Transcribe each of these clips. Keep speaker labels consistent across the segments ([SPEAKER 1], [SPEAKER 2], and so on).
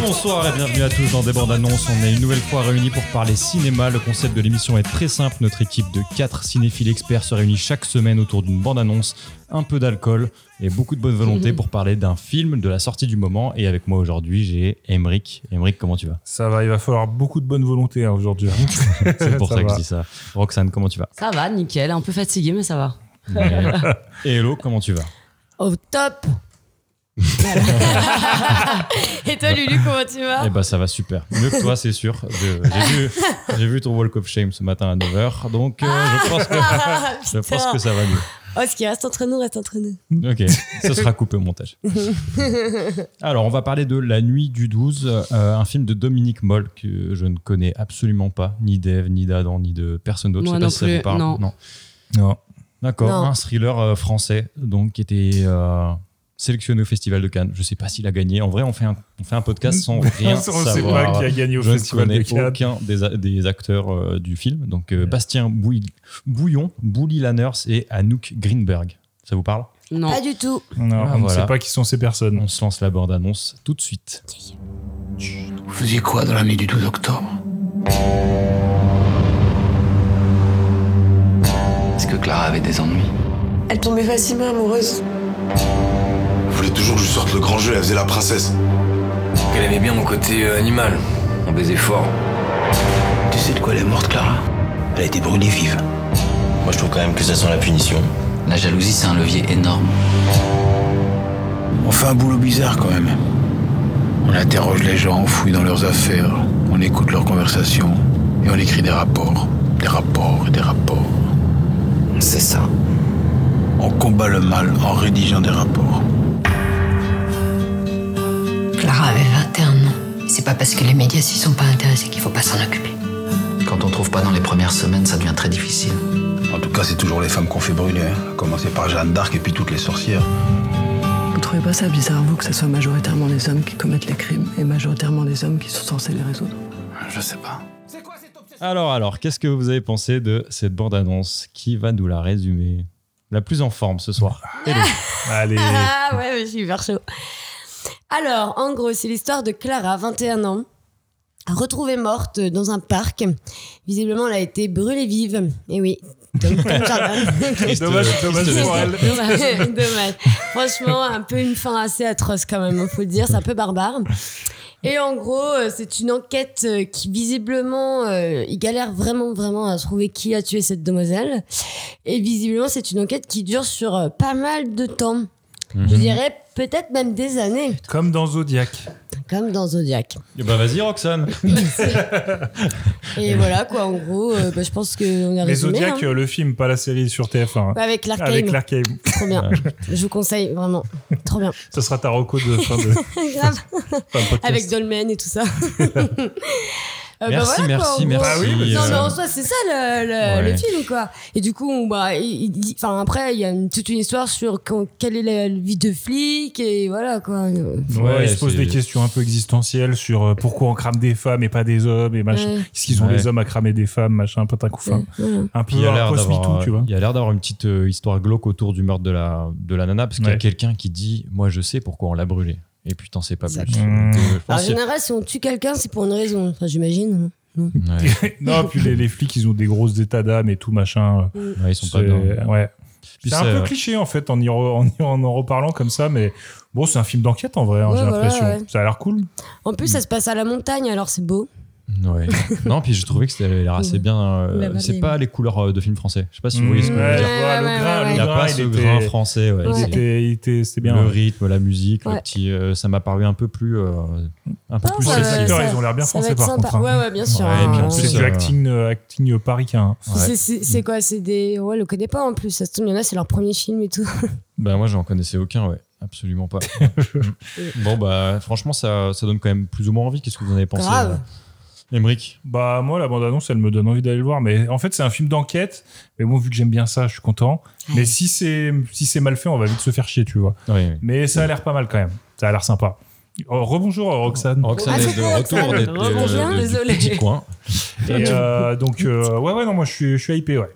[SPEAKER 1] Bonsoir et bienvenue à tous dans des bandes annonces. On est une nouvelle fois réunis pour parler cinéma. Le concept de l'émission est très simple. Notre équipe de 4 cinéphiles experts se réunit chaque semaine autour d'une bande annonce, un peu d'alcool et beaucoup de bonne volonté pour parler d'un film, de la sortie du moment. Et avec moi aujourd'hui, j'ai Emeric. Emeric, comment tu vas
[SPEAKER 2] Ça va, il va falloir beaucoup de bonne volonté hein, aujourd'hui.
[SPEAKER 1] C'est pour ça, que
[SPEAKER 2] va.
[SPEAKER 1] je dis ça. Roxane, comment tu vas
[SPEAKER 3] Ça va, nickel. Un peu fatigué, mais ça va.
[SPEAKER 1] Et Hello, comment tu vas
[SPEAKER 4] Au top Et toi, Lulu, comment tu vas
[SPEAKER 1] Eh ben ça va super. Mieux que toi, c'est sûr. Je- J'ai vu, j'ai vu ton walk of shame ce matin à 9h. Donc euh, je pense que...
[SPEAKER 4] Ah,
[SPEAKER 1] Je pense
[SPEAKER 4] putain.
[SPEAKER 1] que ça va mieux.
[SPEAKER 4] Oh, ce qui reste entre nous reste entre nous.
[SPEAKER 1] Ok, ça sera coupé au montage. Alors, on va parler de La Nuit du 12, euh, un film de Dominique Moll que je ne connais absolument pas, ni d'Eve, ni d'Adam, ni de personne d'autre.
[SPEAKER 3] Moi
[SPEAKER 1] je sais pas
[SPEAKER 3] non
[SPEAKER 1] si
[SPEAKER 3] plus,
[SPEAKER 1] ça vous parle.
[SPEAKER 3] non.
[SPEAKER 2] Non.
[SPEAKER 1] D'accord,
[SPEAKER 4] Non.
[SPEAKER 1] un thriller euh, français, donc qui était euh, sélectionné au Festival de Cannes. Je sais pas s'il a gagné. En vrai, on fait un, on fait un podcast sans rien
[SPEAKER 2] on ne
[SPEAKER 1] savoir.
[SPEAKER 2] sait pas qui a gagné au
[SPEAKER 1] Je ne
[SPEAKER 2] Festival
[SPEAKER 1] connais
[SPEAKER 2] des Cannes.
[SPEAKER 1] aucun des, a- des acteurs euh, du film. Donc, euh, Bastien Bouil- Bouillon, Bouli Lanners et Anouk Greenberg. Ça vous parle
[SPEAKER 3] Non.
[SPEAKER 4] Pas du tout.
[SPEAKER 2] Non,
[SPEAKER 1] Ah,
[SPEAKER 2] on ne
[SPEAKER 1] voilà.
[SPEAKER 2] sait pas qui sont ces personnes.
[SPEAKER 1] On se lance la bande-annonce tout de suite.
[SPEAKER 5] Vous faisiez quoi dans la nuit du 12 octobre
[SPEAKER 6] Est-ce que Clara avait des ennuis
[SPEAKER 4] Elle tombait facilement amoureuse.
[SPEAKER 7] Vous voulez toujours que je sorte le grand jeu, elle faisait la princesse.
[SPEAKER 6] Elle aimait bien mon côté euh, animal. On baisait fort.
[SPEAKER 8] Tu sais de quoi elle est morte, Clara Elle a été brûlée vive.
[SPEAKER 7] Moi, je trouve quand même que ça sent la punition.
[SPEAKER 6] La jalousie, c'est un levier énorme.
[SPEAKER 8] On fait un boulot bizarre quand même. On interroge les gens, on fouille dans leurs affaires, on écoute leurs conversations et on écrit des rapports, des rapports et des rapports.
[SPEAKER 6] C'est ça.
[SPEAKER 8] On combat le mal en rédigeant des rapports.
[SPEAKER 4] Clara avait 21 ans. C'est pas parce que les médias s'y sont pas intéressés qu'il faut pas s'en occuper.
[SPEAKER 6] Quand on trouve pas dans les premières semaines, ça devient très difficile.
[SPEAKER 8] En tout cas, c'est toujours les femmes qu'on fait brûler, hein. à commencer par Jeanne d'Arc et puis toutes les sorcières.
[SPEAKER 4] Vous trouvez pas ça bizarre, vous, que ce soit majoritairement les hommes qui commettent les crimes et majoritairement les hommes qui sont censés les résoudre
[SPEAKER 6] Je sais pas.
[SPEAKER 1] Alors, alors, qu'est-ce que vous avez pensé de cette bande-annonce Qui va nous la résumer La plus en forme ce soir.
[SPEAKER 2] Ah,
[SPEAKER 1] Hello.
[SPEAKER 2] Allez.
[SPEAKER 4] Ah ouais, mais je suis hyper chaud. Alors, en gros, c'est l'histoire de Clara, 21 ans, retrouvée morte dans un parc. Visiblement, elle a été brûlée vive. Et oui, comme, comme Jordan.
[SPEAKER 1] Triste-
[SPEAKER 2] Dommage, dommage
[SPEAKER 1] triste
[SPEAKER 2] pour
[SPEAKER 1] destin.
[SPEAKER 2] elle.
[SPEAKER 4] Dommage. Dommage. Franchement, un peu une fin assez atroce quand même, hein, faut le dire, c'est un peu barbare. Et en gros, euh, c'est une enquête euh, qui visiblement, euh, il galère vraiment vraiment à trouver qui a tué cette demoiselle. Et visiblement, c'est une enquête qui dure sur euh, pas mal de temps.
[SPEAKER 2] Mhm.
[SPEAKER 4] Je dirais peut-être même des années,
[SPEAKER 2] Comme dans Zodiac.
[SPEAKER 4] comme dans Zodiac.
[SPEAKER 1] Eh ben, vas-y, Roxane.
[SPEAKER 4] Euh, Et voilà quoi, en gros, euh, bah, je pense qu'on a
[SPEAKER 2] Mais
[SPEAKER 4] résumé.
[SPEAKER 2] Eh Zodiac,
[SPEAKER 4] hein.
[SPEAKER 2] euh, le film, pas la série sur TF1. hein.
[SPEAKER 4] Avec Clark
[SPEAKER 2] Avec
[SPEAKER 4] Kane.
[SPEAKER 2] Clark Kane.
[SPEAKER 4] trop bien. Je vous conseille vraiment, trop bien.
[SPEAKER 2] Ça sera ta reco de fin de
[SPEAKER 4] Grave.
[SPEAKER 2] fin de podcast.
[SPEAKER 4] avec Dolmen et tout ça. Euh, bah
[SPEAKER 1] Merci,
[SPEAKER 4] voilà, quoi,
[SPEAKER 1] merci,
[SPEAKER 4] en
[SPEAKER 1] merci.
[SPEAKER 4] gros.
[SPEAKER 2] Bah oui, mais
[SPEAKER 4] Non,
[SPEAKER 1] euh,
[SPEAKER 4] mais en soi, c'est ça le, le- le
[SPEAKER 1] Ouais.
[SPEAKER 4] film, quoi. Et du coup, on- bah, il- il dit- enfin, après, il y a une- toute une histoire sur quand- quelle est la vie de flic, et voilà, quoi. Euh,
[SPEAKER 2] Ouais,
[SPEAKER 1] Ouais,
[SPEAKER 2] il se pose
[SPEAKER 1] c'est-
[SPEAKER 2] des questions un peu existentielles sur euh, pourquoi on crame des femmes et pas des hommes et machin.
[SPEAKER 4] Ouais.
[SPEAKER 2] Qu'est-ce qu'ils ont
[SPEAKER 1] Ouais.
[SPEAKER 2] les hommes à cramer des femmes, machin, patin coup fin.
[SPEAKER 4] Voilà.
[SPEAKER 2] Un
[SPEAKER 1] Puis il
[SPEAKER 2] peu
[SPEAKER 1] y a
[SPEAKER 2] un
[SPEAKER 1] l'air
[SPEAKER 2] post
[SPEAKER 1] d'avoir,
[SPEAKER 2] tu vois.
[SPEAKER 1] il y a l'air d'avoir une petite euh, histoire glauque autour du meurtre de la, de la nana, parce qu'il y a
[SPEAKER 2] Ouais.
[SPEAKER 1] quelqu'un qui dit Moi, je sais pourquoi on l'a brûlé. Et putain, c'est pas
[SPEAKER 4] Ça
[SPEAKER 1] plus.
[SPEAKER 2] pue.
[SPEAKER 1] Donc, euh, je pense
[SPEAKER 4] En
[SPEAKER 1] que-
[SPEAKER 4] général, si on tue quelqu'un, c'est pour une raison, enfin, j'imagine.
[SPEAKER 1] Ouais,
[SPEAKER 2] non, puis les, les flics, ils ont des grosses états d'âme et tout, machin.
[SPEAKER 1] ouais, ils sont pas
[SPEAKER 2] C'est-
[SPEAKER 1] dedans.
[SPEAKER 2] ouais.
[SPEAKER 1] Puis
[SPEAKER 2] C'est un
[SPEAKER 1] ça- euh,
[SPEAKER 2] peu cliché en fait en y, re- en y- en en reparlant comme ça, mais bon, c'est un film d'enquête en vrai, hein,
[SPEAKER 4] Ouais,
[SPEAKER 2] j'ai
[SPEAKER 4] voilà,
[SPEAKER 2] l'impression.
[SPEAKER 4] ouais.
[SPEAKER 2] Ça a l'air cool.
[SPEAKER 4] En plus, ça se passe à la montagne, alors c'est beau.
[SPEAKER 1] Ouais. non, puis j'ai trouvé que c'était l'air assez bien. euh,
[SPEAKER 4] La vallée,
[SPEAKER 1] c'est pas les couleurs euh, de films français. Je sais pas si vous voyez ce que je veux
[SPEAKER 2] Mm. Ouais,
[SPEAKER 1] dire.
[SPEAKER 2] ouais, le
[SPEAKER 4] ouais,
[SPEAKER 2] grain,
[SPEAKER 4] ouais,
[SPEAKER 2] le
[SPEAKER 1] Il n'y a
[SPEAKER 2] grain,
[SPEAKER 1] pas ce
[SPEAKER 2] était-
[SPEAKER 1] grain français. ouais.
[SPEAKER 4] Ouais.
[SPEAKER 2] il était- il était- C'était bien.
[SPEAKER 1] le rythme, la musique, le
[SPEAKER 4] Ouais.
[SPEAKER 1] petit, euh, ça m'a paru un peu plus, euh, un peu
[SPEAKER 4] Ah,
[SPEAKER 1] plus
[SPEAKER 4] ouais,
[SPEAKER 2] les
[SPEAKER 4] ouais,
[SPEAKER 1] sexy.
[SPEAKER 2] acteurs,
[SPEAKER 4] ça-
[SPEAKER 2] ils ont l'air bien
[SPEAKER 4] ça va
[SPEAKER 2] français
[SPEAKER 4] être
[SPEAKER 2] par
[SPEAKER 4] sympa.
[SPEAKER 2] contre. hein.
[SPEAKER 4] Ouais, ouais, bien sûr.
[SPEAKER 1] Ouais,
[SPEAKER 4] hein.
[SPEAKER 1] et puis en
[SPEAKER 2] En plus,
[SPEAKER 1] plus,
[SPEAKER 2] C'est
[SPEAKER 1] euh,
[SPEAKER 2] du acting, euh, acting paricain. hein.
[SPEAKER 1] Ouais.
[SPEAKER 4] C'est- c'est c'est quoi C'est des. Ouais, on le connaît pas en plus. Ça se trouve, il y en a, c'est leur premier film et tout.
[SPEAKER 1] Ben moi, Bah, j'en connaissais aucun, ouais. Absolument pas. bon, bah, franchement, ça, ça donne quand même plus ou moins envie. Qu'est-ce que vous en avez pensé
[SPEAKER 4] Grave.
[SPEAKER 1] euh, Emmerich
[SPEAKER 2] Bah moi la bande annonce elle me donne envie d'aller le voir mais en fait c'est un film d'enquête mais moi vu que j'aime bien ça je suis content mais si c'est si c'est mal fait on va vite se faire chier tu vois
[SPEAKER 1] Oui, oui.
[SPEAKER 2] mais ça a l'air pas mal quand même ça a l'air sympa Oh, rebonjour Roxane
[SPEAKER 1] Roxane
[SPEAKER 4] Ah,
[SPEAKER 1] est
[SPEAKER 4] c'est
[SPEAKER 1] de
[SPEAKER 4] toi, Roxane.
[SPEAKER 1] retour des, des-
[SPEAKER 4] Rebonjour,
[SPEAKER 1] des- du
[SPEAKER 3] désolée.
[SPEAKER 1] petit coin. Ah,
[SPEAKER 2] Et, euh, donc euh, ouais ouais non moi je suis je suis hypé ouais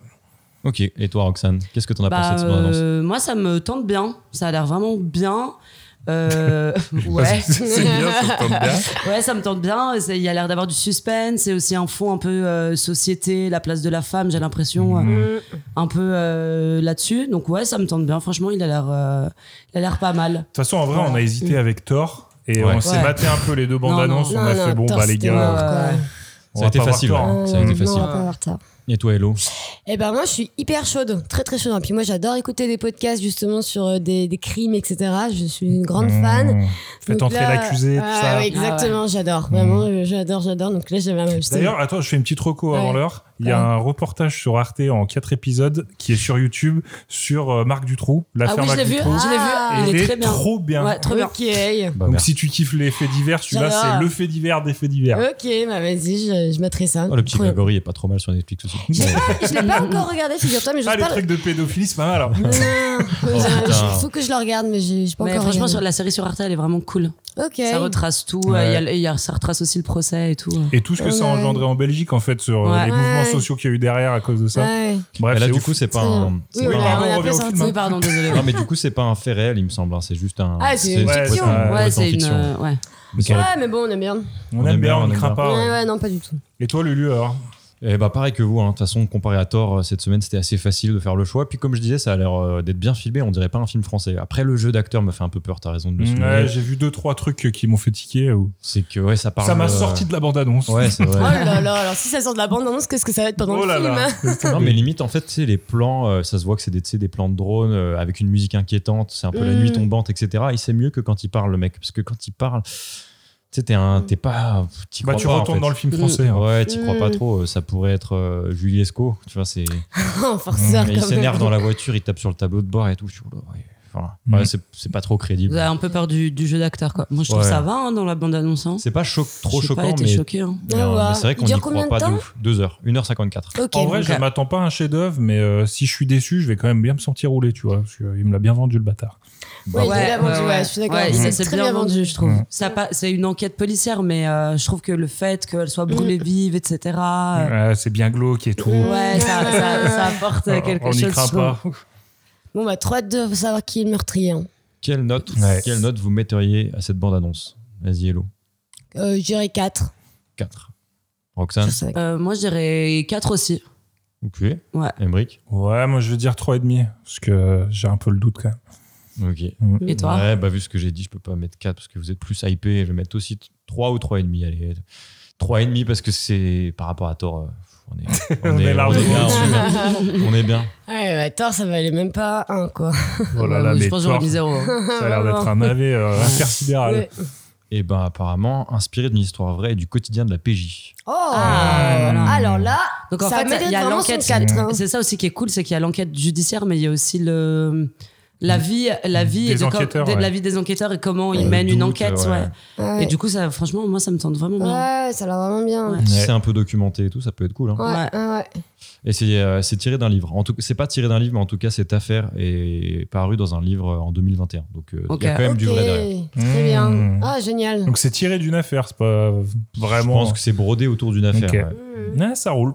[SPEAKER 1] Ok, et toi, Roxane, qu'est-ce que t'en as
[SPEAKER 4] Bah,
[SPEAKER 1] pensé de cette bande annonce
[SPEAKER 3] euh, moi, ça me tente bien. Ça a l'air vraiment bien. Euh, ouais.
[SPEAKER 2] c'est bien ça tombe bien
[SPEAKER 3] ouais, ça me tente bien. C'est- Il y a l'air d'avoir du suspense. C'est aussi un fond un peu euh, société, la place de la femme, j'ai l'impression, euh,
[SPEAKER 2] Mhm.
[SPEAKER 3] un peu euh, là-dessus. Donc, ouais, ça me tente bien. Franchement, il a l'air euh, il a l'air pas mal.
[SPEAKER 2] De toute façon, en vrai, on a hésité avec Thor. Et
[SPEAKER 1] Ouais.
[SPEAKER 2] on s'est
[SPEAKER 3] Ouais.
[SPEAKER 2] maté un peu les deux bandes
[SPEAKER 3] Non, non,
[SPEAKER 2] annonces. on a fait bon,
[SPEAKER 4] Thor,
[SPEAKER 2] bah les
[SPEAKER 4] c'était
[SPEAKER 2] gars,
[SPEAKER 4] mort, quoi.
[SPEAKER 3] Ouais.
[SPEAKER 2] on
[SPEAKER 1] Ça
[SPEAKER 2] va
[SPEAKER 1] a été
[SPEAKER 2] pas voir
[SPEAKER 1] facile,
[SPEAKER 2] Thor, hein.
[SPEAKER 1] Ça a été
[SPEAKER 4] Euh,
[SPEAKER 1] facile.
[SPEAKER 4] non, on va pas voir Thor.
[SPEAKER 1] Et toi, Hello
[SPEAKER 4] Eh ben moi je suis hyper chaude, très très chaude. Puis moi j'adore écouter des podcasts justement sur euh, des, des crimes, etc. Je suis une grande fan.
[SPEAKER 2] Mmh. Faites
[SPEAKER 4] Donc
[SPEAKER 2] entrer
[SPEAKER 4] là-
[SPEAKER 2] l'accusé, tout
[SPEAKER 4] Ah,
[SPEAKER 2] ça.
[SPEAKER 4] oui, exactement, j'adore. Vraiment, euh, j'adore, j'adore. Donc là j'avais un
[SPEAKER 2] D'ailleurs, attends, je fais une petite reco avant
[SPEAKER 4] Ouais.
[SPEAKER 2] l'heure. Il y a
[SPEAKER 4] Ouais.
[SPEAKER 2] un reportage sur Arte en quatre épisodes qui est sur YouTube sur euh, Marc Dutroux,
[SPEAKER 3] Ah
[SPEAKER 2] l'affaire
[SPEAKER 3] oui, je
[SPEAKER 2] Marc
[SPEAKER 3] l'ai vu.
[SPEAKER 2] Dutroux.
[SPEAKER 3] Je l'ai vu.
[SPEAKER 4] Ah,
[SPEAKER 2] Et
[SPEAKER 3] il est très bien.
[SPEAKER 2] trop bien.
[SPEAKER 3] Ouais, trop bien.
[SPEAKER 4] Ok, ok,
[SPEAKER 1] Bah,
[SPEAKER 2] Donc
[SPEAKER 1] merci.
[SPEAKER 2] si tu kiffes les faits divers, celui-là
[SPEAKER 4] J'adore.
[SPEAKER 2] c'est le fait divers des faits
[SPEAKER 3] Euh,
[SPEAKER 2] divers.
[SPEAKER 4] bah vas-y, je, je mettrai ça.
[SPEAKER 1] Oh, le petit
[SPEAKER 4] Trop bien.
[SPEAKER 1] Grégory est pas trop mal sur Netflix aussi.
[SPEAKER 4] Je l'ai pas encore regardé, figure-toi, mais je
[SPEAKER 2] ah les
[SPEAKER 4] parle.
[SPEAKER 2] trucs de pédophilie c'est pas mal. hein. alors.
[SPEAKER 4] Non,
[SPEAKER 1] putain.
[SPEAKER 4] il faut que je le regarde, mais j'ai j'ai pas
[SPEAKER 3] Mais
[SPEAKER 4] encore.
[SPEAKER 3] franchement, sur
[SPEAKER 4] regardé.
[SPEAKER 3] la série sur Arte, elle est vraiment cool.
[SPEAKER 4] Ok.
[SPEAKER 3] Ça retrace tout. euh,
[SPEAKER 2] Ouais.
[SPEAKER 3] il y a le- il y a- ça retrace aussi le procès et tout.
[SPEAKER 2] Et tout ce que ça a
[SPEAKER 4] Ouais.
[SPEAKER 2] engendré en Belgique en fait sur euh,
[SPEAKER 3] Ouais.
[SPEAKER 2] les mouvements
[SPEAKER 4] Ouais.
[SPEAKER 2] sociaux qu'il y a eu derrière à cause de
[SPEAKER 3] hein.
[SPEAKER 2] ça.
[SPEAKER 4] Ouais.
[SPEAKER 2] Bref,
[SPEAKER 1] Mais là,
[SPEAKER 2] c'est
[SPEAKER 1] du
[SPEAKER 2] ouf.
[SPEAKER 1] coup, c'est pas
[SPEAKER 4] C'est-
[SPEAKER 1] un. c'est
[SPEAKER 4] Oui,
[SPEAKER 1] pas
[SPEAKER 4] on
[SPEAKER 2] Pardon,
[SPEAKER 4] l'a- on
[SPEAKER 2] on revient
[SPEAKER 4] l'a appelé
[SPEAKER 2] au
[SPEAKER 4] sorti.
[SPEAKER 2] film, hein.
[SPEAKER 3] Oui, pardon, désolé.
[SPEAKER 1] Non, mais du coup, c'est pas un fait réel, il me semble. hein. C'est juste un.
[SPEAKER 4] Ah, c'est une
[SPEAKER 2] fiction.
[SPEAKER 1] un-
[SPEAKER 2] Ouais,
[SPEAKER 3] Ouais,
[SPEAKER 1] c'est
[SPEAKER 3] c'est une.
[SPEAKER 1] fiction.
[SPEAKER 3] euh, ouais.
[SPEAKER 1] Ok.
[SPEAKER 4] Ouais, mais bon, on aime bien.
[SPEAKER 2] On, aime bien, on ne craint
[SPEAKER 1] aime
[SPEAKER 2] pas.
[SPEAKER 4] ouais,
[SPEAKER 2] ouais.
[SPEAKER 4] ouais, non, pas du tout.
[SPEAKER 2] Et toi, Lulu, alors
[SPEAKER 1] Eh bah pareil que vous, hein. de toute façon, comparé à Thor, euh, cette semaine, c'était assez facile de faire le choix. Puis comme je disais, ça a l'air euh, d'être bien filmé, on dirait pas un film français. Après, le jeu d'acteur me fait un peu peur, t'as raison de le souligner.
[SPEAKER 2] Mm, Ouais, J'ai vu deux, trois trucs qui m'ont fait tiquer. euh, ou-
[SPEAKER 1] c'est que ouais, ça parle...
[SPEAKER 2] Ça m'a
[SPEAKER 1] euh,
[SPEAKER 2] sorti de la bande-annonce.
[SPEAKER 1] Ouais, c'est
[SPEAKER 4] Oh
[SPEAKER 1] vrai.
[SPEAKER 4] là là, alors si ça sort de la bande annonce, qu'est-ce que ça va être pendant
[SPEAKER 2] Oh
[SPEAKER 4] le
[SPEAKER 2] là
[SPEAKER 4] film
[SPEAKER 2] là.
[SPEAKER 4] hein
[SPEAKER 1] non, mais limite, en fait, tu sais, les plans, euh, ça se voit que c'est des, tu sais, des plans de drone euh, avec une musique inquiétante, c'est un peu la
[SPEAKER 4] Mm.
[SPEAKER 1] nuit tombante, etc. Et c'est mieux que quand il parle, le mec, parce que quand il parle, tu sais, t'es un- t'es pas... t'y
[SPEAKER 2] Bah,
[SPEAKER 1] crois
[SPEAKER 2] tu
[SPEAKER 1] pas, en
[SPEAKER 2] retournes
[SPEAKER 1] fait.
[SPEAKER 2] dans le film français. hein.
[SPEAKER 1] Ouais, t'y crois
[SPEAKER 4] Mm.
[SPEAKER 1] pas
[SPEAKER 3] Hmm.
[SPEAKER 1] trop, euh, ça pourrait être euh, Julie Lescaut, tu vois, c'est...
[SPEAKER 4] Oh, forceur,
[SPEAKER 1] Mais il
[SPEAKER 4] quand même.
[SPEAKER 1] s'énerve dans la voiture, il tape sur le tableau de bord et tout. Je suis, oula, ouais, voilà.
[SPEAKER 2] Mhm.
[SPEAKER 1] Ouais, c'est, c'est pas trop crédible.
[SPEAKER 3] Vous avez un peu peur du, du jeu d'acteur, quoi. Moi, je trouve
[SPEAKER 1] Ouais.
[SPEAKER 3] ça va hein, dans la bande-annonce. Hein.
[SPEAKER 1] C'est pas cho- trop
[SPEAKER 3] J'ai
[SPEAKER 1] choquant,
[SPEAKER 3] pas été
[SPEAKER 1] mais,
[SPEAKER 3] choquée, hein.
[SPEAKER 1] mais, euh,
[SPEAKER 4] Ouais.
[SPEAKER 1] mais c'est vrai
[SPEAKER 4] Il
[SPEAKER 1] qu'on
[SPEAKER 4] dure
[SPEAKER 1] n'y
[SPEAKER 4] combien
[SPEAKER 1] croit
[SPEAKER 4] de
[SPEAKER 1] pas de
[SPEAKER 4] temps
[SPEAKER 1] ouf. 2h, 1h54.
[SPEAKER 4] Ok,
[SPEAKER 2] En vrai,
[SPEAKER 3] euh,
[SPEAKER 4] donc,
[SPEAKER 2] je m'attends pas à un chef-d'œuvre, mais euh, si je suis déçu, je vais quand même bien me sentir roulé, tu vois. Parce qu'il me l'a bien vendu, le bâtard.
[SPEAKER 4] Ouais, il est bien vendu,
[SPEAKER 3] ouais.
[SPEAKER 4] ouais, je suis d'accord.
[SPEAKER 3] Ouais,
[SPEAKER 4] Il
[SPEAKER 3] c'est-
[SPEAKER 4] s'est
[SPEAKER 3] c'est
[SPEAKER 4] très
[SPEAKER 3] bien
[SPEAKER 4] bien vendu,
[SPEAKER 3] vendu.
[SPEAKER 4] je trouve.
[SPEAKER 2] Mm.
[SPEAKER 3] Ça pas- c'est une enquête policière, mais euh, je trouve que le fait qu'elle soit brûlée vive, etc. euh,
[SPEAKER 2] Ouais, c'est bien glauque et tout.
[SPEAKER 4] Mm.
[SPEAKER 3] Ouais, ça, ça- ça apporte euh,
[SPEAKER 2] Alors,
[SPEAKER 3] quelque
[SPEAKER 2] on n'y
[SPEAKER 3] chose.
[SPEAKER 2] craint
[SPEAKER 3] je trouve.
[SPEAKER 2] pas.
[SPEAKER 4] Bon, bah, trop hâte de savoir qui est le meurtrier. hein.
[SPEAKER 1] Quelle note,
[SPEAKER 2] Ouais.
[SPEAKER 1] quelle note vous metteriez à cette bande-annonce Vas-y, Hello.
[SPEAKER 4] Euh, je dirais 4.
[SPEAKER 1] 4. Roxane
[SPEAKER 3] Euh, moi, je dirais 4 aussi.
[SPEAKER 1] Ok.
[SPEAKER 3] Ouais.
[SPEAKER 1] Emric
[SPEAKER 2] Ouais, moi, je vais dire 3,5, parce que euh, j'ai un peu le doute, quand même.
[SPEAKER 1] Ok.
[SPEAKER 3] Et
[SPEAKER 4] Mm.
[SPEAKER 3] toi
[SPEAKER 1] Ouais, bah vu ce que j'ai dit, je peux pas mettre 4 parce que vous êtes plus hypé. Je vais mettre aussi 3 ou 3,5. Allez, 3,5 parce que c'est par rapport à Thor. euh, On est,
[SPEAKER 2] On est largement
[SPEAKER 1] bien, on est bien. on est bien.
[SPEAKER 4] Ouais, bah, Thor, ça valait même pas 1, quoi.
[SPEAKER 2] Oh là
[SPEAKER 3] Ouais,
[SPEAKER 2] là,
[SPEAKER 3] Euh, je
[SPEAKER 2] mais
[SPEAKER 3] pense que j'aurais
[SPEAKER 2] Thor,
[SPEAKER 3] mis hein. 0.
[SPEAKER 2] ça a l'air d'être un navet euh, intersidéral.
[SPEAKER 4] Ouais.
[SPEAKER 1] Et ben apparemment inspiré d'une histoire vraie et du quotidien de la PJ.
[SPEAKER 4] Oh
[SPEAKER 3] Ah, voilà.
[SPEAKER 4] Alors là,
[SPEAKER 3] Donc en
[SPEAKER 4] ça
[SPEAKER 3] fait, il y a l'enquête.
[SPEAKER 4] l'enquête 4. hein.
[SPEAKER 3] C'est ça aussi qui est cool, c'est qu'il y a l'enquête judiciaire, mais il y a aussi le la vie, la vie
[SPEAKER 2] Des
[SPEAKER 3] et de com-
[SPEAKER 2] enquêteurs,
[SPEAKER 3] de-
[SPEAKER 2] ouais.
[SPEAKER 3] la vie des enquêteurs et comment ils
[SPEAKER 1] Le
[SPEAKER 3] mènent une
[SPEAKER 1] doute,
[SPEAKER 3] enquête.
[SPEAKER 1] ouais.
[SPEAKER 3] ouais.
[SPEAKER 4] Ouais.
[SPEAKER 3] Et du coup, ça, franchement, moi, ça me tente vraiment bien.
[SPEAKER 4] Ouais, ça a l'air vraiment bien.
[SPEAKER 3] Ouais.
[SPEAKER 4] Ouais,
[SPEAKER 1] Si
[SPEAKER 2] Ouais.
[SPEAKER 1] c'est un peu documenté et tout, ça peut être cool. hein.
[SPEAKER 4] ouais, ouais.
[SPEAKER 1] Et c'est euh, c'est tiré d'un livre. En tout, c'est pas tiré d'un livre, mais en tout cas cette affaire est parue dans un livre euh, en 2021. Donc euh, il
[SPEAKER 3] Ok.
[SPEAKER 1] y a quand même du
[SPEAKER 4] Ok,
[SPEAKER 1] vrai derrière.
[SPEAKER 4] Très bien.
[SPEAKER 2] Mm.
[SPEAKER 4] Ah, génial.
[SPEAKER 2] Donc, c'est tiré d'une affaire, c'est pas
[SPEAKER 1] Je
[SPEAKER 2] vraiment...
[SPEAKER 1] pense que c'est brodé autour d'une affaire.
[SPEAKER 2] Ok.
[SPEAKER 1] ouais.
[SPEAKER 2] Ouais, ça roule.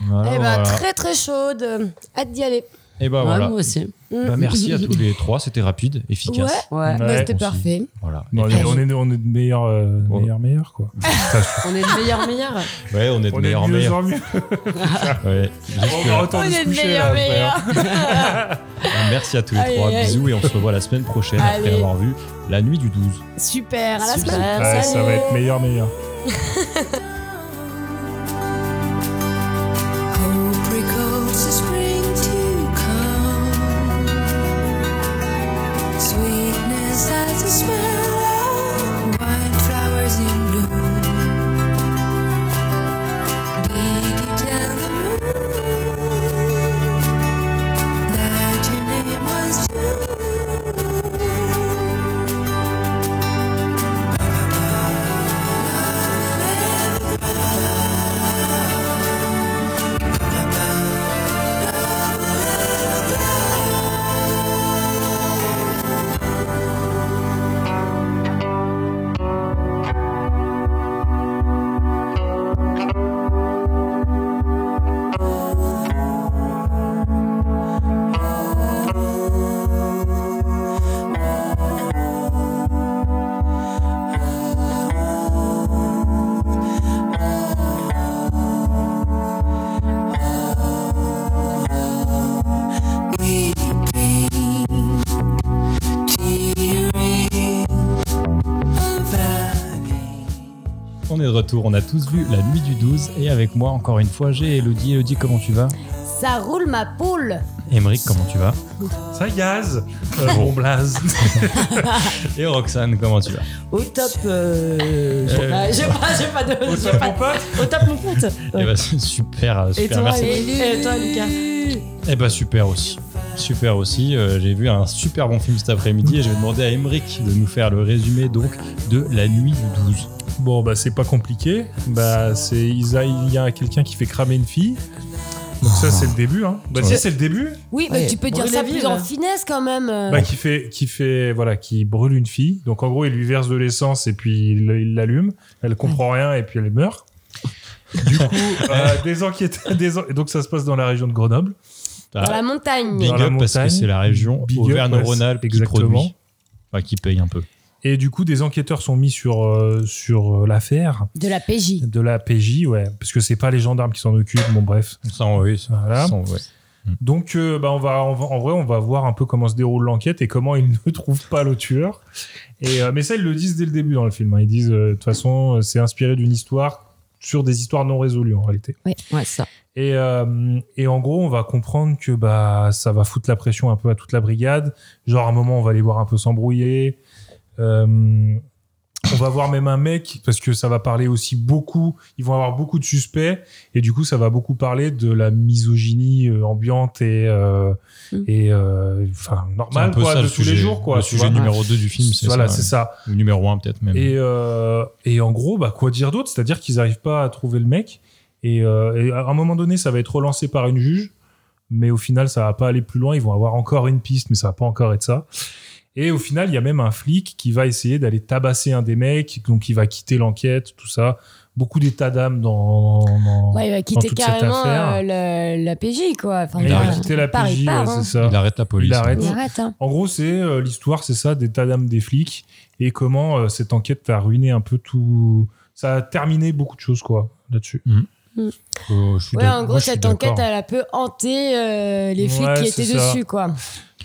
[SPEAKER 1] Voilà,
[SPEAKER 4] eh
[SPEAKER 1] voilà.
[SPEAKER 4] bah, Eh très très chaude. Hâte d'y aller.
[SPEAKER 1] Et bah
[SPEAKER 2] Ah,
[SPEAKER 3] Ouais,
[SPEAKER 1] voilà.
[SPEAKER 3] Moi aussi.
[SPEAKER 1] Bah, merci à tous les trois, c'était rapide, efficace.
[SPEAKER 4] Ouais.
[SPEAKER 3] Ouais. Bah,
[SPEAKER 4] Bah,
[SPEAKER 2] Ouais,
[SPEAKER 4] c'était
[SPEAKER 1] aussi.
[SPEAKER 4] parfait.
[SPEAKER 1] Voilà.
[SPEAKER 2] Non, on, est, on, est, on est de meilleurs, euh,
[SPEAKER 1] Ouais.
[SPEAKER 2] meilleurs, meilleurs, quoi.
[SPEAKER 3] On est le meilleur meilleur.
[SPEAKER 1] Ouais, on est de
[SPEAKER 2] On est
[SPEAKER 1] meilleur
[SPEAKER 2] de
[SPEAKER 1] en
[SPEAKER 2] mieux
[SPEAKER 1] meilleur.
[SPEAKER 2] en mieux.
[SPEAKER 1] Ouais. Juste
[SPEAKER 2] On
[SPEAKER 1] que- Oh, bah,
[SPEAKER 2] va autant de se coucher, là, après, hein.
[SPEAKER 1] Merci à tous les
[SPEAKER 4] Aïe,
[SPEAKER 1] trois,
[SPEAKER 4] aïe, aïe.
[SPEAKER 1] bisous et on se revoit la semaine prochaine après
[SPEAKER 4] Allez.
[SPEAKER 1] avoir vu La Nuit du 12.
[SPEAKER 4] Super. À la
[SPEAKER 3] Super.
[SPEAKER 4] semaine.
[SPEAKER 2] Ouais, ça
[SPEAKER 4] Salut.
[SPEAKER 2] va être meilleur, meilleur.
[SPEAKER 9] Hope recalls the spring to come. Sweetness has a smell of white flowers in bloom. Did you tell the moon that your name was June?
[SPEAKER 1] On est de retour, on a tous vu La Nuit du 12 et avec moi encore une fois j'ai Elodie. Elodie, comment tu vas
[SPEAKER 4] Ça roule ma poule.
[SPEAKER 1] Émeric, comment tu vas
[SPEAKER 2] Ça gaze
[SPEAKER 1] Oh.
[SPEAKER 2] Bon blaze
[SPEAKER 1] Et Roxane, comment tu vas
[SPEAKER 3] Au top. Euh, j'ai
[SPEAKER 1] Euh,
[SPEAKER 3] pas, j'ai pas, j'ai pas de. j'ai pas de- Au top, mon pote.
[SPEAKER 1] Eh bah, super, super,
[SPEAKER 3] Et toi,
[SPEAKER 1] merci.
[SPEAKER 3] Émilie et toi, Lucas.
[SPEAKER 1] Eh bah super aussi. Super aussi. Euh, j'ai vu un super bon film cet après-midi et je vais demander à Emeric de nous faire le résumé donc de La Nuit du 12.
[SPEAKER 2] Bon, bah, c'est pas compliqué. Bah, c'est il y a- il y a quelqu'un qui fait cramer une fille. Donc, ça, c'est le début. Hein. Bah,
[SPEAKER 1] Ah. Ouais.
[SPEAKER 2] si, c'est le début.
[SPEAKER 4] Oui, mais
[SPEAKER 3] Ouais.
[SPEAKER 4] tu peux
[SPEAKER 3] Brûle
[SPEAKER 4] dire ça
[SPEAKER 3] la
[SPEAKER 4] plus
[SPEAKER 3] ville.
[SPEAKER 4] en finesse quand même. euh.
[SPEAKER 2] Bah, qui fait, qui fait, voilà, qui brûle une fille. Donc, en gros, il lui verse de l'essence et puis il il l'allume. Elle comprend rien et puis elle meurt. Du coup, euh, des enquêteurs. Des en- Donc, ça se passe dans la région de Grenoble. bah,
[SPEAKER 4] Dans la montagne.
[SPEAKER 1] Big
[SPEAKER 2] Dans la
[SPEAKER 1] up parce que
[SPEAKER 2] montagne.
[SPEAKER 1] c'est la région
[SPEAKER 2] Big up,
[SPEAKER 1] Auvergne-Rhône-Alpes
[SPEAKER 2] ouais,
[SPEAKER 1] qui
[SPEAKER 2] exactement.
[SPEAKER 1] produit. Enfin, qui paye un peu.
[SPEAKER 2] Et du coup, des enquêteurs sont mis sur, euh, sur euh, l'affaire
[SPEAKER 4] De la PJ.
[SPEAKER 2] de la PJ, ouais, parce que c'est pas les gendarmes qui s'en occupent. Bon, bref.
[SPEAKER 1] Ça, oui, ça.
[SPEAKER 2] Voilà.
[SPEAKER 1] ça, ouais.
[SPEAKER 2] Donc, euh, bah, on va, on va- en vrai, on va voir un peu comment se déroule l'enquête et comment ils ne trouvent pas le tueur. Et, euh, mais ça, ils le disent dès le début dans le film. hein. Ils disent, euh, de toute façon, euh, c'est inspiré d'une histoire sur des histoires non résolues en réalité.
[SPEAKER 3] Ouais, ouais, ça.
[SPEAKER 2] Et, euh, et en gros, on va comprendre que bah, ça va foutre la pression un peu à toute la brigade. Genre, à un moment, on va les voir un peu s'embrouiller. Euh, on va voir même un mec, parce que ça va parler aussi beaucoup. Ils vont avoir beaucoup de suspects. Et du coup, ça va beaucoup parler de la misogynie euh, ambiante et, euh,
[SPEAKER 4] Mm.
[SPEAKER 2] et euh, enfin,
[SPEAKER 1] C'est un
[SPEAKER 2] normale,
[SPEAKER 1] peu
[SPEAKER 2] quoi,
[SPEAKER 1] ça
[SPEAKER 2] de
[SPEAKER 1] le
[SPEAKER 2] tous
[SPEAKER 1] sujet.
[SPEAKER 2] les jours, quoi.
[SPEAKER 1] Le
[SPEAKER 2] tu
[SPEAKER 1] sujet
[SPEAKER 2] vois.
[SPEAKER 1] numéro 2 du film, c'est
[SPEAKER 2] Voilà,
[SPEAKER 1] ça.
[SPEAKER 2] c'est ça.
[SPEAKER 1] Ou numéro 1 peut-être même.
[SPEAKER 2] Et, euh, et en gros, bah, quoi dire d'autre C'est-à-dire qu'ils n'arrivent pas à trouver le mec. Et, euh, et à un moment donné, ça va être relancé par une juge. Mais au final, ça va pas aller plus loin. Ils vont avoir encore une piste, mais ça va pas encore être ça. Et au final, il y a même un flic qui va essayer d'aller tabasser un des mecs. Donc, il va quitter l'enquête, tout ça. Beaucoup d'états d'âme dans, dans-
[SPEAKER 4] Ouais, il va quitter
[SPEAKER 2] toute cette
[SPEAKER 4] carrément
[SPEAKER 2] affaire.
[SPEAKER 4] euh, le- la PJ, quoi. Enfin,
[SPEAKER 2] Il
[SPEAKER 4] voilà.
[SPEAKER 2] va quitter la
[SPEAKER 4] Il part, il
[SPEAKER 2] PJ,
[SPEAKER 4] part,
[SPEAKER 2] ouais,
[SPEAKER 4] hein.
[SPEAKER 2] c'est ça.
[SPEAKER 1] Il arrête la police.
[SPEAKER 2] Il arrête.
[SPEAKER 4] Il arrête, hein.
[SPEAKER 2] En gros, c'est euh, l'histoire, c'est ça, des tas d'âmes des flics et comment euh, cette enquête a ruiné un peu tout. Ça a terminé beaucoup de choses, quoi, là-dessus.
[SPEAKER 1] Mm. Euh, je suis
[SPEAKER 4] Mm. Ouais,
[SPEAKER 1] d'accord.
[SPEAKER 4] en
[SPEAKER 2] moi,
[SPEAKER 4] gros,
[SPEAKER 2] je suis
[SPEAKER 4] cette enquête,
[SPEAKER 2] d'accord.
[SPEAKER 4] elle a peu hanté euh, les flics
[SPEAKER 2] Ouais,
[SPEAKER 4] qui
[SPEAKER 2] c'est
[SPEAKER 4] étaient
[SPEAKER 2] ça.
[SPEAKER 4] dessus, quoi.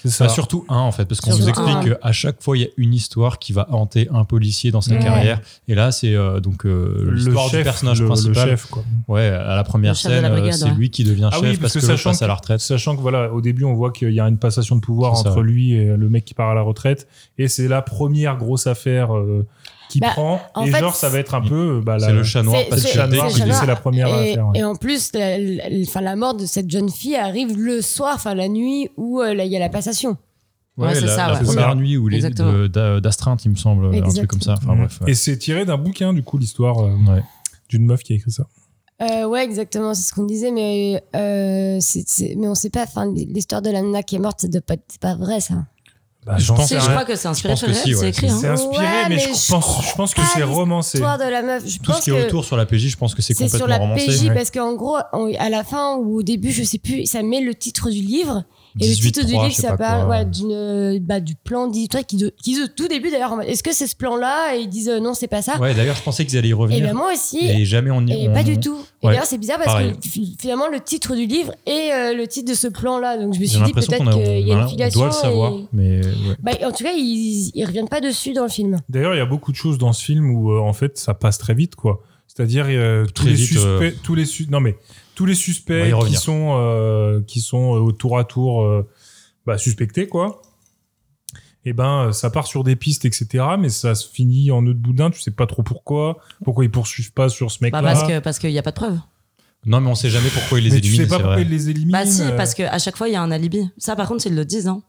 [SPEAKER 2] C'est
[SPEAKER 1] Bah, surtout un en fait, parce qu'on
[SPEAKER 4] Surtout
[SPEAKER 1] nous explique
[SPEAKER 4] un.
[SPEAKER 1] qu'à chaque fois il y a une histoire qui va hanter un policier dans sa
[SPEAKER 4] Ouais.
[SPEAKER 1] carrière. Et là c'est euh, donc euh, l'histoire du personnage
[SPEAKER 2] le- le
[SPEAKER 1] principal.
[SPEAKER 2] chef, quoi.
[SPEAKER 1] Ouais, à la
[SPEAKER 3] Le
[SPEAKER 1] première
[SPEAKER 3] chef de la
[SPEAKER 1] scène, euh,
[SPEAKER 3] brigade,
[SPEAKER 1] c'est
[SPEAKER 3] ouais.
[SPEAKER 1] lui qui devient
[SPEAKER 2] Ah
[SPEAKER 1] chef
[SPEAKER 2] oui, parce
[SPEAKER 1] parce
[SPEAKER 2] que
[SPEAKER 1] que l'autre
[SPEAKER 2] sachant
[SPEAKER 1] passe à
[SPEAKER 2] que-
[SPEAKER 1] la retraite.
[SPEAKER 2] Sachant que voilà, au début, on voit qu'il y a une passation de pouvoir
[SPEAKER 1] C'est ça.
[SPEAKER 2] entre lui et le mec qui part à la retraite, et c'est la première grosse affaire euh, qui
[SPEAKER 4] Bah,
[SPEAKER 2] prend.
[SPEAKER 4] en
[SPEAKER 2] Et
[SPEAKER 4] fait,
[SPEAKER 2] genre, ça va être un
[SPEAKER 1] c'est-
[SPEAKER 2] peu euh, bah, la-
[SPEAKER 1] C'est le chat noir
[SPEAKER 4] c'est-
[SPEAKER 1] parce
[SPEAKER 4] c'est-
[SPEAKER 1] que
[SPEAKER 4] c'est
[SPEAKER 1] dès
[SPEAKER 4] le
[SPEAKER 1] qu'il
[SPEAKER 4] chat
[SPEAKER 1] est-
[SPEAKER 4] noir.
[SPEAKER 2] c'est la première
[SPEAKER 4] Et,
[SPEAKER 2] affaire. ouais.
[SPEAKER 4] et en plus, la, la- la- enfin, la mort de cette jeune fille arrive le soir, enfin la nuit où euh, là, il y a la passation.
[SPEAKER 3] Ouais,
[SPEAKER 1] Ouais,
[SPEAKER 3] c'est
[SPEAKER 1] la,
[SPEAKER 3] ça,
[SPEAKER 1] la
[SPEAKER 3] ouais.
[SPEAKER 1] première
[SPEAKER 2] C'est ça.
[SPEAKER 1] nuit où les
[SPEAKER 3] Exactement.
[SPEAKER 1] de- d'a- d'astreinte, il me semble, un
[SPEAKER 4] Exactement.
[SPEAKER 1] truc comme ça. Enfin
[SPEAKER 2] Mhm.
[SPEAKER 1] bref. ouais.
[SPEAKER 2] Et c'est tiré d'un bouquin, du coup, l'histoire euh,
[SPEAKER 1] Ouais.
[SPEAKER 2] d'une meuf qui a écrit ça.
[SPEAKER 4] Euh, ouais, exactement, c'est ce qu'on disait, mais, euh, c'est- c'est- mais on sait pas, enfin, l'histoire de la nana qui est morte, ça doit pas être- c'est pas vrai ça.
[SPEAKER 2] Bah,
[SPEAKER 1] Je
[SPEAKER 2] j'en
[SPEAKER 1] pense
[SPEAKER 2] sais
[SPEAKER 3] C'est- je
[SPEAKER 2] rien.
[SPEAKER 3] crois que c'est inspiré
[SPEAKER 1] pense
[SPEAKER 3] sur
[SPEAKER 1] que
[SPEAKER 3] le réel,
[SPEAKER 1] si, ouais.
[SPEAKER 3] c'est écrit. Hein.
[SPEAKER 2] C'est inspiré,
[SPEAKER 4] Ouais,
[SPEAKER 2] mais,
[SPEAKER 4] mais
[SPEAKER 2] je,
[SPEAKER 4] je
[SPEAKER 2] pense, je pense que
[SPEAKER 4] pas
[SPEAKER 2] c'est
[SPEAKER 4] l'histoire
[SPEAKER 2] romancé.
[SPEAKER 4] L'histoire de la meuf, je
[SPEAKER 1] Tout
[SPEAKER 4] pense
[SPEAKER 1] ce qui est
[SPEAKER 4] que
[SPEAKER 1] autour sur la PJ, je pense que c'est
[SPEAKER 4] c'est
[SPEAKER 1] complètement
[SPEAKER 4] sur la
[SPEAKER 1] romancé.
[SPEAKER 4] PJ
[SPEAKER 1] Ouais.
[SPEAKER 4] parce qu'en gros, on- à la fin ou au début, je sais plus, ça met le titre du livre. Et le
[SPEAKER 1] 18,
[SPEAKER 4] titre du
[SPEAKER 1] 3,
[SPEAKER 4] livre,
[SPEAKER 1] je sais
[SPEAKER 4] ça
[SPEAKER 1] pas
[SPEAKER 4] parle
[SPEAKER 1] quoi.
[SPEAKER 4] ouais, d'une, euh, bah, du plan d'histoire qui, de- qui, au tout début d'ailleurs, en mode, est-ce que c'est ce plan-là Et ils disent euh, non, c'est pas ça.
[SPEAKER 1] Ouais, d'ailleurs, je pensais qu'ils allaient y
[SPEAKER 4] et ben
[SPEAKER 1] revenir.
[SPEAKER 4] moi aussi,
[SPEAKER 1] Et jamais on y
[SPEAKER 4] Et
[SPEAKER 1] on-
[SPEAKER 4] pas du tout. Et
[SPEAKER 1] Ouais.
[SPEAKER 4] d'ailleurs, c'est bizarre parce
[SPEAKER 1] Pareil.
[SPEAKER 4] que fi- finalement, le titre du livre est euh, le titre de ce plan-là. Donc je me
[SPEAKER 1] J'ai
[SPEAKER 4] suis dit
[SPEAKER 1] l'impression qu'on
[SPEAKER 4] peut-être
[SPEAKER 1] a-
[SPEAKER 4] qu'il y a
[SPEAKER 1] on a-
[SPEAKER 4] une
[SPEAKER 1] on
[SPEAKER 4] filiation.
[SPEAKER 1] doit le savoir.
[SPEAKER 4] et-
[SPEAKER 1] Mais ouais.
[SPEAKER 4] Bah, en tout cas, ils, ils reviennent pas dessus dans le film.
[SPEAKER 2] D'ailleurs, il y a beaucoup de choses dans ce film où euh, en fait ça passe très vite, quoi. C'est-à-dire euh, tous,
[SPEAKER 1] Très
[SPEAKER 2] les
[SPEAKER 1] vite,
[SPEAKER 2] suspects,
[SPEAKER 1] euh.
[SPEAKER 2] tous les sus- non mais tous les
[SPEAKER 1] On va y
[SPEAKER 2] suspects qui
[SPEAKER 1] revenir.
[SPEAKER 2] sont euh, qui sont euh, au tour à tour euh, bah, suspectés, quoi. Et ben euh, ça part sur des pistes, etc. Mais ça se finit en nœud de boudin. Tu sais pas trop pourquoi. Pourquoi ils poursuivent pas sur ce mec-là
[SPEAKER 3] Bah, parce que parce qu'il y a pas de preuves.
[SPEAKER 1] Non, mais on sait jamais pourquoi ils les
[SPEAKER 2] Mais tu sais
[SPEAKER 1] éliminent,
[SPEAKER 2] pas
[SPEAKER 1] c'est
[SPEAKER 2] pourquoi
[SPEAKER 1] vrai.
[SPEAKER 2] ils les éliminent.
[SPEAKER 3] Bah si,
[SPEAKER 2] euh.
[SPEAKER 3] parce que à chaque fois il y a un alibi. Ça par contre ils le disent. Hein.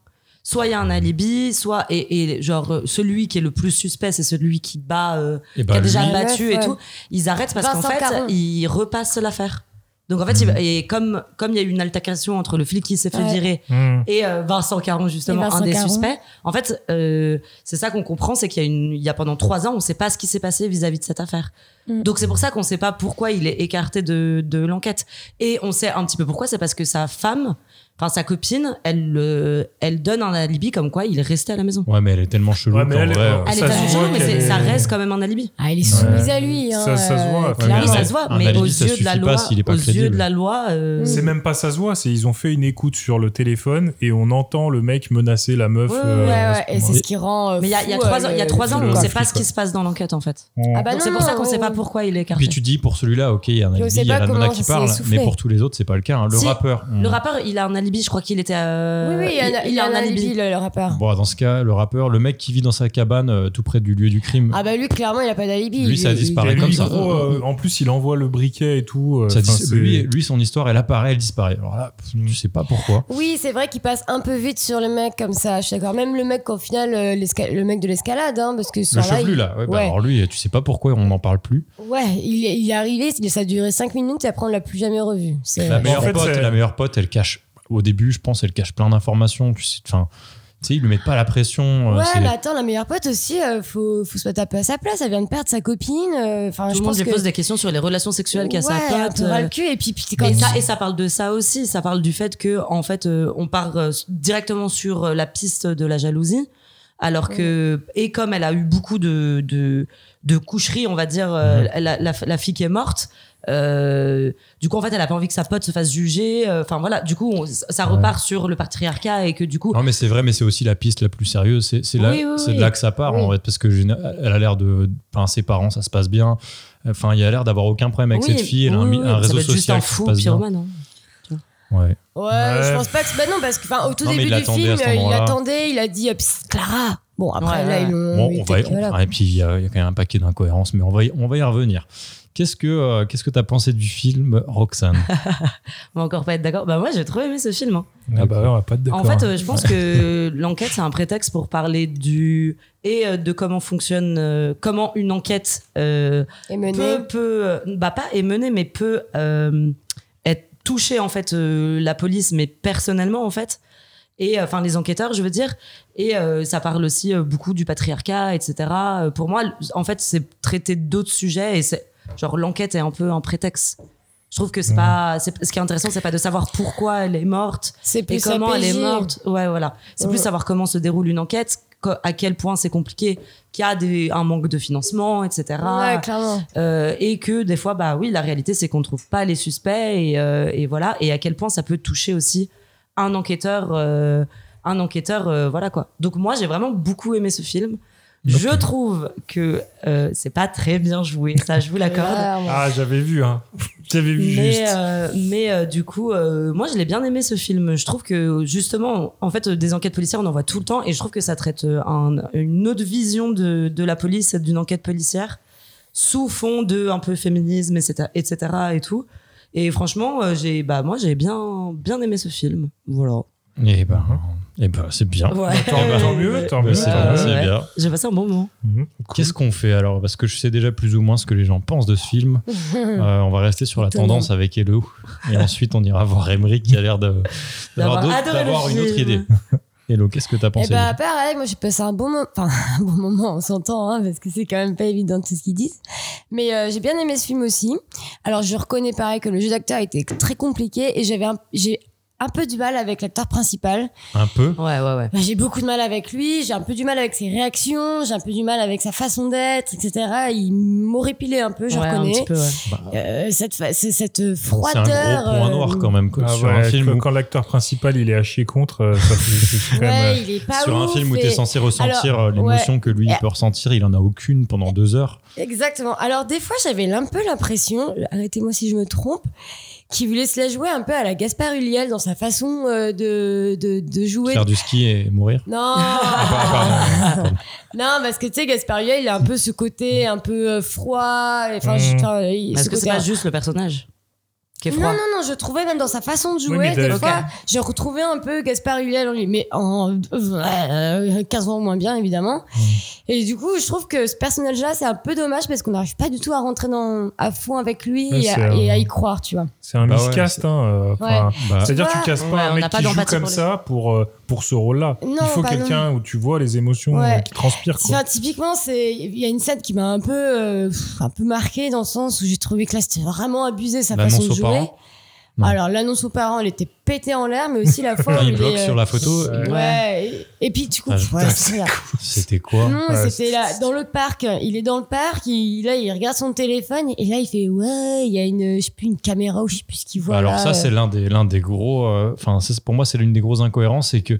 [SPEAKER 3] Soit il y a un alibi, soit et, et genre euh, celui qui est le plus suspect c'est celui qui bat, euh,
[SPEAKER 1] Et
[SPEAKER 3] qui
[SPEAKER 1] bah,
[SPEAKER 3] a déjà
[SPEAKER 4] lui-
[SPEAKER 3] battu
[SPEAKER 4] Ouais,
[SPEAKER 3] et
[SPEAKER 4] ouais.
[SPEAKER 3] tout. Ils arrêtent parce qu'en
[SPEAKER 4] Vincent
[SPEAKER 3] fait
[SPEAKER 4] Caron.
[SPEAKER 3] ils repassent l'affaire. Donc en fait
[SPEAKER 1] Hmm.
[SPEAKER 3] il- et comme comme il y a eu une altercation entre le flic qui s'est fait
[SPEAKER 4] Ouais.
[SPEAKER 3] virer
[SPEAKER 2] Hmm.
[SPEAKER 3] et euh, Vincent Caron justement
[SPEAKER 4] Et Vincent
[SPEAKER 3] un des
[SPEAKER 4] Caron.
[SPEAKER 3] suspects. En fait euh, c'est ça qu'on comprend c'est qu'il y a une il y a pendant trois ans on sait pas ce qui s'est passé vis-à-vis de cette affaire.
[SPEAKER 4] Mm.
[SPEAKER 3] Donc c'est pour ça qu'on sait pas pourquoi il est écarté de de l'enquête. Et on sait un petit peu pourquoi, c'est parce que sa femme Enfin, sa copine, elle, le- elle donne un alibi comme quoi il est resté à la maison.
[SPEAKER 1] Ouais, mais elle est tellement chelou
[SPEAKER 2] Ouais, mais
[SPEAKER 1] qu'en
[SPEAKER 2] elle est-
[SPEAKER 1] vrai, euh,
[SPEAKER 3] Elle est
[SPEAKER 2] Ça
[SPEAKER 3] pas
[SPEAKER 2] se
[SPEAKER 3] chelou,
[SPEAKER 2] voit
[SPEAKER 3] mais
[SPEAKER 2] qu'elle
[SPEAKER 3] c'est- ça
[SPEAKER 2] est-
[SPEAKER 3] reste quand même un alibi.
[SPEAKER 4] Ah, elle est
[SPEAKER 2] Ouais.
[SPEAKER 4] soumise à lui. hein,
[SPEAKER 2] Ça- ça se voit.
[SPEAKER 4] euh,
[SPEAKER 2] Ouais, mais
[SPEAKER 4] clairement.
[SPEAKER 3] Oui, ça se voit,
[SPEAKER 1] Ah, Un
[SPEAKER 3] mais
[SPEAKER 1] alibi,
[SPEAKER 3] aux
[SPEAKER 1] ça
[SPEAKER 3] yeux de la
[SPEAKER 1] suffit pas
[SPEAKER 3] loi,
[SPEAKER 1] s'il est pas
[SPEAKER 3] aux yeux
[SPEAKER 1] crédible.
[SPEAKER 3] de la loi, euh,
[SPEAKER 2] C'est même pas ça se voit, c'est ils ont fait une écoute sur le téléphone et on entend le mec menacer la meuf.
[SPEAKER 4] Ouais,
[SPEAKER 2] euh, à ce
[SPEAKER 4] ouais, ouais, et
[SPEAKER 2] moment-là.
[SPEAKER 4] c'est ce qui rend. euh,
[SPEAKER 3] Mais il y a, il y a
[SPEAKER 4] fou,
[SPEAKER 3] trois ans,
[SPEAKER 4] euh,
[SPEAKER 3] il y a trois
[SPEAKER 2] le-
[SPEAKER 3] ans, on
[SPEAKER 2] le
[SPEAKER 3] ne sait
[SPEAKER 2] graphique,
[SPEAKER 3] pas ce
[SPEAKER 2] quoi.
[SPEAKER 3] qui se passe dans l'enquête en fait.
[SPEAKER 2] On-
[SPEAKER 4] Ah bah
[SPEAKER 3] Donc
[SPEAKER 4] non,
[SPEAKER 3] c'est pour ça qu'on ne sait pas
[SPEAKER 4] on-
[SPEAKER 3] pourquoi il est écarté.
[SPEAKER 1] Puis tu dis pour celui-là, ok, il y a un alibi,
[SPEAKER 4] sait
[SPEAKER 1] il y a
[SPEAKER 4] pas
[SPEAKER 1] la nana
[SPEAKER 4] comment
[SPEAKER 1] qui
[SPEAKER 4] ça s'est
[SPEAKER 1] parle,
[SPEAKER 4] essoufflé.
[SPEAKER 1] mais pour tous les autres, c'est pas le cas. hein. Le
[SPEAKER 3] Si.
[SPEAKER 1] rappeur. on-
[SPEAKER 3] Le rappeur, il a un alibi. Je crois qu'il était. euh,
[SPEAKER 4] Oui, oui, il, a, il a un alibi, le, le rappeur.
[SPEAKER 1] Bon, dans ce cas, le rappeur, le mec qui vit dans sa cabane euh, tout près du lieu du crime,
[SPEAKER 4] Ah bah lui, clairement, il a pas d'alibi.
[SPEAKER 1] Lui, ça a
[SPEAKER 4] il-
[SPEAKER 1] disparu.
[SPEAKER 2] Et
[SPEAKER 1] Pareil
[SPEAKER 2] lui,
[SPEAKER 1] comme ça.
[SPEAKER 2] gros, euh, en plus, il envoie le briquet et tout. euh,
[SPEAKER 1] ça
[SPEAKER 2] enfin,
[SPEAKER 1] dis-
[SPEAKER 2] c'est-
[SPEAKER 1] lui, lui, son histoire, elle apparaît, elle disparaît. Alors là, pff, je sais pas pourquoi.
[SPEAKER 4] Oui, c'est vrai qu'il passe un peu vite sur les mecs comme ça, je suis d'accord. Même le mec, au final, euh, l'esca- le mec de l'escalade, hein, parce que ce
[SPEAKER 1] Le
[SPEAKER 4] soir-là,
[SPEAKER 1] chevelu,
[SPEAKER 4] il-
[SPEAKER 1] là. Ouais, bah,
[SPEAKER 4] ouais.
[SPEAKER 1] alors lui, tu sais pas pourquoi on n'en parle plus.
[SPEAKER 4] Ouais, il, est- il est arrivé, ça a duré 5 minutes et après on l'a plus jamais revu. C'est-
[SPEAKER 1] La
[SPEAKER 2] mais
[SPEAKER 1] meilleure,
[SPEAKER 2] en fait,
[SPEAKER 1] Bah, pote,
[SPEAKER 2] c'est-
[SPEAKER 1] la meilleure pote, elle cache. Au début, je pense, elle cache plein d'informations. Tu sais, enfin, tu sais, ils lui mettent pas la pression. euh,
[SPEAKER 4] Ouais,
[SPEAKER 1] c'est-
[SPEAKER 4] mais attends, la meilleure pote aussi, euh, faut, faut se mettre un peu à sa place. Elle vient de perdre sa copine. euh, Enfin,
[SPEAKER 3] Tout
[SPEAKER 4] je
[SPEAKER 3] le monde
[SPEAKER 4] pense
[SPEAKER 3] lui
[SPEAKER 4] que.
[SPEAKER 3] pose des questions sur les relations sexuelles qu'a sa
[SPEAKER 4] Ouais, un
[SPEAKER 3] pote.
[SPEAKER 4] peu ras
[SPEAKER 3] euh,
[SPEAKER 4] le cul. Et puis, puis quand
[SPEAKER 3] Et
[SPEAKER 4] tu-
[SPEAKER 3] ça, et ça parle de ça aussi. Ça parle du fait que, en fait, euh, on part euh, directement sur euh, la piste de la jalousie. Alors que, et comme elle a eu beaucoup de, de, de coucheries, on va dire, euh,
[SPEAKER 1] Mm-hmm.
[SPEAKER 3] la, la, la fille qui est morte, euh, du coup, en fait, elle a pas envie que sa pote se fasse juger. euh, Enfin, voilà, du coup, on- ça repart sur le patriarcat et que, du coup,
[SPEAKER 1] Non, mais c'est vrai, mais c'est aussi la piste la plus sérieuse. C'est c'est là,
[SPEAKER 4] Oui, oui,
[SPEAKER 1] c'est
[SPEAKER 4] oui.
[SPEAKER 1] de là que ça part,
[SPEAKER 4] Oui.
[SPEAKER 1] en fait, parce que géné- elle a l'air de. Enfin, ses parents, ça se passe bien. Enfin, il a l'air d'avoir aucun problème avec
[SPEAKER 3] oui,
[SPEAKER 1] cette fille. Elle a un,
[SPEAKER 3] oui,
[SPEAKER 1] mi-
[SPEAKER 3] oui,
[SPEAKER 1] un
[SPEAKER 3] ça
[SPEAKER 1] réseau
[SPEAKER 3] peut être juste
[SPEAKER 1] social
[SPEAKER 3] un
[SPEAKER 1] qui se
[SPEAKER 3] fou
[SPEAKER 1] passe bien.
[SPEAKER 3] pyromane. hein.
[SPEAKER 1] Ouais.
[SPEAKER 4] Ouais,
[SPEAKER 2] Ouais.
[SPEAKER 4] je pense pas que. Bah non, parce que enfin, au tout
[SPEAKER 1] Non, mais
[SPEAKER 4] début
[SPEAKER 1] il
[SPEAKER 4] du
[SPEAKER 1] l'attendait
[SPEAKER 4] film,
[SPEAKER 1] à ce
[SPEAKER 4] euh, il
[SPEAKER 1] moment-là.
[SPEAKER 4] attendait, il a dit euh, Psst, Clara. Bon, après,
[SPEAKER 3] Ouais,
[SPEAKER 4] là,
[SPEAKER 3] ouais.
[SPEAKER 4] ils l'ont.
[SPEAKER 1] Bon,
[SPEAKER 4] ils
[SPEAKER 1] on
[SPEAKER 4] étaient
[SPEAKER 1] va y,
[SPEAKER 4] que là.
[SPEAKER 1] on- et puis il y, a il y a quand même un paquet d'incohérences, mais on va y, on va y revenir. Qu'est-ce que euh, qu'est-ce que t'as pensé du film Roxane
[SPEAKER 3] On va encore pas être d'accord. Bah, moi, j'ai trop aimé ce film. hein.
[SPEAKER 2] Ah bah ouais, on va pas être d'accord.
[SPEAKER 3] En fait, euh, je pense que l'enquête, c'est un prétexte pour parler du. et euh, de comment fonctionne. euh, comment une enquête euh,
[SPEAKER 4] Et mené.
[SPEAKER 3] peut. peut euh, bah, pas est menée, mais peut euh, être touchée, en fait, euh, la police, mais personnellement, en fait. Et euh, enfin, les enquêteurs, je veux dire. Et euh, ça parle aussi euh, beaucoup du patriarcat, etc. Euh, Pour moi, l- en fait, c'est traiter d'autres sujets et c'est. Genre, l'enquête est un peu un prétexte. Je trouve que c'est
[SPEAKER 2] Mhm.
[SPEAKER 3] pas. c'est- Ce qui est intéressant, c'est pas de savoir pourquoi elle est morte
[SPEAKER 4] C'est
[SPEAKER 3] et
[SPEAKER 4] plus sa
[SPEAKER 3] comment elle est
[SPEAKER 4] PJ.
[SPEAKER 3] morte. Ouais, voilà. C'est
[SPEAKER 4] Ouais.
[SPEAKER 3] plus savoir comment se déroule une enquête, co- à quel point c'est compliqué, qu'il y a des, un manque de financement, etc.
[SPEAKER 4] Ouais, clairement.
[SPEAKER 3] Euh, et que des fois, bah oui, la réalité, c'est qu'on trouve pas les suspects et, euh, et voilà. Et à quel point ça peut toucher aussi un enquêteur, euh, un enquêteur, euh, voilà quoi. Donc moi, j'ai vraiment beaucoup aimé ce film. Je trouve que euh, c'est pas très bien joué, ça je vous l'accorde.
[SPEAKER 4] Clairement.
[SPEAKER 2] Ah, j'avais vu, hein. J'avais vu
[SPEAKER 3] Mais,
[SPEAKER 2] juste.
[SPEAKER 3] euh, mais euh, du coup, euh, moi, je l'ai bien aimé ce film. Je trouve que justement, en fait, euh, des enquêtes policières, on en voit tout le temps, et je trouve que ça traite euh, un- une autre vision de, de la police, d'une enquête policière, sous fond de un peu féminisme, etc., etc. et tout. Et franchement, euh, j'ai, bah, moi, j'ai bien, bien aimé ce film. Voilà.
[SPEAKER 1] Eh ben, eh ben c'est bien.
[SPEAKER 2] Tant, tant mieux, tant mieux.
[SPEAKER 1] C'est
[SPEAKER 2] tant
[SPEAKER 1] bien,
[SPEAKER 2] mieux. Ah
[SPEAKER 1] c'est
[SPEAKER 3] ouais.
[SPEAKER 1] bien.
[SPEAKER 3] J'ai passé un bon moment.
[SPEAKER 2] Mhm.
[SPEAKER 1] Qu'est-ce qu'on fait alors Parce que je sais déjà plus ou moins ce que les gens pensent de ce film. Euh, on va rester sur la
[SPEAKER 4] Étonnant.
[SPEAKER 1] tendance avec Hello. Et ensuite, on ira voir Emery qui a l'air de- d'avoir
[SPEAKER 3] D'avoir
[SPEAKER 1] d'autres-
[SPEAKER 3] adoré le
[SPEAKER 1] d'avoir une autre
[SPEAKER 3] film.
[SPEAKER 1] idée. Hello, qu'est-ce que t'as
[SPEAKER 4] Et
[SPEAKER 1] pensé
[SPEAKER 4] bah, pareil, moi j'ai passé un bon moment, enfin un bon moment, on s'entend, hein, parce que c'est quand même pas évident tout ce qu'ils disent. Mais euh, j'ai bien aimé ce film aussi. Alors je reconnais pareil que le jeu d'acteur était très compliqué et j'avais un, j'ai un peu du mal avec l'acteur principal.
[SPEAKER 1] Un peu
[SPEAKER 3] Ouais, ouais, ouais.
[SPEAKER 4] Bah, j'ai beaucoup de mal avec lui, j'ai un peu du mal avec ses réactions, j'ai un peu du mal avec sa façon d'être, etc. Il m'horripilait un peu, je
[SPEAKER 3] Ouais, un
[SPEAKER 4] reconnais.
[SPEAKER 3] petit peu, ouais.
[SPEAKER 4] Euh, cette, fa- c'est- cette
[SPEAKER 1] C'est un
[SPEAKER 4] froideur.
[SPEAKER 1] gros point noir
[SPEAKER 4] euh,
[SPEAKER 1] quand même. quoi,
[SPEAKER 2] Ah
[SPEAKER 1] sur
[SPEAKER 2] ouais,
[SPEAKER 1] un film
[SPEAKER 2] quand,
[SPEAKER 1] où,
[SPEAKER 2] quand l'acteur principal il est à chier contre, euh, ça fait- c'est c'est quand même.
[SPEAKER 4] Ouais,
[SPEAKER 2] euh,
[SPEAKER 4] il est pas
[SPEAKER 1] sur un
[SPEAKER 4] ouf
[SPEAKER 1] film où
[SPEAKER 4] et-
[SPEAKER 1] t'es censé ressentir euh, l'émotion que lui il peut ressentir, il en a aucune pendant deux heures.
[SPEAKER 4] Exactement. Alors des fois, j'avais un peu l'impression, arrêtez-moi si je me trompe, qu'il voulait se la jouer un peu à la Gaspard Ulliel dans sa façon euh, de, de, de jouer.
[SPEAKER 1] Faire du ski et mourir.
[SPEAKER 4] Non
[SPEAKER 1] Ah, pardon.
[SPEAKER 4] Non, parce que tu sais, Gaspard Ulliel, il a un peu ce côté un peu euh, froid. et Enfin, je-
[SPEAKER 2] Mm.
[SPEAKER 4] enfin, il-
[SPEAKER 3] Parce
[SPEAKER 4] ce
[SPEAKER 3] que c'est
[SPEAKER 4] côté-
[SPEAKER 3] pas juste le personnage qui est
[SPEAKER 4] Non,
[SPEAKER 3] froid.
[SPEAKER 4] non, non, je trouvais même dans sa façon de
[SPEAKER 2] Oui,
[SPEAKER 4] jouer,
[SPEAKER 2] mais
[SPEAKER 4] des
[SPEAKER 2] de-
[SPEAKER 4] fois, j'ai retrouvé un peu Gaspard Ulliel en lui, mais en euh, 15 ans moins bien, évidemment.
[SPEAKER 1] Mm.
[SPEAKER 4] Et du coup, je trouve que ce personnage-là, c'est un peu dommage parce qu'on n'arrive pas du tout à rentrer dans, à fond avec lui
[SPEAKER 2] Ouais,
[SPEAKER 4] et, à,
[SPEAKER 2] c'est,
[SPEAKER 4] et
[SPEAKER 2] euh,
[SPEAKER 4] à y croire, tu vois.
[SPEAKER 2] C'est un
[SPEAKER 1] Bah ouais,
[SPEAKER 2] miscast. hein, euh, enfin,
[SPEAKER 1] Bah,
[SPEAKER 2] C'est-à-dire
[SPEAKER 4] Tu
[SPEAKER 2] tu
[SPEAKER 4] vois
[SPEAKER 2] casses
[SPEAKER 3] Ouais,
[SPEAKER 2] pas
[SPEAKER 3] on
[SPEAKER 2] un
[SPEAKER 3] n'a
[SPEAKER 2] mec
[SPEAKER 3] pas
[SPEAKER 2] qui joue
[SPEAKER 3] d'empathie
[SPEAKER 2] comme
[SPEAKER 3] pour les-
[SPEAKER 2] ça pour, euh, pour ce rôle-là.
[SPEAKER 4] Non,
[SPEAKER 2] Il faut
[SPEAKER 4] bah non.
[SPEAKER 2] quelqu'un où tu vois les émotions
[SPEAKER 4] Ouais.
[SPEAKER 2] euh, qui transpirent. quoi.
[SPEAKER 4] Enfin, typiquement, c'est il y a une scène qui m'a un peu euh, pff, un peu marqué dans le sens où j'ai trouvé que là c'était vraiment abusé sa
[SPEAKER 1] L'annonce
[SPEAKER 4] façon de
[SPEAKER 1] aux
[SPEAKER 4] jouer.
[SPEAKER 1] parents Non.
[SPEAKER 4] Alors, l'annonce aux parents, elle était pétée en l'air, mais aussi la fois où
[SPEAKER 1] Il
[SPEAKER 4] il
[SPEAKER 1] bloque
[SPEAKER 4] est, euh,
[SPEAKER 1] sur la photo.
[SPEAKER 4] Ouais. Et, et puis, du coup,
[SPEAKER 1] Ah,
[SPEAKER 4] ouais,
[SPEAKER 1] putain,
[SPEAKER 4] c'est ça.
[SPEAKER 1] C'était quoi
[SPEAKER 4] Non,
[SPEAKER 1] Ouais,
[SPEAKER 4] c'était là, dans le parc. hein. Il est dans le parc, il, là, il regarde son téléphone, et là, il fait Ouais, il y a une, je sais plus, une caméra ou je sais plus ce qu'il voit.
[SPEAKER 1] Bah, Alors
[SPEAKER 4] là,
[SPEAKER 1] ça,
[SPEAKER 4] euh.
[SPEAKER 1] c'est l'un des, l'un des gros... euh, Enfin, ça, c'est- pour moi, c'est l'une des grosses incohérences, c'est que...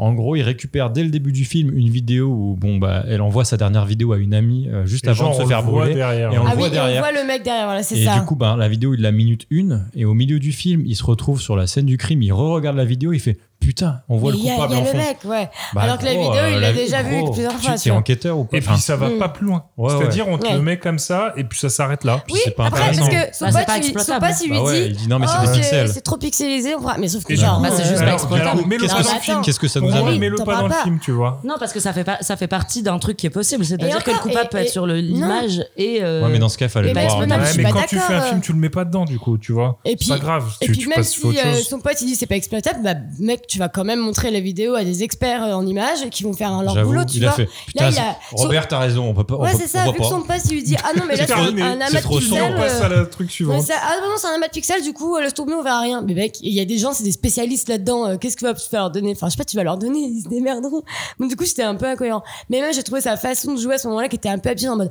[SPEAKER 1] En gros, il récupère dès le début du film une vidéo où bon bah elle envoie sa dernière vidéo à une amie euh, juste
[SPEAKER 2] Et
[SPEAKER 1] avant
[SPEAKER 2] genre,
[SPEAKER 1] de se
[SPEAKER 2] on
[SPEAKER 1] faire
[SPEAKER 2] le voit
[SPEAKER 1] brûler
[SPEAKER 2] derrière.
[SPEAKER 1] et on le
[SPEAKER 4] Ah oui,
[SPEAKER 1] voit
[SPEAKER 4] et
[SPEAKER 1] derrière.
[SPEAKER 4] on voit le mec derrière, voilà, c'est
[SPEAKER 1] Et
[SPEAKER 4] ça.
[SPEAKER 1] du coup, ben, la vidéo, il la minute une, et au milieu du film, il se retrouve sur la scène du crime, il re-regarde la vidéo, il fait Putain, on voit
[SPEAKER 4] Mais
[SPEAKER 1] le
[SPEAKER 4] il y a,
[SPEAKER 1] coupable
[SPEAKER 4] il y
[SPEAKER 1] en
[SPEAKER 4] a
[SPEAKER 1] fond.
[SPEAKER 4] le mec, ouais.
[SPEAKER 1] Bah,
[SPEAKER 4] Alors que la
[SPEAKER 1] gros,
[SPEAKER 4] vidéo,
[SPEAKER 1] euh,
[SPEAKER 4] il
[SPEAKER 1] la
[SPEAKER 4] l'a
[SPEAKER 1] vi-
[SPEAKER 4] déjà vu
[SPEAKER 1] gros,
[SPEAKER 4] plusieurs
[SPEAKER 1] tu-
[SPEAKER 4] fois.
[SPEAKER 1] T'es
[SPEAKER 4] tu vois.
[SPEAKER 1] enquêteur ou pas
[SPEAKER 2] Et
[SPEAKER 1] Enfin,
[SPEAKER 2] puis ça va
[SPEAKER 4] Mm.
[SPEAKER 2] pas plus loin.
[SPEAKER 1] Ouais,
[SPEAKER 2] C'est-à-dire, on te
[SPEAKER 4] Ouais.
[SPEAKER 2] le met comme ça, et puis ça s'arrête là.
[SPEAKER 1] puis
[SPEAKER 4] Oui,
[SPEAKER 1] c'est pas
[SPEAKER 4] après,
[SPEAKER 1] intéressant.
[SPEAKER 4] parce que
[SPEAKER 3] Bah, c'est
[SPEAKER 4] Sopa,
[SPEAKER 3] pas
[SPEAKER 4] tu-
[SPEAKER 3] exploitable.
[SPEAKER 4] Sopa, tu lui
[SPEAKER 1] Bah ouais, il
[SPEAKER 4] dit
[SPEAKER 1] dit non, mais
[SPEAKER 4] Oh,
[SPEAKER 1] c'est des pixels.
[SPEAKER 4] c'est trop pixelisé, on voit. Mais sauf que
[SPEAKER 2] Et
[SPEAKER 4] genre, ah,
[SPEAKER 2] du coup,
[SPEAKER 3] bah, c'est
[SPEAKER 2] euh,
[SPEAKER 3] juste pas
[SPEAKER 2] alors-
[SPEAKER 3] exploitable.
[SPEAKER 2] alors, mets-le
[SPEAKER 4] Qu'est-ce
[SPEAKER 2] pas
[SPEAKER 4] que
[SPEAKER 2] dans le
[SPEAKER 4] ça-
[SPEAKER 2] film.
[SPEAKER 1] Qu'est-ce que ça nous
[SPEAKER 2] On
[SPEAKER 4] Ah
[SPEAKER 1] a
[SPEAKER 4] oui,
[SPEAKER 2] mets-le
[SPEAKER 4] t'en
[SPEAKER 2] pas dans
[SPEAKER 4] parles
[SPEAKER 2] le
[SPEAKER 4] pas.
[SPEAKER 2] film, tu vois.
[SPEAKER 3] Non, parce que ça fait, pas, ça fait partie d'un truc qui est possible. C'est-à-dire
[SPEAKER 4] encore,
[SPEAKER 3] que le coupable
[SPEAKER 4] et-
[SPEAKER 3] peut être
[SPEAKER 4] et-
[SPEAKER 3] sur le- l'image et. euh,
[SPEAKER 1] Ouais, mais dans ce cas, il fallait
[SPEAKER 4] Et
[SPEAKER 1] le
[SPEAKER 4] même
[SPEAKER 1] voir.
[SPEAKER 4] ce
[SPEAKER 1] en
[SPEAKER 4] moment,
[SPEAKER 1] amont.
[SPEAKER 4] je
[SPEAKER 2] Ouais,
[SPEAKER 4] suis
[SPEAKER 2] mais
[SPEAKER 4] pas
[SPEAKER 2] quand tu fais un
[SPEAKER 4] d'accord,
[SPEAKER 2] film,
[SPEAKER 4] euh.
[SPEAKER 2] tu le mets pas dedans, du coup, tu vois.
[SPEAKER 4] Et
[SPEAKER 2] C'est pas
[SPEAKER 4] puis-
[SPEAKER 2] grave.
[SPEAKER 4] Et
[SPEAKER 2] tu-
[SPEAKER 4] puis
[SPEAKER 2] tu
[SPEAKER 4] même
[SPEAKER 2] passes
[SPEAKER 4] si
[SPEAKER 2] sur autre
[SPEAKER 4] euh,
[SPEAKER 2] chose.
[SPEAKER 4] son pote il dit c'est pas exploitable, bah mec tu vas quand même montrer la vidéo à des experts euh, en images qui vont faire leur
[SPEAKER 1] J'avoue,
[SPEAKER 4] boulot, tu
[SPEAKER 1] il a
[SPEAKER 4] vois.
[SPEAKER 1] fait Putain,
[SPEAKER 4] il
[SPEAKER 1] c'est-
[SPEAKER 4] a-
[SPEAKER 1] Robert, t'as raison, on peut pas. on
[SPEAKER 4] ouais
[SPEAKER 1] peut-
[SPEAKER 4] c'est
[SPEAKER 1] on
[SPEAKER 4] ça,
[SPEAKER 1] voit
[SPEAKER 4] vu que
[SPEAKER 1] pas.
[SPEAKER 4] son pote il lui dit ah non mais là c'est
[SPEAKER 2] terminé.
[SPEAKER 4] un
[SPEAKER 1] C'est
[SPEAKER 4] amas de
[SPEAKER 1] trop sombre.
[SPEAKER 4] pixels.
[SPEAKER 1] Elle,
[SPEAKER 2] On passe à
[SPEAKER 4] euh,
[SPEAKER 2] la truc
[SPEAKER 4] ouais,
[SPEAKER 2] suivante.
[SPEAKER 4] ça- ah non, non, c'est un amas de pixels, du coup, euh, laisse tomber, on verra rien. Mais mec, il y a des gens, c'est des spécialistes là-dedans. euh, Qu'est-ce que tu vas leur donner Enfin, je sais pas, tu vas leur donner, ils se démerderont. Donc, du coup, c'était un peu incohérent. Mais même, j'ai trouvé sa façon de jouer à ce moment-là qui était un peu absurde en mode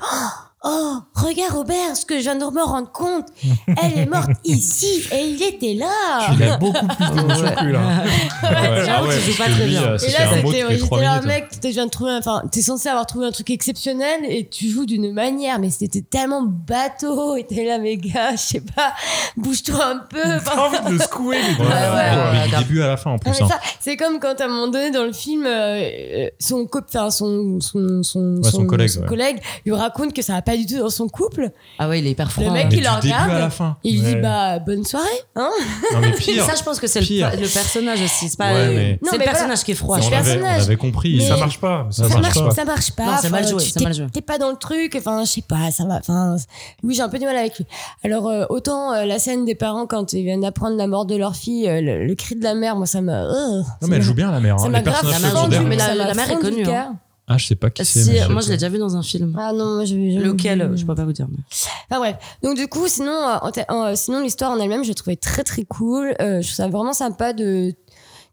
[SPEAKER 4] Oh, regarde Robert, ce que je viens de me rendre compte. Elle est morte ici et il était là.
[SPEAKER 2] Il a beaucoup plus d'émotion que lui, là.
[SPEAKER 1] Ouais,
[SPEAKER 4] j'avoue,
[SPEAKER 1] ouais,
[SPEAKER 4] tu
[SPEAKER 3] joues
[SPEAKER 1] parce
[SPEAKER 3] pas
[SPEAKER 1] que
[SPEAKER 3] très
[SPEAKER 1] lui,
[SPEAKER 3] bien.
[SPEAKER 1] euh,
[SPEAKER 3] Et
[SPEAKER 1] c'est
[SPEAKER 4] Et
[SPEAKER 1] un
[SPEAKER 4] là,
[SPEAKER 1] mot
[SPEAKER 4] c'était
[SPEAKER 1] toutes les
[SPEAKER 4] j'étais
[SPEAKER 1] trois
[SPEAKER 4] là,
[SPEAKER 1] minutes. hein.
[SPEAKER 4] mec, t'es, viens de trouver un- enfin, t'es censé avoir trouvé un truc exceptionnel et tu joues d'une manière, mais c'était tellement bateau, et t'es là, mais gars, je sais pas, bouge-toi un peu.
[SPEAKER 2] T'as envie de le secouer, les deux.
[SPEAKER 1] Ouais,
[SPEAKER 4] ouais,
[SPEAKER 1] ouais, mais
[SPEAKER 3] ouais.
[SPEAKER 1] du début à la fin en
[SPEAKER 4] Ah,
[SPEAKER 1] plus.
[SPEAKER 4] mais
[SPEAKER 1] hein.
[SPEAKER 4] ça, c'est comme quand à un moment donné dans le film, euh, euh, son, cop- enfin, son, son, son,
[SPEAKER 1] Ouais, son collègue, ouais.
[SPEAKER 4] collègue lui raconte que ça va pas du tout dans son couple.
[SPEAKER 3] Ah ouais, il est hyper froid.
[SPEAKER 4] Le mec,
[SPEAKER 3] hein.
[SPEAKER 1] Mais
[SPEAKER 4] il
[SPEAKER 1] du
[SPEAKER 4] le
[SPEAKER 1] début
[SPEAKER 4] regarde.
[SPEAKER 1] à la fin.
[SPEAKER 4] Il
[SPEAKER 2] Ouais.
[SPEAKER 4] dit bah bonne soirée, hein
[SPEAKER 1] Non, mais
[SPEAKER 3] Et
[SPEAKER 1] pire.
[SPEAKER 3] ça, je pense que c'est
[SPEAKER 1] Pire.
[SPEAKER 3] le, le personnage aussi. C'est pas.
[SPEAKER 1] Ouais, mais-
[SPEAKER 4] Non,
[SPEAKER 3] C'est
[SPEAKER 4] mais
[SPEAKER 3] le
[SPEAKER 4] voilà.
[SPEAKER 3] personnage qui est froid.
[SPEAKER 4] C'est
[SPEAKER 3] je
[SPEAKER 1] on
[SPEAKER 3] pense.
[SPEAKER 1] l'avait, on
[SPEAKER 4] personnage.
[SPEAKER 1] l'avait compris.
[SPEAKER 4] Mais-
[SPEAKER 2] Ça marche pas. mais
[SPEAKER 1] Ça
[SPEAKER 4] ça, marche,
[SPEAKER 1] pas.
[SPEAKER 4] ça marche pas.
[SPEAKER 3] Non, c'est mal
[SPEAKER 4] Enfin,
[SPEAKER 3] joué,
[SPEAKER 4] tu-
[SPEAKER 3] c'est mal
[SPEAKER 4] t'es-
[SPEAKER 3] joué.
[SPEAKER 4] T'es pas dans le truc. Enfin, je sais pas, ça va. Enfin, oui, j'ai un peu du mal avec lui. Alors, euh, autant euh, la scène des parents quand ils viennent d'apprendre la mort de leur fille, euh, le, le cri de la mère, moi, ça me. euh,
[SPEAKER 1] Non, mais elle joue bien la mère.
[SPEAKER 4] Ça
[SPEAKER 1] hein.
[SPEAKER 4] m'a
[SPEAKER 1] Les
[SPEAKER 4] grave
[SPEAKER 1] personnages
[SPEAKER 3] la mère joue
[SPEAKER 4] fendu,
[SPEAKER 3] bien.
[SPEAKER 1] secondaires.
[SPEAKER 3] Mais la-
[SPEAKER 4] ça m'a
[SPEAKER 3] la mère est
[SPEAKER 4] fendu le
[SPEAKER 3] connue, hein.
[SPEAKER 4] cœur.
[SPEAKER 1] Ah, je sais pas qui c'est.
[SPEAKER 3] Si, euh,
[SPEAKER 1] mais je-
[SPEAKER 3] moi, je l'ai déjà vu dans un film.
[SPEAKER 4] Ah non, moi, je, je-
[SPEAKER 3] Lequel Je peux pas vous dire. mais-
[SPEAKER 4] Enfin bref. Donc du coup, sinon, euh, en te- en, euh, sinon l'histoire en elle-même, je l'ai trouvée très très cool. Euh, je trouve ça vraiment sympa de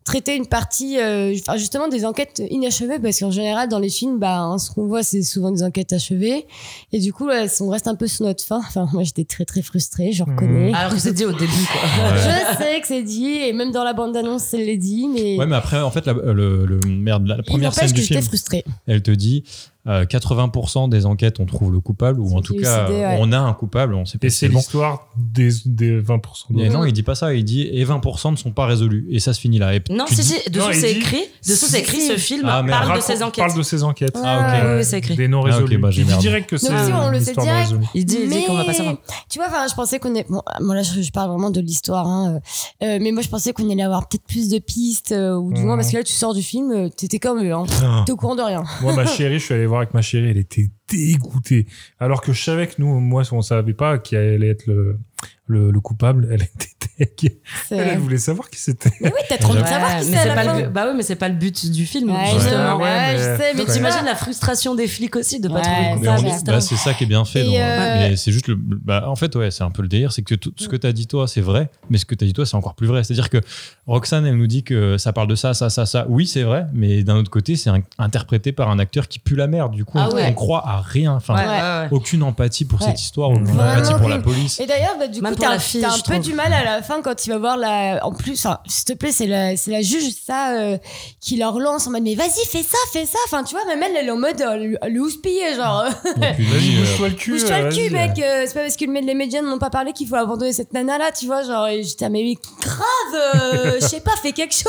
[SPEAKER 4] traiter une partie, euh, enfin, justement des enquêtes inachevées, parce qu'en général dans les films, bah, hein, ce qu'on voit, c'est souvent des enquêtes achevées. Et du coup, là, on reste un peu sur notre fin. Enfin, moi, j'étais très très frustrée, je reconnais.
[SPEAKER 1] Mmh. Ah
[SPEAKER 3] Alors que c'est dit au début, quoi.
[SPEAKER 4] Je sais que c'est dit, et même dans la bande-annonce, elle l'est dit, mais
[SPEAKER 1] Ouais, mais après, en fait, la, le, le- merde, la
[SPEAKER 4] il
[SPEAKER 1] première
[SPEAKER 4] n'empêche
[SPEAKER 1] scène
[SPEAKER 4] que
[SPEAKER 1] du
[SPEAKER 4] j'étais
[SPEAKER 1] film,
[SPEAKER 4] frustrée.
[SPEAKER 1] elle te dit euh, 80% des enquêtes, on trouve le coupable, ou en
[SPEAKER 4] C'est
[SPEAKER 1] tout
[SPEAKER 4] du
[SPEAKER 1] cas,
[SPEAKER 4] CD, ouais.
[SPEAKER 1] on a un coupable, on sait pas
[SPEAKER 2] Et
[SPEAKER 1] si c'est
[SPEAKER 2] c'est
[SPEAKER 1] bon.
[SPEAKER 2] l'histoire des, des 20%
[SPEAKER 1] Mais
[SPEAKER 2] d'autres.
[SPEAKER 1] non, il dit pas ça, il dit et 20% ne sont pas résolus. Et ça se finit là. Et
[SPEAKER 3] Non,
[SPEAKER 1] tu
[SPEAKER 3] si,
[SPEAKER 1] dis-
[SPEAKER 3] si.
[SPEAKER 2] Non,
[SPEAKER 3] Dessous,
[SPEAKER 2] il
[SPEAKER 3] c'est
[SPEAKER 2] dit-
[SPEAKER 3] écrit. Dessous, c'est écrit. Ce film
[SPEAKER 1] Ah, merde.
[SPEAKER 3] parle de
[SPEAKER 2] Raconte-
[SPEAKER 3] ses enquêtes.
[SPEAKER 2] Parle de ses enquêtes. Euh,
[SPEAKER 3] Ah, ok. Oui, oui, c'est écrit.
[SPEAKER 2] Des non
[SPEAKER 1] Ah, ok,
[SPEAKER 2] résolus.
[SPEAKER 1] bah, j'ai
[SPEAKER 2] il dit
[SPEAKER 1] merde.
[SPEAKER 2] direct que c'est euh,
[SPEAKER 4] si, on le
[SPEAKER 2] une
[SPEAKER 4] sait
[SPEAKER 2] histoire non
[SPEAKER 4] direct.
[SPEAKER 2] résolue.
[SPEAKER 3] Il dit, il dit qu'on va pas
[SPEAKER 4] Mais-
[SPEAKER 3] savoir.
[SPEAKER 4] Tu vois, enfin, je pensais qu'on est. Bon, moi là, je, je parle vraiment de l'histoire, hein, euh, euh, mais moi, je pensais qu'on allait avoir peut-être plus de pistes, euh, ou du moins,
[SPEAKER 2] Mhm.
[SPEAKER 4] parce que là, tu sors du film, euh, t'étais comme eux, hein. T'es au courant de rien.
[SPEAKER 2] Moi, ma chérie, je suis allé voir avec ma chérie, elle était dégoûtée. Alors que je savais que nous, moi, on savait pas qui allait être le, le, le coupable. Elle était dégueu.
[SPEAKER 4] C'est-
[SPEAKER 2] Elle, elle voulait savoir qui c'était.
[SPEAKER 4] Mais oui, t'as trop envie de
[SPEAKER 1] Ouais,
[SPEAKER 4] savoir qui
[SPEAKER 3] mais
[SPEAKER 4] c'est à
[SPEAKER 3] c'est
[SPEAKER 4] la
[SPEAKER 3] pas
[SPEAKER 4] fin.
[SPEAKER 3] le but- Bah oui, mais c'est pas le but du film,
[SPEAKER 4] Ouais,
[SPEAKER 3] justement.
[SPEAKER 2] ouais, mais-
[SPEAKER 4] ouais, je sais, mais
[SPEAKER 2] Ouais.
[SPEAKER 3] Mais
[SPEAKER 4] tu imagines
[SPEAKER 3] t'imagines la frustration des flics aussi de pas
[SPEAKER 4] Ouais,
[SPEAKER 3] trouver le
[SPEAKER 4] c'est
[SPEAKER 1] Mais
[SPEAKER 3] coupable,
[SPEAKER 1] on-
[SPEAKER 4] ça.
[SPEAKER 3] etc.
[SPEAKER 1] bah, c'est ça qui est bien fait.
[SPEAKER 4] Et
[SPEAKER 1] dans-
[SPEAKER 4] euh,
[SPEAKER 1] Mais c'est juste le. Bah, en fait, ouais, c'est un peu le délire. C'est que tout ce que t'as dit, toi, c'est vrai. Mais ce que t'as dit, toi, c'est encore plus vrai. C'est-à-dire que Roxane, elle nous dit que ça parle de ça, ça, ça, ça. Oui, c'est vrai. Mais d'un autre côté, c'est un- interprété par un acteur qui pue la merde. Du coup,
[SPEAKER 3] Ah
[SPEAKER 1] on,
[SPEAKER 3] ouais.
[SPEAKER 1] on croit à rien. Enfin,
[SPEAKER 3] Ouais, ouais, ouais.
[SPEAKER 1] aucune empathie pour
[SPEAKER 4] Ouais.
[SPEAKER 1] cette histoire, aucune
[SPEAKER 2] Vraiment
[SPEAKER 1] empathie pour la
[SPEAKER 4] horrible.
[SPEAKER 1] police.
[SPEAKER 4] Et d'ailleurs, bah, du
[SPEAKER 3] Même
[SPEAKER 4] coup,
[SPEAKER 3] pour
[SPEAKER 4] t'as
[SPEAKER 3] la fille,
[SPEAKER 4] t'as un
[SPEAKER 3] je
[SPEAKER 4] peu
[SPEAKER 3] trouve.
[SPEAKER 4] du mal à la fin quand il va voir la. En plus, hein, s'il te plaît, c'est la, c'est la juge, ça, euh, qui leur lance en mode, mais vas-y, fais ça, fais ça. Enfin, tu vois, même elle, elle est en mode, euh, le- le houspiller, genre.
[SPEAKER 1] Et puis,
[SPEAKER 2] Vas-y,
[SPEAKER 1] lui, euh,
[SPEAKER 2] bouge-toi le cul.
[SPEAKER 4] Bouge-toi le
[SPEAKER 2] vas-y.
[SPEAKER 4] cul, mec. euh, c'est pas parce que le- les médias n'ont pas parlé qu'il faut abandonner cette nana là, tu vois. Genre, et j'étais, ah, mais oui, grave, euh, je sais pas, fais quelque chose.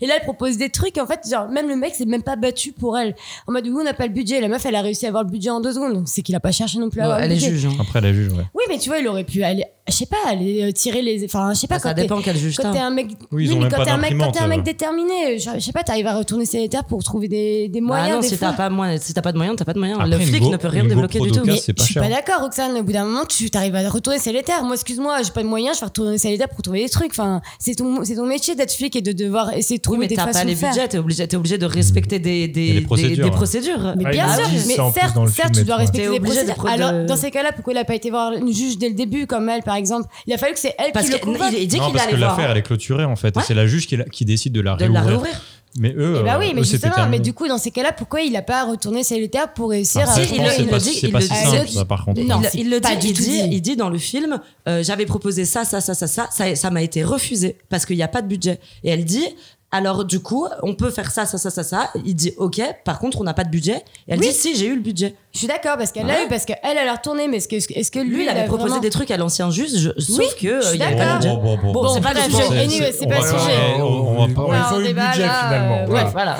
[SPEAKER 4] Et là, elle propose des trucs. En fait, genre, même le mec s'est même pas battu pour elle. En mode, oui, on n'a pas le budget. La meuf, elle a réussi à avoir le budget en deux secondes. C'est qu'il a pas cherché non plus à
[SPEAKER 3] Ouais,
[SPEAKER 4] avoir
[SPEAKER 3] Elle
[SPEAKER 4] le
[SPEAKER 3] est
[SPEAKER 4] budget.
[SPEAKER 3] juge. hein.
[SPEAKER 1] Après la juge, ouais.
[SPEAKER 4] Oui, mais tu vois, il aurait pu aller, je sais pas, aller euh, tirer les. Enfin, je sais pas,
[SPEAKER 3] Bah, Ça
[SPEAKER 4] quand t'es-
[SPEAKER 3] dépend quel juge hein.
[SPEAKER 4] quand
[SPEAKER 3] t'as.
[SPEAKER 4] t'es un mec,
[SPEAKER 1] Oui, ils ont
[SPEAKER 4] mais
[SPEAKER 1] même
[SPEAKER 4] quand
[SPEAKER 1] pas
[SPEAKER 4] t'es un mec, quand t'es un mec
[SPEAKER 1] d'imprimante, euh.
[SPEAKER 4] déterminé, je je sais pas, t'arrives à retourner sanitaire pour trouver des, des
[SPEAKER 3] Bah
[SPEAKER 4] moyens.
[SPEAKER 3] non,
[SPEAKER 4] des
[SPEAKER 3] si
[SPEAKER 4] fois.
[SPEAKER 3] t'as pas, moyen- si t'as pas de moyens, t'as pas de moyens.
[SPEAKER 1] Après,
[SPEAKER 3] le
[SPEAKER 1] une
[SPEAKER 3] flic
[SPEAKER 1] go-
[SPEAKER 3] ne peut rien
[SPEAKER 1] une
[SPEAKER 3] débloquer du tout.
[SPEAKER 1] GoPro
[SPEAKER 3] Mais-
[SPEAKER 1] d'occasion, c'est pas
[SPEAKER 4] je suis
[SPEAKER 1] cher.
[SPEAKER 4] pas d'accord, Roxane. Au bout d'un moment, tu t'arrives à retourner solitaire. Moi, excuse-moi, j'ai pas de moyens, je vais retourner solitaire pour trouver des trucs. Enfin, c'est ton, c'est ton métier d'être flic et de devoir essayer
[SPEAKER 3] Oui,
[SPEAKER 4] de trouver
[SPEAKER 3] mais
[SPEAKER 4] des
[SPEAKER 3] t'as
[SPEAKER 4] façons
[SPEAKER 3] pas les
[SPEAKER 4] de faire.
[SPEAKER 3] budgets, t'es obligé, t'es obligé de respecter des,
[SPEAKER 1] y a des
[SPEAKER 3] des, des,
[SPEAKER 1] procédures,
[SPEAKER 3] des
[SPEAKER 1] ouais.
[SPEAKER 3] procédures.
[SPEAKER 4] Mais
[SPEAKER 2] Ah,
[SPEAKER 4] bien
[SPEAKER 2] ils
[SPEAKER 4] sûr,
[SPEAKER 2] disent
[SPEAKER 4] mais
[SPEAKER 2] ça en plus
[SPEAKER 4] certes,
[SPEAKER 2] dans le film
[SPEAKER 4] certes, tu
[SPEAKER 2] et
[SPEAKER 4] dois
[SPEAKER 2] tout, ouais.
[SPEAKER 3] T'es
[SPEAKER 4] respecter les
[SPEAKER 3] obligé de
[SPEAKER 4] procédures.
[SPEAKER 3] pro-
[SPEAKER 4] Alors,
[SPEAKER 3] de-
[SPEAKER 4] dans ces cas-là, pourquoi il a pas été voir une juge dès le début, comme elle, par exemple. Il a fallu que c'est elle
[SPEAKER 3] Parce
[SPEAKER 4] qui le
[SPEAKER 3] que- non,
[SPEAKER 4] convoque.
[SPEAKER 3] il- il dit
[SPEAKER 1] non,
[SPEAKER 3] qu'il
[SPEAKER 1] parce
[SPEAKER 3] allait
[SPEAKER 1] que
[SPEAKER 3] voir.
[SPEAKER 1] l'affaire, elle est clôturée, en fait. Et c'est la juge qui, la- qui décide de la
[SPEAKER 3] De la
[SPEAKER 1] réouvrir.
[SPEAKER 3] réouvrir.
[SPEAKER 1] Mais eux,
[SPEAKER 4] Eh bah oui,
[SPEAKER 1] euh,
[SPEAKER 4] mais
[SPEAKER 1] eux, c'est
[SPEAKER 4] justement, mais
[SPEAKER 1] déterminé.
[SPEAKER 4] du coup, dans ces cas-là, pourquoi il a pas retourné Solitaire pour réussir
[SPEAKER 1] Ah,
[SPEAKER 4] à.
[SPEAKER 1] ça, je pense que c'est pas- c'est pas si simple, ça, par contre.
[SPEAKER 4] Non,
[SPEAKER 3] il,
[SPEAKER 4] c'est
[SPEAKER 3] il le dit,
[SPEAKER 4] pas du
[SPEAKER 3] il,
[SPEAKER 4] tout
[SPEAKER 3] dit,
[SPEAKER 4] dit.
[SPEAKER 3] il dit dans le film, euh, j'avais proposé ça, ça, ça, ça, ça, ça, ça m'a été refusé parce qu'il n'y a pas de budget. Et elle dit, alors du coup, on peut faire ça, ça, ça, ça, ça. Il dit, ok, par contre, on n'a pas de budget. Et elle
[SPEAKER 4] Oui.
[SPEAKER 3] dit, si, j'ai eu le budget.
[SPEAKER 4] Je suis d'accord, parce qu'elle l'a
[SPEAKER 3] Ouais.
[SPEAKER 4] eu, parce qu'elle, elle a retourné, mais est-ce que, est-ce que lui,
[SPEAKER 3] Lui, il avait
[SPEAKER 4] a
[SPEAKER 3] proposé
[SPEAKER 4] vraiment-
[SPEAKER 3] des trucs à l'ancien juge, je- sauf
[SPEAKER 4] Oui,
[SPEAKER 3] que. euh,
[SPEAKER 4] je suis
[SPEAKER 3] il y avait pas de
[SPEAKER 4] d'accord.
[SPEAKER 3] budget. Bon, c'est pas le
[SPEAKER 4] bref,
[SPEAKER 3] sujet.
[SPEAKER 4] je- anyway, c'est pas le
[SPEAKER 2] on va
[SPEAKER 4] sujet.
[SPEAKER 2] pas- on- on va pas-
[SPEAKER 4] Voilà,
[SPEAKER 2] il faut
[SPEAKER 4] on
[SPEAKER 2] eu le
[SPEAKER 4] débat,
[SPEAKER 2] budget,
[SPEAKER 4] là,
[SPEAKER 2] finalement.
[SPEAKER 4] euh,
[SPEAKER 2] Voilà.
[SPEAKER 3] Ouais, voilà.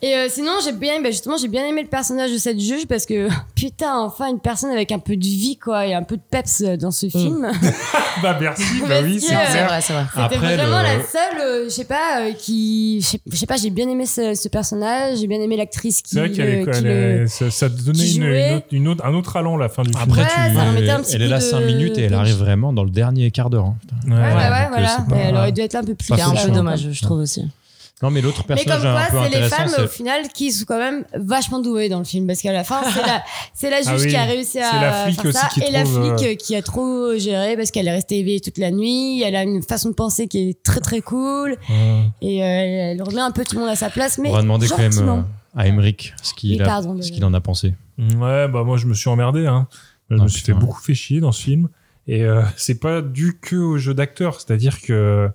[SPEAKER 4] Et euh, sinon, j'ai bien, bah, justement, j'ai bien aimé le personnage de cette juge parce que putain, enfin une personne avec un peu de vie quoi et un peu de peps euh, dans ce film.
[SPEAKER 2] Bah merci, bah
[SPEAKER 4] Parce
[SPEAKER 2] oui,
[SPEAKER 4] que,
[SPEAKER 2] c'est
[SPEAKER 4] euh,
[SPEAKER 2] clair.
[SPEAKER 3] c'est vrai.
[SPEAKER 4] C'était
[SPEAKER 1] Après,
[SPEAKER 4] vraiment
[SPEAKER 1] le-
[SPEAKER 4] la seule, euh, je sais pas, euh, qui, je sais- je sais pas, j'ai bien aimé ce, ce personnage, j'ai bien aimé l'actrice qui,
[SPEAKER 2] C'est vrai qu'elle
[SPEAKER 4] le-
[SPEAKER 2] est-
[SPEAKER 4] qui
[SPEAKER 2] elle
[SPEAKER 4] le-
[SPEAKER 2] est- ça, ça te donnait
[SPEAKER 4] qui
[SPEAKER 2] une,
[SPEAKER 4] jouait.
[SPEAKER 2] une autre, une autre- un autre allant la fin du film.
[SPEAKER 1] Après,
[SPEAKER 4] Ouais,
[SPEAKER 1] tu-
[SPEAKER 4] ça remettait un petit
[SPEAKER 1] elle est
[SPEAKER 4] peu
[SPEAKER 1] là
[SPEAKER 4] de-
[SPEAKER 1] 5 minutes et elle
[SPEAKER 4] de-
[SPEAKER 1] arrive vraiment dans le dernier quart d'heure. hein.
[SPEAKER 2] Ouais,
[SPEAKER 4] Ouais, bah ouais,
[SPEAKER 1] donc, euh,
[SPEAKER 4] voilà.
[SPEAKER 1] c'est pas-
[SPEAKER 4] Mais elle aurait dû être là un peu plus
[SPEAKER 1] pas
[SPEAKER 3] C'est
[SPEAKER 4] tard.
[SPEAKER 3] un peu
[SPEAKER 1] franchement.
[SPEAKER 3] dommage, je trouve aussi.
[SPEAKER 1] Non, mais l'autre
[SPEAKER 4] Mais comme
[SPEAKER 1] personnage un peu
[SPEAKER 4] quoi, c'est les
[SPEAKER 1] intéressant,
[SPEAKER 4] femmes
[SPEAKER 1] c'est
[SPEAKER 4] au final qui sont quand même vachement douées dans le film parce qu'à la fin, c'est la, c'est la juge
[SPEAKER 2] Ah oui,
[SPEAKER 4] qui a réussi à
[SPEAKER 2] c'est la flic
[SPEAKER 4] faire ça
[SPEAKER 2] aussi qui
[SPEAKER 4] et la
[SPEAKER 2] trouve,
[SPEAKER 4] flic
[SPEAKER 2] euh,
[SPEAKER 4] euh, qui a trop géré parce qu'elle est restée éveillée toute la nuit. Elle a une façon de penser qui est très très cool
[SPEAKER 2] Ouais.
[SPEAKER 4] et euh, elle remet un peu tout le monde à sa place. Mais
[SPEAKER 1] on va demander quand même euh,
[SPEAKER 4] gentiment.
[SPEAKER 1] à Emmerich ce qu'il
[SPEAKER 4] Mais
[SPEAKER 1] a-
[SPEAKER 4] pardon,
[SPEAKER 1] ce
[SPEAKER 4] désolé.
[SPEAKER 1] qu'il en a pensé.
[SPEAKER 2] Ouais, bah moi je me suis emmerdé. Hein. Je
[SPEAKER 1] Ah,
[SPEAKER 2] me suis fait
[SPEAKER 1] putain, ouais.
[SPEAKER 2] beaucoup fait chier dans ce film. Et euh, c'est pas dû que au jeu d'acteur. C'est-à-dire que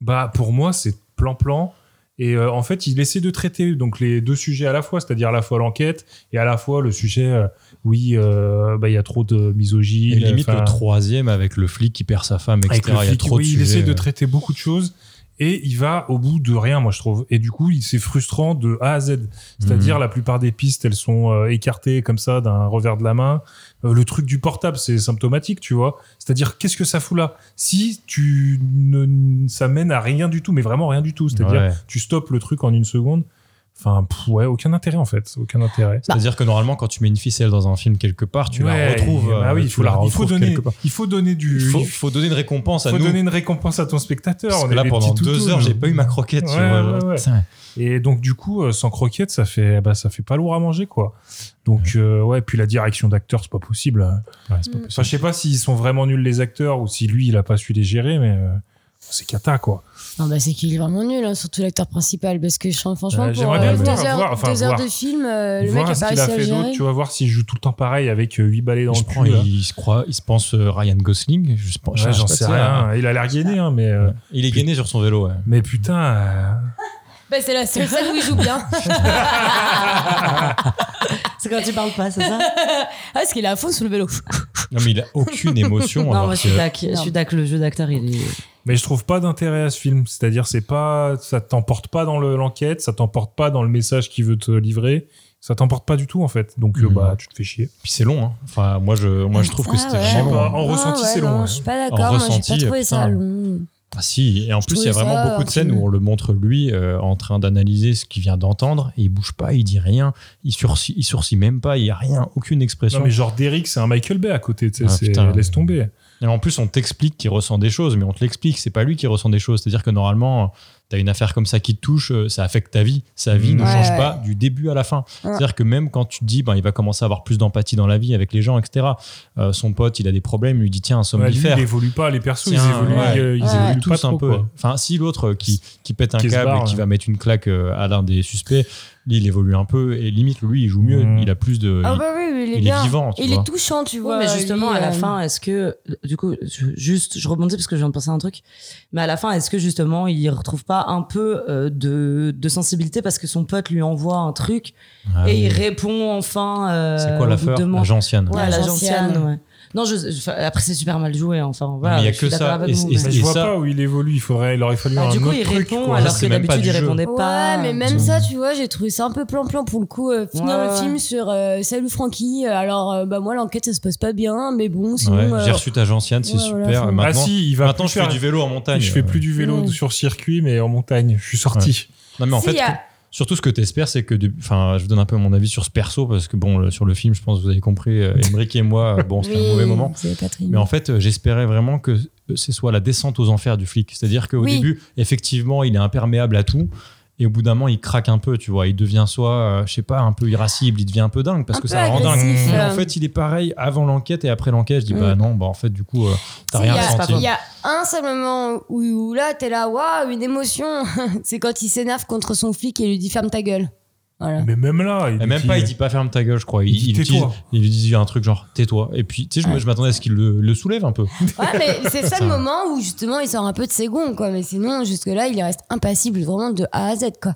[SPEAKER 2] bah pour moi c'est plan-plan. Et euh, en fait, il essaie de traiter donc les deux sujets à la fois, c'est-à-dire à la fois l'enquête et à la fois le sujet, euh, oui, euh, bah, il y a trop de
[SPEAKER 1] Et
[SPEAKER 2] misogynie.
[SPEAKER 1] limite
[SPEAKER 2] enfin,
[SPEAKER 1] le troisième avec le flic qui perd sa femme, etc.
[SPEAKER 2] avec le
[SPEAKER 1] il y a
[SPEAKER 2] flic,
[SPEAKER 1] trop
[SPEAKER 2] oui,
[SPEAKER 1] de
[SPEAKER 2] il
[SPEAKER 1] sujets. euh.
[SPEAKER 2] essaie de traiter beaucoup de choses et il va au bout de rien, moi je trouve. Et du coup, il- c'est frustrant de A à Z.
[SPEAKER 1] Mhm.
[SPEAKER 2] C'est-à-dire la plupart des pistes, elles sont euh, écartées comme ça d'un revers de la main. Euh, le truc du portable, c'est symptomatique, tu vois. C'est-à-dire qu'est-ce que ça fout là Si tu ne, ça mène à rien du tout, mais vraiment rien du tout. C'est-à-dire
[SPEAKER 1] Ouais.
[SPEAKER 2] tu stoppes le truc en une seconde. Enfin, pff, ouais, aucun intérêt en fait, aucun intérêt.
[SPEAKER 1] C'est-à-dire que normalement, quand tu mets une ficelle dans un film quelque part, tu la
[SPEAKER 2] Ouais,
[SPEAKER 1] retrouves.
[SPEAKER 2] bah
[SPEAKER 1] euh,
[SPEAKER 2] oui, il
[SPEAKER 1] tu
[SPEAKER 2] faut,
[SPEAKER 1] la
[SPEAKER 2] la- il faut
[SPEAKER 1] retrouves
[SPEAKER 2] donner,
[SPEAKER 1] quelque part.
[SPEAKER 2] il faut donner du,
[SPEAKER 1] Il faut, faut donner une récompense à
[SPEAKER 2] faut
[SPEAKER 1] nous.
[SPEAKER 2] donner une récompense à ton spectateur.
[SPEAKER 1] Parce
[SPEAKER 2] On
[SPEAKER 1] que
[SPEAKER 2] est
[SPEAKER 1] là,
[SPEAKER 2] des
[SPEAKER 1] pendant
[SPEAKER 2] petits
[SPEAKER 1] deux
[SPEAKER 2] toutous,
[SPEAKER 1] heures,
[SPEAKER 2] nous.
[SPEAKER 1] j'ai pas eu ma croquette. euh,
[SPEAKER 2] Ouais,
[SPEAKER 1] tu vois.
[SPEAKER 2] ouais, ouais.
[SPEAKER 1] Putain.
[SPEAKER 2] Et donc, du coup, euh, sans croquette, ça fait, bah, ça fait pas lourd à manger, quoi. Donc, euh, ouais, puis la direction d'acteur, c'est pas possible.
[SPEAKER 1] Ouais, c'est pas
[SPEAKER 4] Mm.
[SPEAKER 2] Mmh. Enfin, je sais pas s'ils sont vraiment nuls, les acteurs, ou si lui, il a pas su les gérer, mais euh, c'est cata, quoi.
[SPEAKER 4] Non, bah, c'est qu'il est vraiment nul, hein, surtout l'acteur principal parce que je- franchement,
[SPEAKER 2] Euh,
[SPEAKER 4] pour
[SPEAKER 2] j'aimerais bien
[SPEAKER 4] euh,
[SPEAKER 2] le
[SPEAKER 4] deux
[SPEAKER 2] voir, voir,
[SPEAKER 4] heures
[SPEAKER 2] enfin,
[SPEAKER 4] deux heures
[SPEAKER 2] voir.
[SPEAKER 4] de film, euh, le mec
[SPEAKER 2] voir
[SPEAKER 4] a
[SPEAKER 2] ce
[SPEAKER 4] pas
[SPEAKER 2] qu'il
[SPEAKER 4] réussi
[SPEAKER 2] a
[SPEAKER 4] à le
[SPEAKER 2] fait d'autre,
[SPEAKER 4] gérer.
[SPEAKER 2] tu vas voir s'il joue tout le temps pareil avec 8 balais dans
[SPEAKER 1] Je
[SPEAKER 2] le
[SPEAKER 1] prends,
[SPEAKER 2] cul. là.
[SPEAKER 1] il, il se croit, il se pense euh, Ryan Gosling. Je pense-
[SPEAKER 2] Ouais,
[SPEAKER 1] je sais
[SPEAKER 2] J'en
[SPEAKER 1] pas,
[SPEAKER 2] sais
[SPEAKER 1] tu sais,
[SPEAKER 2] rien. Il a l'air gainé, hein, mais, euh,
[SPEAKER 1] euh, Il est gainé sur son vélo. ouais.
[SPEAKER 2] mais putain. euh,
[SPEAKER 4] Bah, c'est la seule scène où il joue bien.
[SPEAKER 3] Ah, C'est quand tu parles pas, c'est ça
[SPEAKER 4] Ah, parce qu'il est à fond sous le vélo.
[SPEAKER 1] Non, mais il a aucune émotion.
[SPEAKER 3] Non,
[SPEAKER 1] alors
[SPEAKER 3] moi je suis
[SPEAKER 1] que-
[SPEAKER 3] d'ac. Je
[SPEAKER 4] Non.
[SPEAKER 3] suis d'ac, le jeu d'acteur, il est.
[SPEAKER 2] Mais je trouve pas d'intérêt à ce film. C'est-à-dire, c'est pas, ça t'emporte pas dans le- l'enquête, ça t'emporte pas dans le message qu'il veut te livrer, ça t'emporte pas du tout en fait. Donc euh,
[SPEAKER 1] Mhm.
[SPEAKER 2] bah, tu te fais chier.
[SPEAKER 1] Puis c'est long. hein. Enfin, moi je, moi je trouve que
[SPEAKER 4] Ah,
[SPEAKER 1] c'était
[SPEAKER 4] ouais.
[SPEAKER 2] Je sais
[SPEAKER 1] vraiment long.
[SPEAKER 2] pas,
[SPEAKER 1] hein.
[SPEAKER 2] en ressenti,
[SPEAKER 4] Ah, ouais,
[SPEAKER 2] c'est long.
[SPEAKER 4] non,
[SPEAKER 2] ouais.
[SPEAKER 4] Je suis pas d'accord,
[SPEAKER 1] En
[SPEAKER 4] moi, j'ai pas
[SPEAKER 1] ressenti,
[SPEAKER 4] trouvé ça
[SPEAKER 1] putain.
[SPEAKER 4] long.
[SPEAKER 1] Ah si, et en plus il y a
[SPEAKER 4] trouvais
[SPEAKER 1] vraiment
[SPEAKER 4] ça
[SPEAKER 1] beaucoup de scènes où on le montre lui euh, en train d'analyser ce qu'il vient d'entendre et il bouge pas, il dit rien, il sourcille, il sourcille même pas, il y a rien, aucune
[SPEAKER 2] Non,
[SPEAKER 1] expression.
[SPEAKER 2] mais genre Derrick, c'est un Michael Bay à côté, tu sais,
[SPEAKER 1] Ah,
[SPEAKER 2] c'est-
[SPEAKER 1] putain.
[SPEAKER 2] laisse tomber.
[SPEAKER 1] Et en plus on t'explique qu'il ressent des choses, mais on te l'explique, c'est pas lui qui ressent des choses. C'est-à-dire que normalement t'as une affaire comme ça qui te touche, euh, ça affecte ta vie, sa vie ne
[SPEAKER 4] Ouais,
[SPEAKER 1] change
[SPEAKER 4] ouais.
[SPEAKER 1] pas du début à la fin.
[SPEAKER 4] Ouais.
[SPEAKER 1] C'est-à-dire que même quand tu te dis ben il va commencer à avoir plus d'empathie dans la vie avec les gens, etc. euh, son pote il a des problèmes, il lui dit tiens un
[SPEAKER 2] Ouais, lui, il
[SPEAKER 1] somnifère.
[SPEAKER 2] évolue pas, les persos, ils
[SPEAKER 1] Tiens,
[SPEAKER 2] évoluent,
[SPEAKER 1] ouais.
[SPEAKER 2] euh, ils
[SPEAKER 4] Ouais.
[SPEAKER 2] évoluent
[SPEAKER 1] tous
[SPEAKER 2] pas trop,
[SPEAKER 1] un peu.
[SPEAKER 2] quoi.
[SPEAKER 1] Enfin, si l'autre euh, qui, qui pète un
[SPEAKER 2] Qui se
[SPEAKER 1] câble
[SPEAKER 2] barre,
[SPEAKER 1] et qui
[SPEAKER 2] ouais.
[SPEAKER 1] va mettre une claque euh, à l'un des suspects, lui, il évolue un peu et limite, lui, il joue mieux.
[SPEAKER 2] Mm.
[SPEAKER 1] Il a plus de.
[SPEAKER 4] Ah
[SPEAKER 1] il-
[SPEAKER 4] bah oui, mais il est
[SPEAKER 1] il est
[SPEAKER 4] bien.
[SPEAKER 1] vivant, tu
[SPEAKER 4] il
[SPEAKER 1] vois.
[SPEAKER 4] est touchant, tu
[SPEAKER 3] Oui,
[SPEAKER 4] vois.
[SPEAKER 3] mais justement,
[SPEAKER 4] lui,
[SPEAKER 3] à la
[SPEAKER 4] euh,
[SPEAKER 3] fin, est-ce que, du coup, je- juste, je rebondis parce que je viens de penser à un truc, mais à la fin, est-ce que justement, il retrouve pas un peu euh, de, de sensibilité parce que son pote lui envoie un truc
[SPEAKER 1] Ah
[SPEAKER 3] et
[SPEAKER 1] oui.
[SPEAKER 3] il répond enfin. euh,
[SPEAKER 1] C'est quoi
[SPEAKER 3] au bout
[SPEAKER 1] l'affaire
[SPEAKER 3] de
[SPEAKER 1] La
[SPEAKER 3] mois.
[SPEAKER 1] gentiane.
[SPEAKER 3] Ouais,
[SPEAKER 4] La
[SPEAKER 3] la
[SPEAKER 4] gentiane.
[SPEAKER 3] gentiane, ouais. Non, je, je- enfin, après, c'est super mal joué, hein, enfin. Voilà,
[SPEAKER 1] mais il y a
[SPEAKER 3] je suis
[SPEAKER 1] que
[SPEAKER 3] d'accord
[SPEAKER 1] ça,
[SPEAKER 3] avec
[SPEAKER 1] et-
[SPEAKER 3] vous,
[SPEAKER 1] et-
[SPEAKER 3] mais-
[SPEAKER 2] Mais je vois
[SPEAKER 1] ça-
[SPEAKER 2] pas où il évolue, il faudrait, il aurait fallu
[SPEAKER 3] Bah,
[SPEAKER 2] un
[SPEAKER 3] du coup,
[SPEAKER 2] autre
[SPEAKER 3] il
[SPEAKER 2] truc,
[SPEAKER 3] répond
[SPEAKER 2] quoi.
[SPEAKER 3] alors que
[SPEAKER 1] C'est même pas
[SPEAKER 3] d'habitude, il
[SPEAKER 1] du jeu.
[SPEAKER 3] répondait
[SPEAKER 4] Ouais,
[SPEAKER 3] pas.
[SPEAKER 4] mais même ça, tu vois, j'ai trouvé ça un peu plan-plan pour le coup. euh, finir
[SPEAKER 3] Ouais,
[SPEAKER 4] le
[SPEAKER 3] ouais.
[SPEAKER 4] film sur euh, Salut Francky. euh, Alors, euh, bah moi, l'enquête, ça se passe pas bien, mais bon, sinon.
[SPEAKER 1] Ouais,
[SPEAKER 4] euh,
[SPEAKER 1] J'ai reçu ta gentiane, c'est
[SPEAKER 4] ouais,
[SPEAKER 1] super.
[SPEAKER 4] voilà,
[SPEAKER 1] et
[SPEAKER 4] faut-
[SPEAKER 2] Ah
[SPEAKER 1] maintenant,
[SPEAKER 2] si, il va
[SPEAKER 1] maintenant
[SPEAKER 2] plus
[SPEAKER 1] je fais
[SPEAKER 2] faire-
[SPEAKER 1] du vélo en montagne.
[SPEAKER 2] Je fais plus du vélo
[SPEAKER 4] Ouais.
[SPEAKER 2] sur circuit, mais en montagne. Je suis sorti.
[SPEAKER 1] Non, mais en
[SPEAKER 4] si,
[SPEAKER 1] fait,
[SPEAKER 4] y a-
[SPEAKER 1] que- surtout ce que t'espères, c'est que. du- Enfin, je vous donne un peu mon avis sur ce perso parce que, bon, le- sur le film, je pense que vous avez compris, euh, Emmerich et moi, euh, bon, c'était
[SPEAKER 4] oui,
[SPEAKER 1] un mauvais moment.
[SPEAKER 4] c'est pas très
[SPEAKER 1] Mais en fait, euh, j'espérais vraiment que euh, ce soit la descente aux enfers du flic. C'est-à-dire qu'au
[SPEAKER 4] Oui.
[SPEAKER 1] début, effectivement, il est imperméable à tout. Et au bout d'un moment, il craque un peu, tu vois. Il devient soit, euh, je sais pas, un peu irascible, il devient un peu dingue parce
[SPEAKER 4] Un
[SPEAKER 1] que
[SPEAKER 4] peu
[SPEAKER 1] ça le rend dingue.
[SPEAKER 4] agressif,
[SPEAKER 1] Mmh.
[SPEAKER 4] euh.
[SPEAKER 1] En fait, il est pareil avant l'enquête et après l'enquête. Je dis,
[SPEAKER 4] Mm.
[SPEAKER 1] bah non, bah en fait, du coup, euh, t'as
[SPEAKER 4] Il y
[SPEAKER 1] rien
[SPEAKER 4] a-
[SPEAKER 1] ressenti.
[SPEAKER 4] Il y a un seul moment où, où là, t'es là, waouh, une émotion. C'est quand il s'énerve contre son flic et lui dit ferme ta gueule. Voilà.
[SPEAKER 2] Mais même là. Il
[SPEAKER 1] Et Eh, même
[SPEAKER 2] dit-
[SPEAKER 1] pas, il dit pas ferme ta gueule, je crois. Il,
[SPEAKER 2] dit
[SPEAKER 1] il
[SPEAKER 2] tais-toi.
[SPEAKER 1] utilise- il lui dit un truc genre tais-toi. Et puis, tu sais, je, me- je m'attendais à ce qu'il le, le soulève un peu.
[SPEAKER 4] Ouais, mais c'est ça
[SPEAKER 1] Ça.
[SPEAKER 4] le moment où justement il sort un peu de ses gonds, quoi. Mais sinon, jusque-là, il reste impassible vraiment de A à Z, quoi.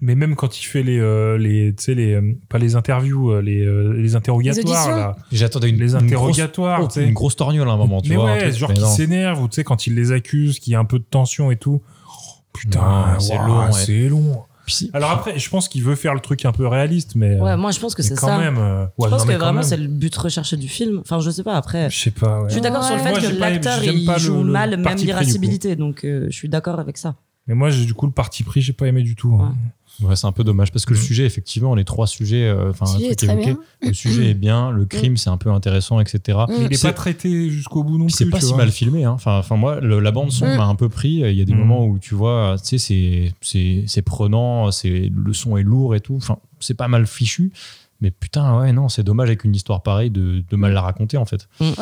[SPEAKER 2] Mais même quand il fait les, euh, les, tu sais, les, euh, pas les interviews, euh, les, euh, les interrogatoires,
[SPEAKER 4] auditions.
[SPEAKER 2] là.
[SPEAKER 1] J'attendais une,
[SPEAKER 2] Les
[SPEAKER 1] une
[SPEAKER 2] interrogatoires,
[SPEAKER 1] grosse, oh,
[SPEAKER 2] tu sais.
[SPEAKER 1] une grosse torgnole à un moment, tu
[SPEAKER 2] mais
[SPEAKER 1] vois. un
[SPEAKER 2] ouais,
[SPEAKER 1] truc,
[SPEAKER 2] ce genre
[SPEAKER 1] mais
[SPEAKER 2] qui
[SPEAKER 1] non.
[SPEAKER 2] s'énerve, ou tu sais, quand il les accuse, qu'il y a un peu de tension et tout. Oh, Putain,
[SPEAKER 1] Ouais, c'est
[SPEAKER 2] ouah,
[SPEAKER 1] long, ouais.
[SPEAKER 2] C'est long.
[SPEAKER 1] Puis si-
[SPEAKER 2] Alors après, je pense qu'il veut faire le truc un peu réaliste, mais.
[SPEAKER 3] Ouais, moi je pense que
[SPEAKER 2] mais
[SPEAKER 3] c'est
[SPEAKER 2] quand
[SPEAKER 3] ça.
[SPEAKER 2] Même, euh, ouais,
[SPEAKER 3] je
[SPEAKER 2] non,
[SPEAKER 3] pense
[SPEAKER 2] mais
[SPEAKER 3] que
[SPEAKER 2] quand
[SPEAKER 3] vraiment
[SPEAKER 2] même.
[SPEAKER 3] c'est le but recherché du film. Enfin, je sais pas après.
[SPEAKER 2] Je sais pas, ouais.
[SPEAKER 3] Je suis d'accord sur le fait
[SPEAKER 2] Moi,
[SPEAKER 3] que
[SPEAKER 2] j'ai pas-
[SPEAKER 3] l'acteur
[SPEAKER 2] j'aime
[SPEAKER 3] il
[SPEAKER 2] pas le-
[SPEAKER 3] joue
[SPEAKER 2] le
[SPEAKER 3] mal même
[SPEAKER 2] parti pris, du coup.
[SPEAKER 3] l'irascibilité, donc euh, je suis d'accord avec ça.
[SPEAKER 2] Mais moi, j'ai du coup, le parti pris, j'ai pas aimé du tout. hein.
[SPEAKER 1] Ouais, c'est un peu dommage parce que le
[SPEAKER 2] Mm.
[SPEAKER 1] sujet, effectivement, les trois sujets, euh, enfin,
[SPEAKER 4] Si,
[SPEAKER 1] un
[SPEAKER 4] il est
[SPEAKER 1] truc
[SPEAKER 4] très
[SPEAKER 1] évoqué,
[SPEAKER 4] bien.
[SPEAKER 1] le sujet est bien, le crime, c'est un peu intéressant, etc.
[SPEAKER 4] Mm.
[SPEAKER 2] Mais il est
[SPEAKER 1] C'est-
[SPEAKER 2] pas traité jusqu'au bout non
[SPEAKER 1] Puis
[SPEAKER 2] plus.
[SPEAKER 1] c'est pas
[SPEAKER 2] tu
[SPEAKER 1] si
[SPEAKER 2] vois.
[SPEAKER 1] mal filmé. hein. Enfin, enfin, moi, le- la bande son
[SPEAKER 4] Mm.
[SPEAKER 1] m'a un peu pris. Il y a des
[SPEAKER 2] Mm.
[SPEAKER 1] moments où tu vois, tu sais, c'est- c'est c'est prenant, c'est le son est lourd et tout. Enfin, c'est pas mal fichu. Mais putain, ouais, non, c'est dommage avec une histoire pareille de, de mal la raconter en fait.
[SPEAKER 4] Ouais.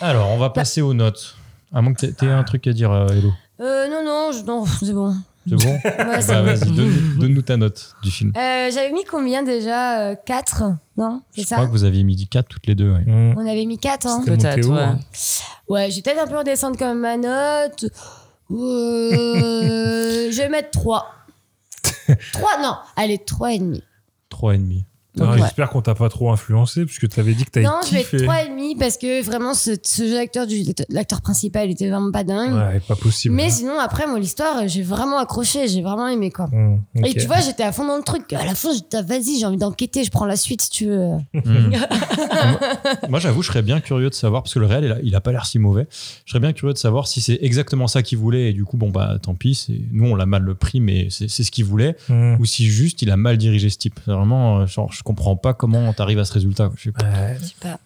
[SPEAKER 1] Alors, on
[SPEAKER 4] Bah.
[SPEAKER 1] va passer aux notes. À moins que t'a- t'aies un truc à dire, euh, Hello.
[SPEAKER 4] Euh, non, non, je- non, c'est bon.
[SPEAKER 1] C'est bon
[SPEAKER 4] Ouais, c'est
[SPEAKER 1] Bah,
[SPEAKER 4] bon.
[SPEAKER 1] Vas-y, donne- donne-nous ta note du film.
[SPEAKER 4] Euh, J'avais mis combien déjà 4 Non
[SPEAKER 1] Je
[SPEAKER 4] C'est
[SPEAKER 1] crois
[SPEAKER 4] ça
[SPEAKER 1] que vous aviez mis 4 toutes les deux. ouais.
[SPEAKER 2] Mm.
[SPEAKER 4] On avait mis 4, hein
[SPEAKER 2] C'était monté
[SPEAKER 3] Peut-être,
[SPEAKER 2] haut,
[SPEAKER 3] ouais.
[SPEAKER 2] hein.
[SPEAKER 4] Ouais, j'ai peut-être un peu en descente comme ma note. Euh, je vais mettre 3. 3, non, allez, 3,5.
[SPEAKER 1] Trois et
[SPEAKER 2] Ah,
[SPEAKER 1] demi.
[SPEAKER 4] Ouais.
[SPEAKER 2] J'espère qu'on t'a pas trop influencé, puisque t'avais dit que t'avais
[SPEAKER 4] Non, je vais
[SPEAKER 2] kiffé.
[SPEAKER 4] mettre 3,5 parce que vraiment, ce, ce jeu d'acteur, du- l'acteur principal, il était vraiment pas dingue.
[SPEAKER 2] Ouais, pas possible.
[SPEAKER 4] Mais sinon, après, moi, l'histoire, euh, j'ai vraiment accroché, j'ai vraiment aimé, quoi.
[SPEAKER 2] Mm, ok.
[SPEAKER 4] Et tu vois, j'étais à fond dans le truc. À la fin, j'étais, ah, vas-y, j'ai envie d'enquêter, je prends la suite si tu veux.
[SPEAKER 1] Hmm. moi, moi, j'avoue, je serais bien curieux de savoir, parce que le réel, il a, il a pas l'air si mauvais. Je serais bien curieux de savoir si c'est exactement ça qu'il voulait, et du coup, bon, bah, tant pis, c'est- nous, on l'a mal le prix, mais c'est c'est ce qu'il voulait,
[SPEAKER 2] Mm.
[SPEAKER 1] ou si juste il a mal dirigé ce type. C'est Vraiment, euh, genre, je comprends pas comment t'arrives à ce résultat. quoi. Je sais pas.
[SPEAKER 3] Euh,
[SPEAKER 2] Ouais.
[SPEAKER 4] Je sais pas.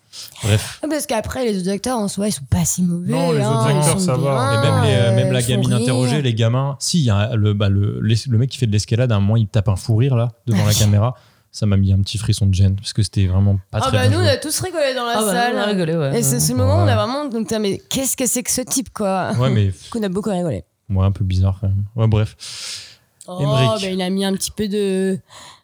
[SPEAKER 1] Bref.
[SPEAKER 4] Ah, Parce qu'après, les autres acteurs, en soi, ils sont pas si mauvais.
[SPEAKER 2] Non, les
[SPEAKER 4] hein,
[SPEAKER 2] autres
[SPEAKER 4] ils
[SPEAKER 2] acteurs,
[SPEAKER 4] sont
[SPEAKER 2] ça va.
[SPEAKER 1] Et
[SPEAKER 4] bien,
[SPEAKER 1] même, les-
[SPEAKER 4] euh,
[SPEAKER 1] même la
[SPEAKER 4] ils font
[SPEAKER 1] gamine
[SPEAKER 4] rire.
[SPEAKER 1] interrogée, les gamins, si, il y a le, bah, le, les- le mec qui fait de l'escalade, à un moment, il tape un fou rire, là, devant la caméra. Ça m'a mis un petit frisson de gêne, parce que c'était vraiment pas
[SPEAKER 4] Ah,
[SPEAKER 1] très
[SPEAKER 4] bah,
[SPEAKER 1] bien
[SPEAKER 4] nous, on
[SPEAKER 1] joué.
[SPEAKER 4] a tous rigolé dans la
[SPEAKER 3] Ah bah,
[SPEAKER 4] salle.
[SPEAKER 3] on a rigolé, ouais.
[SPEAKER 4] Et c'est ce moment où on
[SPEAKER 1] Ouais.
[SPEAKER 4] a vraiment. Donc, putain, mais qu'est-ce que c'est que ce type, quoi
[SPEAKER 1] Ouais, mais
[SPEAKER 4] Qu'on a beaucoup rigolé.
[SPEAKER 1] moi, un peu bizarre quand même. Ouais, bref.
[SPEAKER 4] Oh,
[SPEAKER 1] Emmerich.
[SPEAKER 4] bah, il a mis un petit peu de.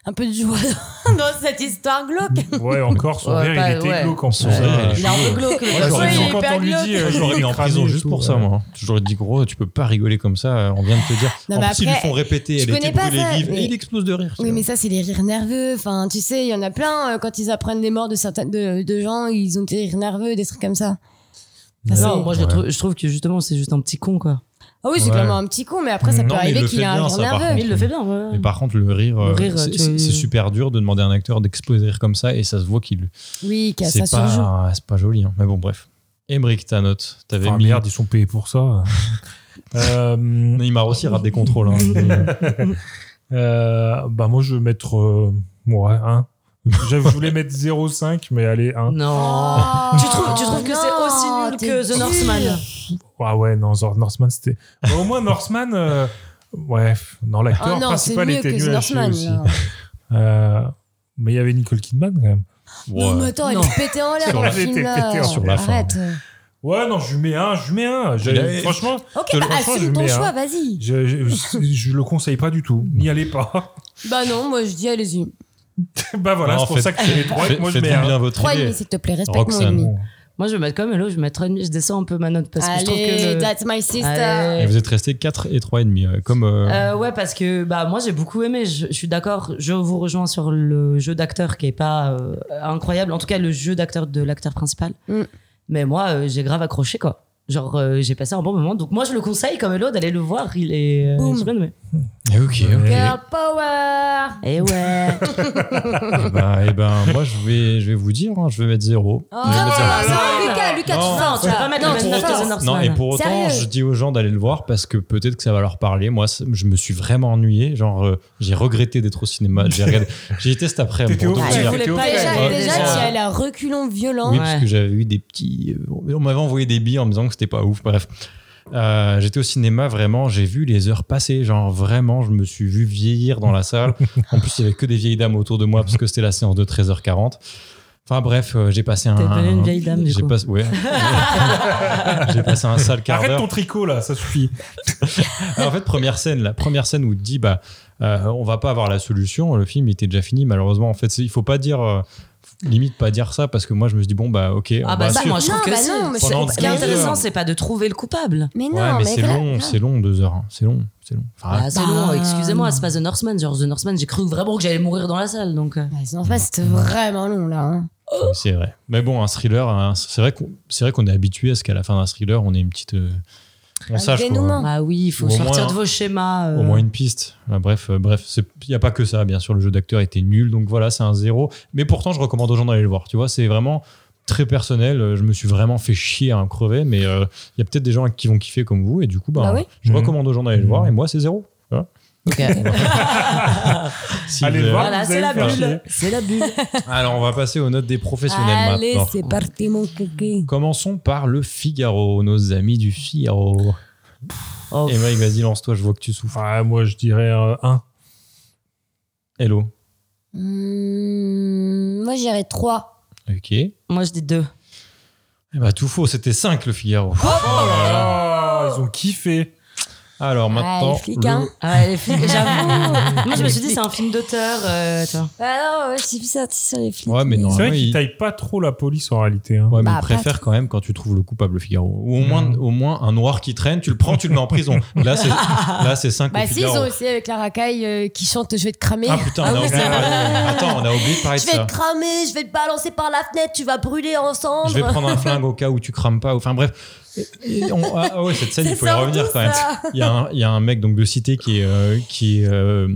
[SPEAKER 4] Un peu de joie dans cette histoire glauque.
[SPEAKER 2] Ouais, encore, son
[SPEAKER 3] Ouais,
[SPEAKER 2] rire,
[SPEAKER 3] pas-
[SPEAKER 2] il était
[SPEAKER 3] ouais.
[SPEAKER 2] glauque en
[SPEAKER 1] Son
[SPEAKER 2] plus.
[SPEAKER 1] rire, il est
[SPEAKER 3] Il est un peu glauque.
[SPEAKER 2] Ouais,
[SPEAKER 3] le
[SPEAKER 2] j'aurais
[SPEAKER 3] truc.
[SPEAKER 4] Ouais,
[SPEAKER 2] dit,
[SPEAKER 4] il est
[SPEAKER 2] quand
[SPEAKER 4] hyper
[SPEAKER 2] on lui dit,
[SPEAKER 4] glauque.
[SPEAKER 2] euh,
[SPEAKER 1] J'aurais mis en
[SPEAKER 2] cramé
[SPEAKER 1] prison
[SPEAKER 2] et
[SPEAKER 1] juste
[SPEAKER 2] tout,
[SPEAKER 1] pour ça,
[SPEAKER 2] ouais.
[SPEAKER 1] moi. J'aurais dit, gros, tu peux pas rigoler comme ça. On vient de te dire.
[SPEAKER 4] Non,
[SPEAKER 1] en
[SPEAKER 4] mais
[SPEAKER 1] plus, ils lui
[SPEAKER 4] après,
[SPEAKER 1] font répéter.
[SPEAKER 4] je
[SPEAKER 1] Elle était
[SPEAKER 4] connais pas
[SPEAKER 1] brûlée
[SPEAKER 4] ça,
[SPEAKER 1] vive.
[SPEAKER 4] mais-
[SPEAKER 1] Et il explose de rire. tu
[SPEAKER 4] Oui,
[SPEAKER 1] vois.
[SPEAKER 4] mais ça, c'est les rires nerveux. Enfin, tu sais, il y en a plein. euh, Quand ils apprennent des morts de certains de, de gens, ils ont des rires nerveux, des trucs comme ça. Enfin,
[SPEAKER 3] Non,
[SPEAKER 4] c'est-
[SPEAKER 3] moi je, le
[SPEAKER 1] Ouais.
[SPEAKER 3] trouve, je trouve que justement c'est juste un petit con quoi.
[SPEAKER 4] Ah oui, c'est
[SPEAKER 1] Ouais.
[SPEAKER 4] clairement un petit con, mais après, ça
[SPEAKER 1] Non,
[SPEAKER 4] peut
[SPEAKER 1] mais il
[SPEAKER 4] arriver
[SPEAKER 1] le
[SPEAKER 4] qu'il
[SPEAKER 1] fait
[SPEAKER 4] a
[SPEAKER 1] bien,
[SPEAKER 4] un rire
[SPEAKER 1] ça, par
[SPEAKER 4] nerveux.
[SPEAKER 3] Mais il le fait bien. ouais.
[SPEAKER 1] Mais par contre, le rire, euh,
[SPEAKER 3] rire,
[SPEAKER 1] c'est
[SPEAKER 3] tu-
[SPEAKER 1] c'est- c'est super dur de demander à un acteur d'exploser de rire comme ça. Et ça se voit qu'il.
[SPEAKER 4] Oui, qu'il y a ça
[SPEAKER 1] C'est
[SPEAKER 4] surjoue.
[SPEAKER 1] pas, c'est pas joli. hein. Mais bon, bref. Emmerich, ta note. T'avais
[SPEAKER 2] Ah,
[SPEAKER 1] mis.
[SPEAKER 2] merde, ils sont payés pour ça. euh,
[SPEAKER 1] Neymar aussi rate des contrôles. hein.
[SPEAKER 2] euh, bah, moi, je vais mettre. euh, ouais, un. Je voulais mettre 0,5, mais allez, 1.
[SPEAKER 3] Non.
[SPEAKER 4] Oh,
[SPEAKER 3] Tu trouves, tu trouves que c'est
[SPEAKER 4] non,
[SPEAKER 3] aussi nul
[SPEAKER 4] t'es
[SPEAKER 3] que The
[SPEAKER 4] dur.
[SPEAKER 3] Northman
[SPEAKER 2] Ah ouais, non, Zor- Northman, c'était. Bah, au moins, Northman. euh, Ouais, non, l'acteur
[SPEAKER 4] Ah non, c'est
[SPEAKER 2] principal
[SPEAKER 4] mieux
[SPEAKER 2] était
[SPEAKER 4] que The
[SPEAKER 2] nul à chier
[SPEAKER 4] Northman.
[SPEAKER 2] aussi.
[SPEAKER 4] genre.
[SPEAKER 2] Euh, mais il y avait Nicole Kidman quand même.
[SPEAKER 4] Non, mais
[SPEAKER 1] Ouais.
[SPEAKER 4] attends,
[SPEAKER 3] Non.
[SPEAKER 4] il est pété en
[SPEAKER 1] Sur
[SPEAKER 4] l'air,
[SPEAKER 1] la-
[SPEAKER 4] le film. là.
[SPEAKER 2] Sur
[SPEAKER 1] la fin.
[SPEAKER 4] Arrête.
[SPEAKER 2] Ouais, non, je lui mets un, je lui mets un. J'ai-
[SPEAKER 1] Il a-
[SPEAKER 2] Franchement,
[SPEAKER 4] Ok,
[SPEAKER 2] Je le-
[SPEAKER 4] bah,
[SPEAKER 2] franchement, je
[SPEAKER 4] assume ton
[SPEAKER 2] mets un.
[SPEAKER 4] choix, vas-y.
[SPEAKER 2] je, je, je le conseille pas du tout. N'y allez pas.
[SPEAKER 4] Bah non, moi, je dis, allez-y.
[SPEAKER 2] bah voilà,
[SPEAKER 1] Non,
[SPEAKER 2] c'est pour
[SPEAKER 1] faites-
[SPEAKER 2] ça que j'ai les trois. et que Moi, je
[SPEAKER 1] Faites-vous
[SPEAKER 2] mets un.
[SPEAKER 1] bien votre
[SPEAKER 4] Trois et
[SPEAKER 1] idée.
[SPEAKER 4] demi, s'il te plaît, respecte-moi et
[SPEAKER 1] Roxane.
[SPEAKER 4] demi.
[SPEAKER 3] Moi je vais mettre comme Hello, je vais mettre 3,5, je descends un peu ma note parce que
[SPEAKER 4] Allez,
[SPEAKER 3] je trouve que. le-
[SPEAKER 4] that's my sister.
[SPEAKER 3] Allez.
[SPEAKER 1] Et vous êtes restés 4 et 3,5. euh, Comme. euh,
[SPEAKER 3] Euh, ouais, parce que bah, moi j'ai beaucoup aimé, je, je suis d'accord, je vous rejoins sur le jeu d'acteur qui est pas euh, incroyable, en tout cas le jeu d'acteur de l'acteur principal.
[SPEAKER 4] Mm.
[SPEAKER 3] Mais moi euh, j'ai grave accroché quoi. Genre euh, j'ai passé un bon moment, donc moi je le conseille comme Hello d'aller le voir, il est. euh,
[SPEAKER 4] Boum.
[SPEAKER 3] j'ai bien aimé.
[SPEAKER 1] Eh, Ok, ok.
[SPEAKER 4] Girl power
[SPEAKER 3] Et ouais,
[SPEAKER 1] Eh ben, eh ben, moi, je vais, je vais vous dire, hein, je vais mettre zéro.
[SPEAKER 4] Oh,
[SPEAKER 1] Je vais mettre zéro.
[SPEAKER 4] non, non, Lucas, Lucas,
[SPEAKER 1] Non,
[SPEAKER 4] tu sors,
[SPEAKER 3] tu vas pas mettre
[SPEAKER 4] non,
[SPEAKER 3] la même
[SPEAKER 4] tu
[SPEAKER 3] note
[SPEAKER 4] sors.
[SPEAKER 3] que The Northman.
[SPEAKER 1] Non, et pour autant,
[SPEAKER 4] Sérieux
[SPEAKER 1] je dis aux gens d'aller le voir parce que peut-être que ça va leur parler. Moi, c'est- je me suis vraiment ennuyé. Genre, euh, j'ai regretté d'être au cinéma. J'ai regardé. J'y étais cet après-midi.
[SPEAKER 2] T'étais
[SPEAKER 1] pour
[SPEAKER 2] au
[SPEAKER 1] tout
[SPEAKER 3] Ah,
[SPEAKER 1] vous
[SPEAKER 3] je
[SPEAKER 1] dire.
[SPEAKER 3] voulais
[SPEAKER 2] t'es
[SPEAKER 3] pas
[SPEAKER 2] ok.
[SPEAKER 3] y
[SPEAKER 4] Déjà,
[SPEAKER 3] aller,
[SPEAKER 4] déjà, tu
[SPEAKER 3] déjà.
[SPEAKER 4] y allais à reculons violents.
[SPEAKER 1] Oui,
[SPEAKER 3] Ouais.
[SPEAKER 1] parce que j'avais eu des petits. euh, On m'avait envoyé des billes en me disant que c'était pas ouf. Bref. Euh, j'étais au cinéma, vraiment, j'ai vu les heures passer. Genre, vraiment, je me suis vu vieillir dans la salle. En plus, il y avait que des vieilles dames autour de moi parce que c'était la séance de 13h40. Enfin bref, euh, j'ai passé un.
[SPEAKER 3] T'es devenu une vieille dame, du
[SPEAKER 1] j'ai
[SPEAKER 3] coup.
[SPEAKER 1] passé- ouais. j'ai passé un sale quart
[SPEAKER 2] Arrête
[SPEAKER 1] d'heure.
[SPEAKER 2] ton tricot là, ça suffit.
[SPEAKER 1] Alors, en fait, première scène, la première scène où il dit bah euh, on va pas avoir la solution, le film était déjà fini malheureusement. En fait, c'est- il faut pas dire euh, limite pas dire ça parce que moi je me suis dit bon bah OK, on
[SPEAKER 3] Ah bah
[SPEAKER 1] va
[SPEAKER 3] ça,
[SPEAKER 1] assumer.
[SPEAKER 3] moi je trouve
[SPEAKER 4] Non,
[SPEAKER 3] que
[SPEAKER 4] bah
[SPEAKER 3] si.
[SPEAKER 4] non, mais
[SPEAKER 1] Pendant
[SPEAKER 3] Ce qui est
[SPEAKER 1] 15
[SPEAKER 3] intéressant,
[SPEAKER 1] heures.
[SPEAKER 3] c'est pas de trouver le coupable.
[SPEAKER 4] Mais non,
[SPEAKER 1] Ouais, mais, c'est
[SPEAKER 4] voilà.
[SPEAKER 1] long, c'est long deux heures, hein. c'est long, c'est long. Enfin,
[SPEAKER 3] Bah, c'est
[SPEAKER 4] bah,
[SPEAKER 3] long, excusez-moi,
[SPEAKER 4] non.
[SPEAKER 3] c'est pas The Northman. Genre, The Northman, j'ai cru vraiment que j'allais mourir dans la salle. Donc, euh.
[SPEAKER 4] Ouais, sinon, en fait, c'était vraiment long là. hein.
[SPEAKER 1] C'est vrai. Mais bon, un thriller, un- c'est vrai qu'on c'est vrai qu'on est habitué à ce qu'à la fin d'un thriller, on ait une petite. euh, on
[SPEAKER 4] Un
[SPEAKER 1] sache quoi.
[SPEAKER 4] dénouement.
[SPEAKER 3] bah oui, il faut
[SPEAKER 1] Ou au
[SPEAKER 3] sortir
[SPEAKER 1] moins-
[SPEAKER 3] de vos schémas. euh.
[SPEAKER 1] Au moins une piste. Ah, bref, euh, bref, il n'y a pas que ça. Bien sûr, le jeu d'acteur était nul, donc voilà, c'est un zéro. Mais pourtant, je recommande aux gens d'aller le voir. Tu vois, c'est vraiment très personnel. Euh, Je me suis vraiment fait chier à un crever, mais euh, il y a peut-être des gens qui vont kiffer comme vous, et du coup, bah,
[SPEAKER 4] Bah oui.
[SPEAKER 1] je
[SPEAKER 2] Mhm.
[SPEAKER 1] recommande aux gens d'aller le voir, et moi, c'est zéro.
[SPEAKER 3] Ok.
[SPEAKER 1] Si
[SPEAKER 2] Allez
[SPEAKER 1] vous-
[SPEAKER 2] le voir.
[SPEAKER 3] voilà,
[SPEAKER 2] vous
[SPEAKER 3] c'est
[SPEAKER 2] allez
[SPEAKER 3] la
[SPEAKER 2] me faire
[SPEAKER 3] bulle.
[SPEAKER 2] chier.
[SPEAKER 3] C'est la bulle.
[SPEAKER 1] Alors, on va passer aux notes des professionnels maintenant.
[SPEAKER 4] parti, mon coquet.
[SPEAKER 1] Commençons par le Figaro, nos amis du Figaro.
[SPEAKER 3] Oh,
[SPEAKER 1] Et Mike, vas-y, lance-toi, je vois que tu souffres.
[SPEAKER 2] Ah, moi je dirais euh, un.
[SPEAKER 1] Hello.
[SPEAKER 4] Mmh, moi, j'irais 3.
[SPEAKER 1] Ok. Eh
[SPEAKER 3] moi, je dis deux.
[SPEAKER 1] bah, tout faux, c'était 5 le
[SPEAKER 4] Oh.
[SPEAKER 1] Figaro.
[SPEAKER 2] Ah, Oh ils ont kiffé.
[SPEAKER 1] Alors maintenant.
[SPEAKER 4] Ah, les flics, hein.
[SPEAKER 1] le-
[SPEAKER 3] Ah, les filles, j'avoue. moi, je me suis dit, c'est un film d'auteur. euh, tu vois.
[SPEAKER 4] Ah non, ouais, je suis plus sortie sur les flics.
[SPEAKER 1] Ouais, mais non.
[SPEAKER 2] C'est vrai
[SPEAKER 1] ouais,
[SPEAKER 2] qu'ils
[SPEAKER 1] il-
[SPEAKER 2] taillent pas trop la police en réalité. hein.
[SPEAKER 1] Ouais, mais
[SPEAKER 4] Bah,
[SPEAKER 1] il préfère
[SPEAKER 4] pas-
[SPEAKER 1] quand même quand tu trouves le coupable, le Figaro. Ou au moins,
[SPEAKER 2] Mm.
[SPEAKER 1] au moins un noir qui traîne, tu le prends, tu le mets en prison. Là, c'est, là, c'est 5
[SPEAKER 4] Bah
[SPEAKER 1] au
[SPEAKER 4] si, ils
[SPEAKER 1] Figaro.
[SPEAKER 4] ont essayé avec la racaille euh, qui chante Je vais te cramer.
[SPEAKER 1] oh, Ah putain, on a
[SPEAKER 4] oui,
[SPEAKER 1] oublié de
[SPEAKER 4] c'est
[SPEAKER 1] parler-
[SPEAKER 4] vrai.
[SPEAKER 1] Attends, on a oublié de parler
[SPEAKER 4] je
[SPEAKER 1] de
[SPEAKER 4] vais
[SPEAKER 1] ça.
[SPEAKER 4] te cramer, je vais te balancer par la fenêtre, tu vas brûler ensemble.
[SPEAKER 1] Je vais prendre un flingue au cas où tu crames pas. Enfin bref. Et- et on- ah ouais, cette scène, il faut y
[SPEAKER 4] C'est
[SPEAKER 1] revenir
[SPEAKER 4] surtout
[SPEAKER 1] quand même.
[SPEAKER 4] ça.
[SPEAKER 1] Il y, a un, il y a un mec donc de cité qui est, euh, qui est euh,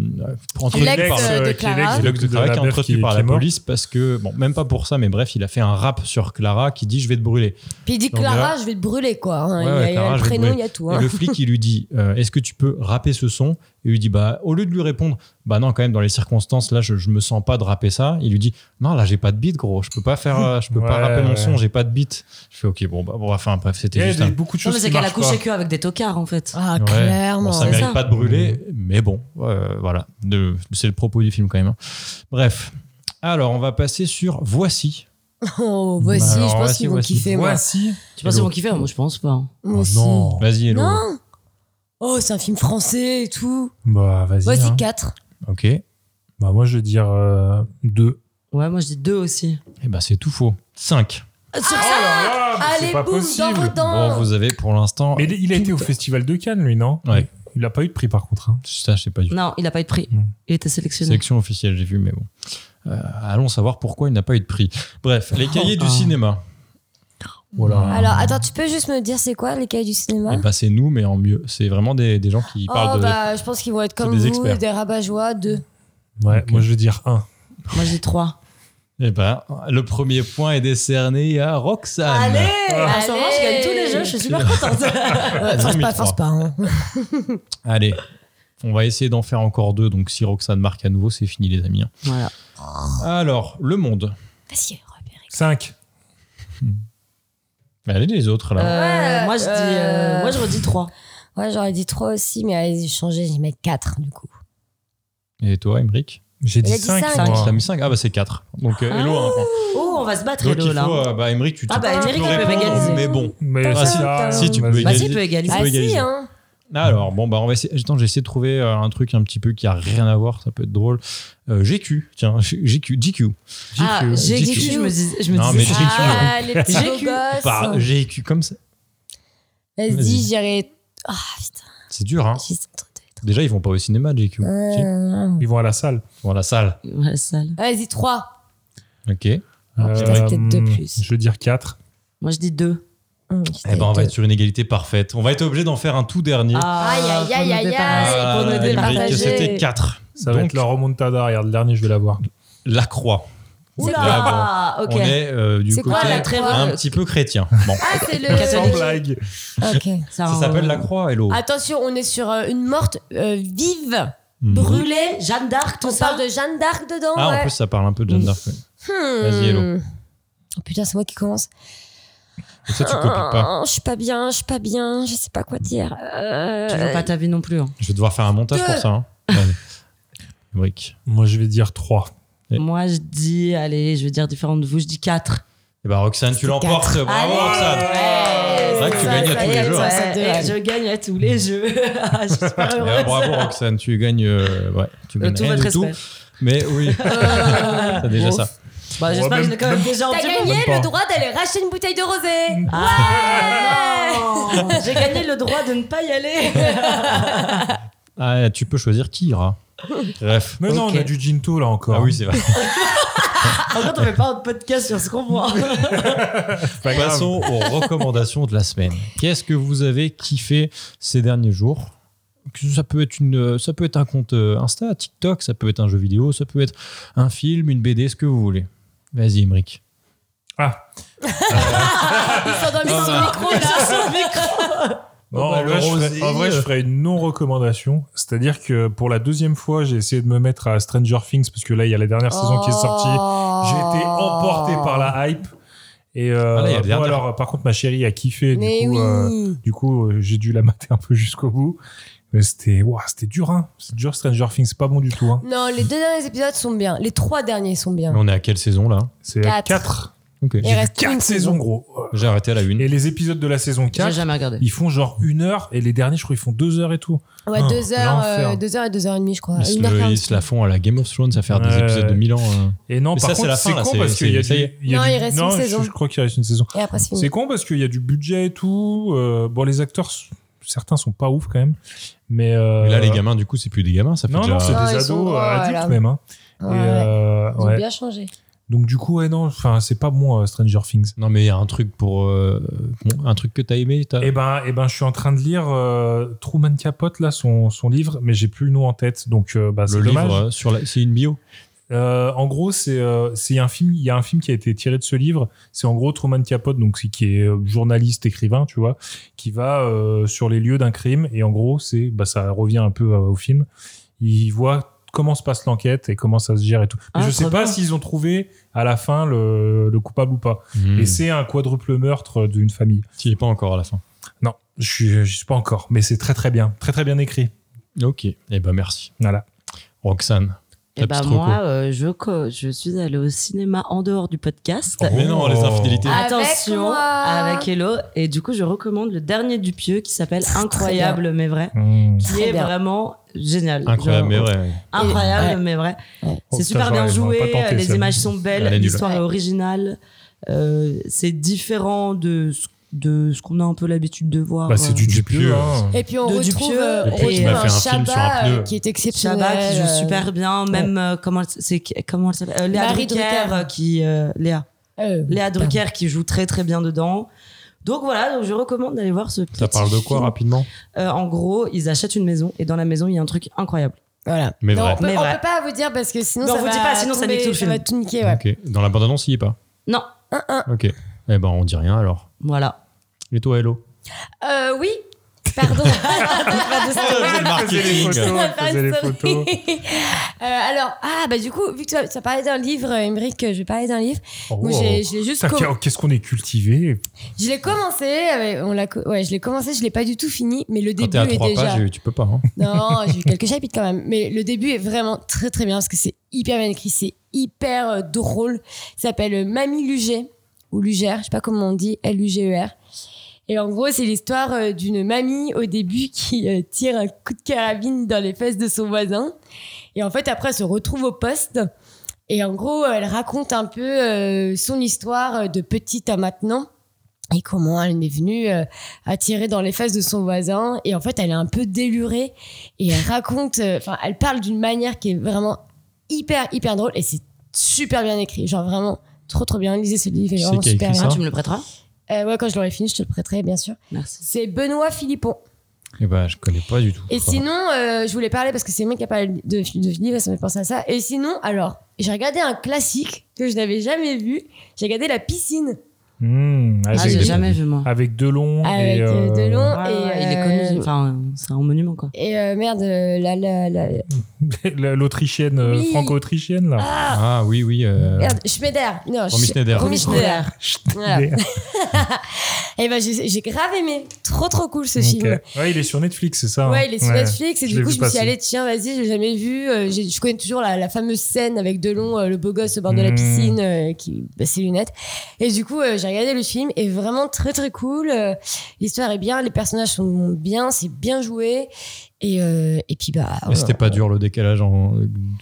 [SPEAKER 1] entretenu
[SPEAKER 4] L'ex,
[SPEAKER 1] par le-
[SPEAKER 4] euh, de
[SPEAKER 2] qui est
[SPEAKER 4] Clara.
[SPEAKER 1] C'est
[SPEAKER 2] de-
[SPEAKER 1] Lux de
[SPEAKER 2] de
[SPEAKER 1] Clara qui est
[SPEAKER 2] meuf
[SPEAKER 1] entretenu
[SPEAKER 2] qui-
[SPEAKER 1] par
[SPEAKER 2] qui
[SPEAKER 1] la
[SPEAKER 2] est morte.
[SPEAKER 1] police parce que, bon, même pas pour ça, mais bref, il a fait un rap sur Clara qui dit Je vais te brûler.
[SPEAKER 4] Puis il dit
[SPEAKER 1] Donc
[SPEAKER 4] Clara,
[SPEAKER 1] là-
[SPEAKER 4] je vais te brûler quoi.
[SPEAKER 1] Ouais,
[SPEAKER 4] hein. il y a,
[SPEAKER 1] ouais,
[SPEAKER 4] il y a
[SPEAKER 1] Clara,
[SPEAKER 4] le
[SPEAKER 1] je vais te
[SPEAKER 4] prénom,
[SPEAKER 1] brûler.
[SPEAKER 4] il y a tout.
[SPEAKER 1] Et
[SPEAKER 4] hein.
[SPEAKER 1] le flic, il lui dit euh, Est-ce que tu peux rapper ce son Et il lui dit Bah, au lieu de lui répondre Bah, non, quand même, dans les circonstances, là, je, je me sens pas de rapper ça. Il lui dit Non, là, j'ai pas de beat, gros. Je peux pas faire, euh, je peux pas
[SPEAKER 2] Ouais,
[SPEAKER 1] rapper mon
[SPEAKER 2] ouais.
[SPEAKER 1] son, j'ai pas de beat. Je fais Ok, bon, bah, bon, enfin, bref,
[SPEAKER 2] Il y
[SPEAKER 1] c'était
[SPEAKER 2] a
[SPEAKER 1] juste
[SPEAKER 2] des-
[SPEAKER 1] un.
[SPEAKER 2] beaucoup de
[SPEAKER 3] Non,
[SPEAKER 2] choses
[SPEAKER 3] mais c'est
[SPEAKER 2] qui
[SPEAKER 3] qu'elle a
[SPEAKER 2] marchent
[SPEAKER 3] couché
[SPEAKER 2] pas.
[SPEAKER 3] que avec des tocards, en fait.
[SPEAKER 4] Ah,
[SPEAKER 1] Ouais.
[SPEAKER 4] clairement.
[SPEAKER 1] Bon, ça
[SPEAKER 3] c'est
[SPEAKER 1] mérite
[SPEAKER 3] ça.
[SPEAKER 1] pas de brûler, mais bon, euh, voilà. De- c'est le propos du film quand même. hein. Bref. Alors, on va passer sur Voici.
[SPEAKER 4] Oh, voici,
[SPEAKER 1] Bah, alors,
[SPEAKER 4] je pense
[SPEAKER 1] voici,
[SPEAKER 4] qu'ils vont
[SPEAKER 1] voici.
[SPEAKER 4] kiffer, moi.
[SPEAKER 2] Voici.
[SPEAKER 3] Tu penses qu'ils vont kiffer Moi, je pense pas. hein.
[SPEAKER 4] Moi aussi.
[SPEAKER 2] non.
[SPEAKER 1] Vas-y, Hello.
[SPEAKER 4] Non Oh, c'est un film français et tout.
[SPEAKER 2] Bah vas-y.
[SPEAKER 4] Voici
[SPEAKER 2] hein.
[SPEAKER 4] 4.
[SPEAKER 1] Ok. Eh Et
[SPEAKER 2] Bah moi je vais dire 2.
[SPEAKER 3] Ouais, moi, je dis deux aussi.
[SPEAKER 1] ben, c'est tout faux. 5.
[SPEAKER 4] Ah, Sur ça Allez, boum, dans vos dents
[SPEAKER 1] Bon, vous avez pour l'instant.
[SPEAKER 2] Mais il a été au festival de Cannes lui, non
[SPEAKER 1] Ouais.
[SPEAKER 2] Il a pas eu de prix par contre. hein.
[SPEAKER 1] Ça, je sais pas du tout.
[SPEAKER 3] Non, il a pas eu de prix.
[SPEAKER 1] Hmm.
[SPEAKER 2] Non.
[SPEAKER 3] Il était sélectionné.
[SPEAKER 1] Sélection officielle, j'ai vu, mais bon. Euh, allons savoir pourquoi il n'a pas eu de prix. Bref, les cahiers du
[SPEAKER 3] ah.
[SPEAKER 1] cinéma. Voilà.
[SPEAKER 4] Alors, attends, tu peux juste me dire c'est quoi les cahiers du cinéma
[SPEAKER 1] Et ben, c'est nous, mais en mieux. C'est vraiment des, des gens qui parlent
[SPEAKER 4] Oh,
[SPEAKER 1] de.
[SPEAKER 4] bah, je pense qu'ils vont être comme
[SPEAKER 1] des
[SPEAKER 4] vous,
[SPEAKER 1] experts.
[SPEAKER 4] des rabat-joie, deux.
[SPEAKER 2] Ouais,
[SPEAKER 1] Ah, Ok.
[SPEAKER 2] moi je vais dire 1.
[SPEAKER 3] Moi, je dis trois.
[SPEAKER 1] Eh ben, le premier point est décerné à Roxane.
[SPEAKER 3] En ce moment, je gagne tous les jeux, je suis super contente.
[SPEAKER 4] Force
[SPEAKER 1] 2003.
[SPEAKER 4] pas, force pas. hein.
[SPEAKER 1] Allez, on va essayer d'en faire encore deux. Donc, si Roxane marque à nouveau, c'est fini, les amis. hein.
[SPEAKER 3] voilà.
[SPEAKER 1] Alors, Le Monde.
[SPEAKER 4] Vas-y, repérez.
[SPEAKER 2] 5.
[SPEAKER 1] Mais allez, les autres, là.
[SPEAKER 3] Euh,
[SPEAKER 4] Ouais,
[SPEAKER 3] moi, je dis,
[SPEAKER 4] euh,
[SPEAKER 3] euh, moi, je redis trois.
[SPEAKER 4] Ouais, j'aurais dit 3 aussi, mais allez, j'ai changé, j'ai mis 4 du coup.
[SPEAKER 1] Et toi, Emric
[SPEAKER 2] J'ai dit
[SPEAKER 4] a dit
[SPEAKER 2] 5.
[SPEAKER 4] cinq.
[SPEAKER 1] T'as mis 5 Ah, bah, c'est 4. Donc, euh, Hello, un point.
[SPEAKER 3] Oh, on va se battre,
[SPEAKER 1] Donc,
[SPEAKER 3] Hello,
[SPEAKER 1] il
[SPEAKER 3] là.
[SPEAKER 1] faut. euh, bah, Emric, tu
[SPEAKER 3] Ah, bah,
[SPEAKER 1] tu
[SPEAKER 3] Emric,
[SPEAKER 1] peux
[SPEAKER 3] elle peut
[SPEAKER 1] répondre,
[SPEAKER 3] égaliser.
[SPEAKER 1] Mais bon.
[SPEAKER 2] Mais
[SPEAKER 1] Ah, si,
[SPEAKER 2] ça,
[SPEAKER 1] si, tu peux
[SPEAKER 2] vas-y.
[SPEAKER 3] Vas-y,
[SPEAKER 1] égaliser.
[SPEAKER 3] il peut égaliser.
[SPEAKER 1] Ah,
[SPEAKER 4] Bah
[SPEAKER 1] peux égaliser.
[SPEAKER 4] si, hein
[SPEAKER 1] Alors, bon, bah, on va essayer. Attends, j'ai essayé de trouver euh, un truc un petit peu qui a rien à voir. Ça peut être drôle. Euh, GQ. Tiens, GQ. GQ.
[SPEAKER 3] Ah, j'ai
[SPEAKER 1] GQ.
[SPEAKER 3] GQ, je me dis. Je me
[SPEAKER 1] Non,
[SPEAKER 3] disais
[SPEAKER 1] mais
[SPEAKER 3] ça.
[SPEAKER 1] GQ.
[SPEAKER 4] Ah, les petits
[SPEAKER 3] J'ai
[SPEAKER 4] beaux
[SPEAKER 3] cul.
[SPEAKER 4] gosses.
[SPEAKER 1] Par GQ comme ça.
[SPEAKER 4] Vas-y,
[SPEAKER 1] Bah, Vas-y.
[SPEAKER 4] j'irai... Ah, putain,
[SPEAKER 1] C'est dur, hein.
[SPEAKER 4] j'ai trop de...
[SPEAKER 1] Déjà, ils vont pas au cinéma, GQ. Ils
[SPEAKER 4] Euh,
[SPEAKER 2] Ils vont à la salle.
[SPEAKER 1] vont à la salle.
[SPEAKER 3] Ah. Ouais, sale.
[SPEAKER 4] Ah, Vas-y, 3.
[SPEAKER 1] Ok. Eh
[SPEAKER 4] Ah, putain, c'était deux plus.
[SPEAKER 2] Euh, Je vais dire 4.
[SPEAKER 3] Moi, je dis deux.
[SPEAKER 4] Hum,
[SPEAKER 1] Eh ben, on va être sur une égalité parfaite. On va être obligé d'en faire un tout dernier.
[SPEAKER 3] Ah,
[SPEAKER 4] Aïe, aïe, aïe, aïe, aïe.
[SPEAKER 1] Ah,
[SPEAKER 4] pour nous
[SPEAKER 1] Emric,
[SPEAKER 4] départager.
[SPEAKER 1] C'était 4.
[SPEAKER 2] Ça va
[SPEAKER 1] Donc-
[SPEAKER 2] être la remontada. Regarde, le dernier, je vais l'avoir.
[SPEAKER 1] La croix.
[SPEAKER 3] Oula,
[SPEAKER 1] On
[SPEAKER 3] ok.
[SPEAKER 1] est euh, du
[SPEAKER 4] Ah, C'est
[SPEAKER 1] côté
[SPEAKER 4] quoi, la croix
[SPEAKER 1] un petit peu chrétien. Bon.
[SPEAKER 4] Ah, c'est le...
[SPEAKER 2] Sans
[SPEAKER 3] Catholique.
[SPEAKER 2] blague.
[SPEAKER 4] Ok.
[SPEAKER 1] Ça s'appelle la croix, hello.
[SPEAKER 4] Attention, on est sur euh, une morte euh, vive.
[SPEAKER 1] Mhm.
[SPEAKER 3] Brûlée, Jeanne d'Arc, tout
[SPEAKER 4] On
[SPEAKER 3] ça.
[SPEAKER 4] parle de Jeanne d'Arc dedans.
[SPEAKER 1] Ah, en
[SPEAKER 4] ouais.
[SPEAKER 1] plus, ça parle un peu de Jeanne d'Arc. ouais.
[SPEAKER 4] Hmm.
[SPEAKER 1] Vas-y, Hello.
[SPEAKER 4] Oh putain, c'est moi qui commence.
[SPEAKER 1] Et ça, tu copies pas.
[SPEAKER 10] Ah,
[SPEAKER 4] Euh,
[SPEAKER 10] Je suis pas bien, je suis pas bien, je sais pas quoi dire. Euh,
[SPEAKER 3] Tu veux pas ta vie non plus. hein.
[SPEAKER 1] Je vais devoir faire un montage pour ça. Hein. Allez. Brick.
[SPEAKER 2] Moi, je vais dire 3.
[SPEAKER 3] Moi, je dis, allez, je vais dire différent de vous, je dis 4.
[SPEAKER 1] Et bah, Roxane, tu l'emportes. Bravo, Roxane. c'est vrai que tu gagnes à tous les jours.
[SPEAKER 3] Je gagne à tous les jeux. Ah, je suis super
[SPEAKER 1] Et, euh,
[SPEAKER 3] heureuse.
[SPEAKER 1] bravo, Roxane. Tu gagnes. euh, ouais, tu
[SPEAKER 3] De
[SPEAKER 1] gagnes
[SPEAKER 3] tout
[SPEAKER 1] rien
[SPEAKER 3] votre
[SPEAKER 1] du tout.
[SPEAKER 3] respect.
[SPEAKER 1] Mais oui. T'as déjà
[SPEAKER 3] Bon.
[SPEAKER 1] ça.
[SPEAKER 3] Bah, j'espère que je l'ai quand même déjà
[SPEAKER 10] T'as
[SPEAKER 3] entendu.
[SPEAKER 10] gagné
[SPEAKER 1] Même pas.
[SPEAKER 10] le droit d'aller racheter une bouteille de rosé.
[SPEAKER 11] Euh,
[SPEAKER 3] Ah, non. J'ai gagné le droit de ne pas y aller.
[SPEAKER 1] Ah, tu peux choisir qui ira. Bref.
[SPEAKER 2] Mais non, on a du Ginto là encore.
[SPEAKER 1] Ah oui, c'est vrai.
[SPEAKER 3] En fait, on fait pas un podcast sur ce qu'on voit.
[SPEAKER 2] grave.
[SPEAKER 1] Passons aux recommandations de la semaine. Qu'est-ce que vous avez kiffé ces derniers jours Que ça peut, être une, ça peut être un compte euh, Insta, TikTok, ça peut être un jeu vidéo, ça peut être un film, une BD, ce que vous voulez. Vas-y, Emric.
[SPEAKER 2] Ah.
[SPEAKER 4] Ils sont dans le
[SPEAKER 1] Ah, bah.
[SPEAKER 4] micro, là.
[SPEAKER 2] Non,
[SPEAKER 1] Oh, bah,
[SPEAKER 2] en,
[SPEAKER 1] le
[SPEAKER 2] vrai, je
[SPEAKER 1] rosé.
[SPEAKER 2] ferais, en vrai, je ferais une non-recommandation. C'est-à-dire que pour la deuxième fois, j'ai essayé de me mettre à Stranger Things parce que là, il y a la dernière saison qui est sortie. J'ai été emporté par la hype. Et euh,
[SPEAKER 1] Ah là, il y a la
[SPEAKER 2] bon,
[SPEAKER 1] dernière.
[SPEAKER 2] alors, par contre, ma chérie a kiffé. Du
[SPEAKER 4] Mais
[SPEAKER 2] coup,
[SPEAKER 4] oui.
[SPEAKER 2] euh, du coup, euh, j'ai dû la mater un peu jusqu'au bout. Mais c'était ouah, c'était dur. Hein. C'est dur, Stranger Things. C'est pas bon du tout. Hein.
[SPEAKER 4] Non, les deux derniers épisodes sont bien. Les trois derniers sont bien.
[SPEAKER 1] Mais On est à quelle saison là
[SPEAKER 2] C'est
[SPEAKER 4] Quatre.
[SPEAKER 2] 4.
[SPEAKER 1] Ok.
[SPEAKER 4] Il reste une
[SPEAKER 2] saisons,
[SPEAKER 4] saison.
[SPEAKER 2] gros.
[SPEAKER 1] J'ai arrêté à la une.
[SPEAKER 2] Et les épisodes de la saison
[SPEAKER 3] J'ai
[SPEAKER 2] 4,
[SPEAKER 3] jamais regardé.
[SPEAKER 2] ils font genre une heure. Et les derniers, je crois, ils font deux heures et tout.
[SPEAKER 4] Ouais,
[SPEAKER 2] Oh,
[SPEAKER 4] deux, heures,
[SPEAKER 2] l'enfer.
[SPEAKER 4] euh, deux heures et deux heures et demie, je crois.
[SPEAKER 1] Ils se,
[SPEAKER 4] Une heure
[SPEAKER 1] le- ils
[SPEAKER 4] quarante.
[SPEAKER 1] se la font à la Game of Thrones à faire des
[SPEAKER 2] Ouais.
[SPEAKER 1] épisodes de 1000 ans. euh.
[SPEAKER 2] Et non,
[SPEAKER 1] Mais
[SPEAKER 2] par
[SPEAKER 1] ça, c'est
[SPEAKER 2] contre,
[SPEAKER 1] la
[SPEAKER 2] c'est
[SPEAKER 1] fin, là,
[SPEAKER 2] con
[SPEAKER 1] c'est-
[SPEAKER 2] parce qu'il y a
[SPEAKER 1] ça y
[SPEAKER 2] du-
[SPEAKER 1] est.
[SPEAKER 2] y a
[SPEAKER 4] Non,
[SPEAKER 2] du-
[SPEAKER 4] il reste une
[SPEAKER 2] je-
[SPEAKER 4] saison. Mmh.
[SPEAKER 2] Je crois qu'il reste une saison.
[SPEAKER 4] Et après, c'est fini.
[SPEAKER 2] C'est con parce qu'il y a du budget et tout. euh, bon, les acteurs, s- certains sont pas ouf quand même. Mais, euh,
[SPEAKER 1] Mais là, les gamins, du coup, c'est plus des gamins, ça fait
[SPEAKER 2] Non,
[SPEAKER 1] déjà.
[SPEAKER 2] non, c'est
[SPEAKER 4] Non,
[SPEAKER 2] des
[SPEAKER 4] ils
[SPEAKER 2] ados,
[SPEAKER 4] sont grands,
[SPEAKER 2] euh, adultes
[SPEAKER 4] voilà.
[SPEAKER 2] même. hein.
[SPEAKER 4] Ouais,
[SPEAKER 2] Et, euh,
[SPEAKER 4] Ils ont
[SPEAKER 2] ouais.
[SPEAKER 4] bien changé.
[SPEAKER 2] Donc, du coup, ouais, non, enfin, c'est pas bon, euh, Stranger Things.
[SPEAKER 1] Non, mais il y a un truc pour. euh, bon, un truc que t'as aimé t'as-
[SPEAKER 2] Et ben, et ben, je suis en train de lire euh, Truman Capote, là, son, son livre, mais j'ai plus le nom en tête. Donc, euh, bah, c'est
[SPEAKER 1] Le
[SPEAKER 2] dommage.
[SPEAKER 1] livre, euh, sur la- c'est une bio.
[SPEAKER 2] Euh, en gros, c'est euh, c'est un film. Il y a un film qui a été tiré de ce livre. C'est en gros Truman Capote, donc c'est- qui est euh, journaliste écrivain, tu vois, qui va euh, sur les lieux d'un crime. Et en gros, c'est bah ça revient un peu euh, au film. Il voit comment se passe l'enquête et comment ça se gère et tout. Mais
[SPEAKER 3] Ah,
[SPEAKER 2] je sais
[SPEAKER 3] trop
[SPEAKER 2] pas
[SPEAKER 3] bien.
[SPEAKER 2] s'ils ont trouvé à la fin le, le coupable ou pas.
[SPEAKER 1] Hmm.
[SPEAKER 2] Et c'est un quadruple meurtre euh, d'une famille.
[SPEAKER 1] Tu es pas encore à la fin.
[SPEAKER 2] Non, je suis, je suis pas encore, mais c'est très très bien, très très bien écrit.
[SPEAKER 1] Ok. Eh ben merci.
[SPEAKER 2] Voilà.
[SPEAKER 1] Roxane.
[SPEAKER 3] Et
[SPEAKER 1] Ta
[SPEAKER 3] bah
[SPEAKER 1] petite
[SPEAKER 3] moi,
[SPEAKER 1] reco.
[SPEAKER 3] euh, je, co- je suis allée au cinéma en dehors du podcast.
[SPEAKER 2] Oh.
[SPEAKER 1] Mais non, Oh, les infidélités.
[SPEAKER 4] Ah. Avec
[SPEAKER 3] Attention
[SPEAKER 4] moi.
[SPEAKER 3] avec Hello. Et du coup, je recommande le dernier Dupieux qui s'appelle Incroyable mais vrai.
[SPEAKER 2] Mmh.
[SPEAKER 3] Qui
[SPEAKER 4] Très
[SPEAKER 3] est
[SPEAKER 4] bien.
[SPEAKER 3] vraiment génial.
[SPEAKER 1] Incroyable,
[SPEAKER 3] Genre,
[SPEAKER 1] mais vrai.
[SPEAKER 3] Incroyable,
[SPEAKER 4] Ouais.
[SPEAKER 3] mais vrai.
[SPEAKER 4] Ouais.
[SPEAKER 2] Oh,
[SPEAKER 3] C'est
[SPEAKER 2] putain,
[SPEAKER 3] super
[SPEAKER 2] j'aurais-
[SPEAKER 3] bien
[SPEAKER 2] j'aurais
[SPEAKER 3] joué, euh,
[SPEAKER 2] pas tenté,
[SPEAKER 3] les
[SPEAKER 2] ça.
[SPEAKER 3] images sont
[SPEAKER 1] Elle est
[SPEAKER 3] belles,
[SPEAKER 1] nulle.
[SPEAKER 3] l'histoire est
[SPEAKER 4] Ouais.
[SPEAKER 3] originale. Euh, c'est différent de ce, de ce qu'on a un peu l'habitude de voir.
[SPEAKER 2] Bah, c'est
[SPEAKER 3] euh,
[SPEAKER 2] du Dupieux.
[SPEAKER 1] Dupieux,
[SPEAKER 2] hein.
[SPEAKER 4] Et puis on
[SPEAKER 3] De
[SPEAKER 4] retrouve,
[SPEAKER 3] Dupieux.
[SPEAKER 4] euh,
[SPEAKER 3] Et
[SPEAKER 4] on
[SPEAKER 3] puis il
[SPEAKER 4] retrouve
[SPEAKER 3] m'a
[SPEAKER 4] un
[SPEAKER 1] fait un film sur un
[SPEAKER 4] Chabat
[SPEAKER 1] pneu.
[SPEAKER 4] euh, qui est exceptionnel.
[SPEAKER 3] Chabat qui joue
[SPEAKER 4] euh,
[SPEAKER 3] super bien, même euh, comment elle s- c'est qui- comment elle s'appelle Euh, Léa
[SPEAKER 4] Marie
[SPEAKER 3] Drucker,
[SPEAKER 4] Drucker.
[SPEAKER 3] euh, qui euh, Léa
[SPEAKER 4] euh,
[SPEAKER 3] Léa Drucker qui joue très très bien dedans. Donc voilà, donc je recommande d'aller voir ce petit
[SPEAKER 1] Ça parle de quoi
[SPEAKER 3] film.
[SPEAKER 1] rapidement
[SPEAKER 3] Euh, En gros, ils achètent une maison et dans la maison il y a un truc incroyable.
[SPEAKER 4] Voilà.
[SPEAKER 1] Mais
[SPEAKER 4] Non,
[SPEAKER 1] vrai.
[SPEAKER 4] on peut,
[SPEAKER 3] Mais
[SPEAKER 4] on
[SPEAKER 3] vrai.
[SPEAKER 4] peut pas vous dire parce que sinon
[SPEAKER 3] Non,
[SPEAKER 4] ça
[SPEAKER 3] vous
[SPEAKER 4] va
[SPEAKER 3] dites pas, sinon ça
[SPEAKER 4] tomber-
[SPEAKER 3] nique tout le film.
[SPEAKER 4] va tout niquer, ouais. Ah.
[SPEAKER 1] Ok. Dans la bande-annonce, il y est pas.
[SPEAKER 3] Non,
[SPEAKER 4] Un, un.
[SPEAKER 1] Ok. Eh ben on dit rien alors.
[SPEAKER 3] voilà.
[SPEAKER 1] Et toi, Hello
[SPEAKER 4] Euh, oui. Pardon. Pas de story.
[SPEAKER 1] c'est le
[SPEAKER 2] hein.
[SPEAKER 1] marketing.
[SPEAKER 2] Faisais les
[SPEAKER 4] On
[SPEAKER 2] photos,
[SPEAKER 4] va faire
[SPEAKER 2] faisais
[SPEAKER 4] une
[SPEAKER 2] les
[SPEAKER 4] story.
[SPEAKER 2] photos.
[SPEAKER 4] Euh, alors, ah bah du coup, vu que tu as, tu as parlé d'un livre, euh, Émeric, euh, je vais parler d'un livre.
[SPEAKER 1] Oh,
[SPEAKER 4] Moi, j'ai- je l'ai juste
[SPEAKER 2] Putain,
[SPEAKER 4] com-
[SPEAKER 2] qu'est- Qu'est-ce qu'on est cultivé
[SPEAKER 4] Je l'ai commencé, euh, on l'a, co- ouais, je l'ai commencé, je l'ai pas du tout fini, mais le
[SPEAKER 1] Quand
[SPEAKER 4] début
[SPEAKER 1] t'es à
[SPEAKER 4] est
[SPEAKER 1] trois
[SPEAKER 4] déjà.
[SPEAKER 1] pages, tu peux pas. hein.
[SPEAKER 4] Non, j'ai eu quelques chapitres quand même. Mais le début est vraiment très très bien parce que c'est hyper bien écrit, c'est hyper euh, drôle. Ça s'appelle euh, Mamie Luger ou Lugère, je sais pas comment on dit, L-U-G-E-R. Et en gros, c'est l'histoire euh, d'une mamie au début qui euh, tire un coup de carabine dans les fesses de son voisin. Et en fait, après, elle se retrouve au poste. Et en gros, elle raconte un peu euh, son histoire euh, de petite à maintenant et comment elle en est venue euh, à tirer dans les fesses de son voisin. Et en fait, elle est un peu délurée et elle raconte, euh, enfin, elle parle d'une manière qui est vraiment hyper, hyper drôle et c'est super bien écrit. Genre vraiment trop, trop bien. Lisez ce livre,
[SPEAKER 1] Qui
[SPEAKER 4] il est
[SPEAKER 1] c'est
[SPEAKER 4] vraiment
[SPEAKER 1] qui a
[SPEAKER 4] super
[SPEAKER 1] écrit
[SPEAKER 4] bien.
[SPEAKER 3] Ah, Tu me le prêteras
[SPEAKER 4] Euh, ouais, quand je l'aurai fini, je te le prêterai, bien sûr.
[SPEAKER 3] Merci.
[SPEAKER 4] C'est Benoît Philippon.
[SPEAKER 1] Eh ben je connais pas du tout.
[SPEAKER 4] Et sinon, euh, je voulais parler parce que c'est moi qui a parlé de, de livre, ça me fait penser à ça. Et sinon, alors, j'ai regardé un classique que je n'avais jamais vu. J'ai regardé La piscine.
[SPEAKER 2] hein. Mmh,
[SPEAKER 3] Ah,
[SPEAKER 2] avec
[SPEAKER 3] j'ai
[SPEAKER 2] des-
[SPEAKER 3] jamais vu, moi.
[SPEAKER 2] Avec Delon.
[SPEAKER 4] Avec
[SPEAKER 2] et,
[SPEAKER 4] euh,
[SPEAKER 2] euh,
[SPEAKER 4] Delon
[SPEAKER 3] Ouais,
[SPEAKER 4] et
[SPEAKER 3] ouais, il est
[SPEAKER 4] euh,
[SPEAKER 3] connu, enfin, euh, c'est un monument quoi.
[SPEAKER 4] Et euh, merde, euh, la, la, la-
[SPEAKER 2] la- L'autrichienne, euh,
[SPEAKER 4] Oui.
[SPEAKER 2] franco-autrichienne, là.
[SPEAKER 4] Ah.
[SPEAKER 1] oui, oui. euh,
[SPEAKER 4] Merde, Schmeider.
[SPEAKER 1] Romy
[SPEAKER 4] Non, Sch-
[SPEAKER 1] Schneider.
[SPEAKER 4] Romy Schneider. Voilà.
[SPEAKER 2] Schneider.
[SPEAKER 4] et ben j'ai j'ai grave aimé. Trop trop cool ce
[SPEAKER 2] Ok.
[SPEAKER 4] film.
[SPEAKER 2] Ouais, il est sur Netflix, c'est ça hein
[SPEAKER 4] Ouais, il est sur
[SPEAKER 2] Ouais.
[SPEAKER 4] Netflix et
[SPEAKER 2] l'ai
[SPEAKER 4] du coup
[SPEAKER 2] vu
[SPEAKER 4] je me suis
[SPEAKER 2] passer.
[SPEAKER 4] allée tiens vas-y j'ai jamais vu Euh, j'ai- je connais toujours la, la fameuse scène avec Delon euh, le beau gosse au bord de la
[SPEAKER 2] Mm.
[SPEAKER 4] piscine euh, qui bah, ses lunettes et du coup euh, j'ai regardé le film et vraiment très très cool Euh, l'histoire est bien les personnages sont bien c'est bien joué et euh, et puis bah
[SPEAKER 1] mais C'était pas dur le décalage. en-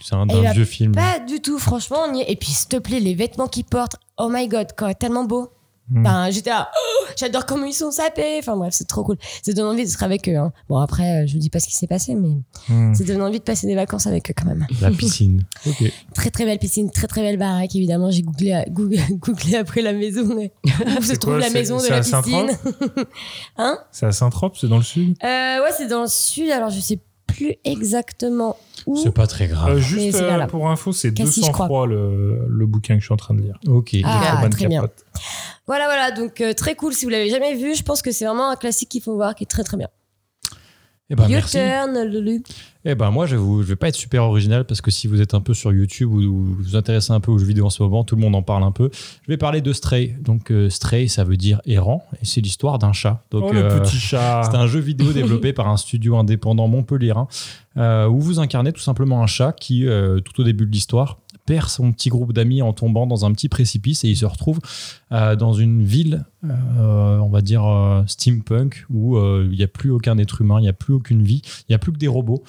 [SPEAKER 1] C'est un,
[SPEAKER 4] Et
[SPEAKER 1] d'un
[SPEAKER 4] bah,
[SPEAKER 1] vieux film.
[SPEAKER 4] Pas du tout, franchement. on y est. Et puis, s'il te plaît, les vêtements qu'ils portent, oh my god, quoi, tellement beau.
[SPEAKER 2] Hmm.
[SPEAKER 1] Mm.
[SPEAKER 4] Ben, j'étais là, oh, j'adore comment ils sont sapés. Enfin bref, c'est trop cool. Ça donne envie d'être avec eux. hein. Bon, après, euh, je vous dis pas ce qui s'est passé, mais
[SPEAKER 2] Mmh.
[SPEAKER 1] Mm.
[SPEAKER 4] ça donne envie de passer des vacances avec eux quand même.
[SPEAKER 1] La piscine. Ok.
[SPEAKER 4] Très très belle piscine, très très belle baraque, évidemment. J'ai googlé, à- googlé, googlé après la maison. mais Où se
[SPEAKER 2] C'est
[SPEAKER 4] trouve
[SPEAKER 2] quoi,
[SPEAKER 4] la
[SPEAKER 2] c'est-
[SPEAKER 4] maison de
[SPEAKER 2] c'est
[SPEAKER 4] la
[SPEAKER 2] à Saint-Paul
[SPEAKER 4] piscine Hein
[SPEAKER 2] C'est à Saint-Trope, c'est dans le sud
[SPEAKER 4] Euh, Ouais, c'est dans le sud, alors je sais plus exactement où.
[SPEAKER 1] C'est pas très grave.
[SPEAKER 2] Euh,
[SPEAKER 4] Ah. Mais
[SPEAKER 2] juste
[SPEAKER 4] c'est
[SPEAKER 2] euh,
[SPEAKER 4] là, là.
[SPEAKER 2] pour info, c'est
[SPEAKER 4] Cassis, je crois.
[SPEAKER 2] 203 le, le bouquin que je suis en train de lire.
[SPEAKER 1] Ok.
[SPEAKER 4] Ah,
[SPEAKER 2] Truman
[SPEAKER 4] très bien.
[SPEAKER 2] Capote.
[SPEAKER 4] Voilà, voilà, donc euh, très cool. Si vous l'avez jamais vu, je pense que c'est vraiment un classique qu'il faut voir, qui est très très bien.
[SPEAKER 1] Eh ben,
[SPEAKER 4] Your
[SPEAKER 1] merci.
[SPEAKER 4] turn, Lulu.
[SPEAKER 1] Eh ben moi, je, vous, je vais pas être super original parce que si vous êtes un peu sur YouTube ou, ou vous vous intéressez un peu aux jeux vidéo en ce moment, tout le monde en parle un peu. Je vais parler de Stray. Donc euh, Stray, ça veut dire errant et c'est l'histoire d'un chat. Donc,
[SPEAKER 2] oh, le
[SPEAKER 1] euh,
[SPEAKER 2] petit chat.
[SPEAKER 1] C'est un jeu vidéo développé par un studio indépendant montpelliérain euh, où vous incarnez tout simplement un chat qui, euh, tout au début de l'histoire, perd son petit groupe d'amis en tombant dans un petit précipice et il se retrouve euh, dans une ville, euh, on va dire euh, steampunk, où euh, il n'y a plus aucun être humain, il n'y a plus aucune vie, il n'y a plus que des robots.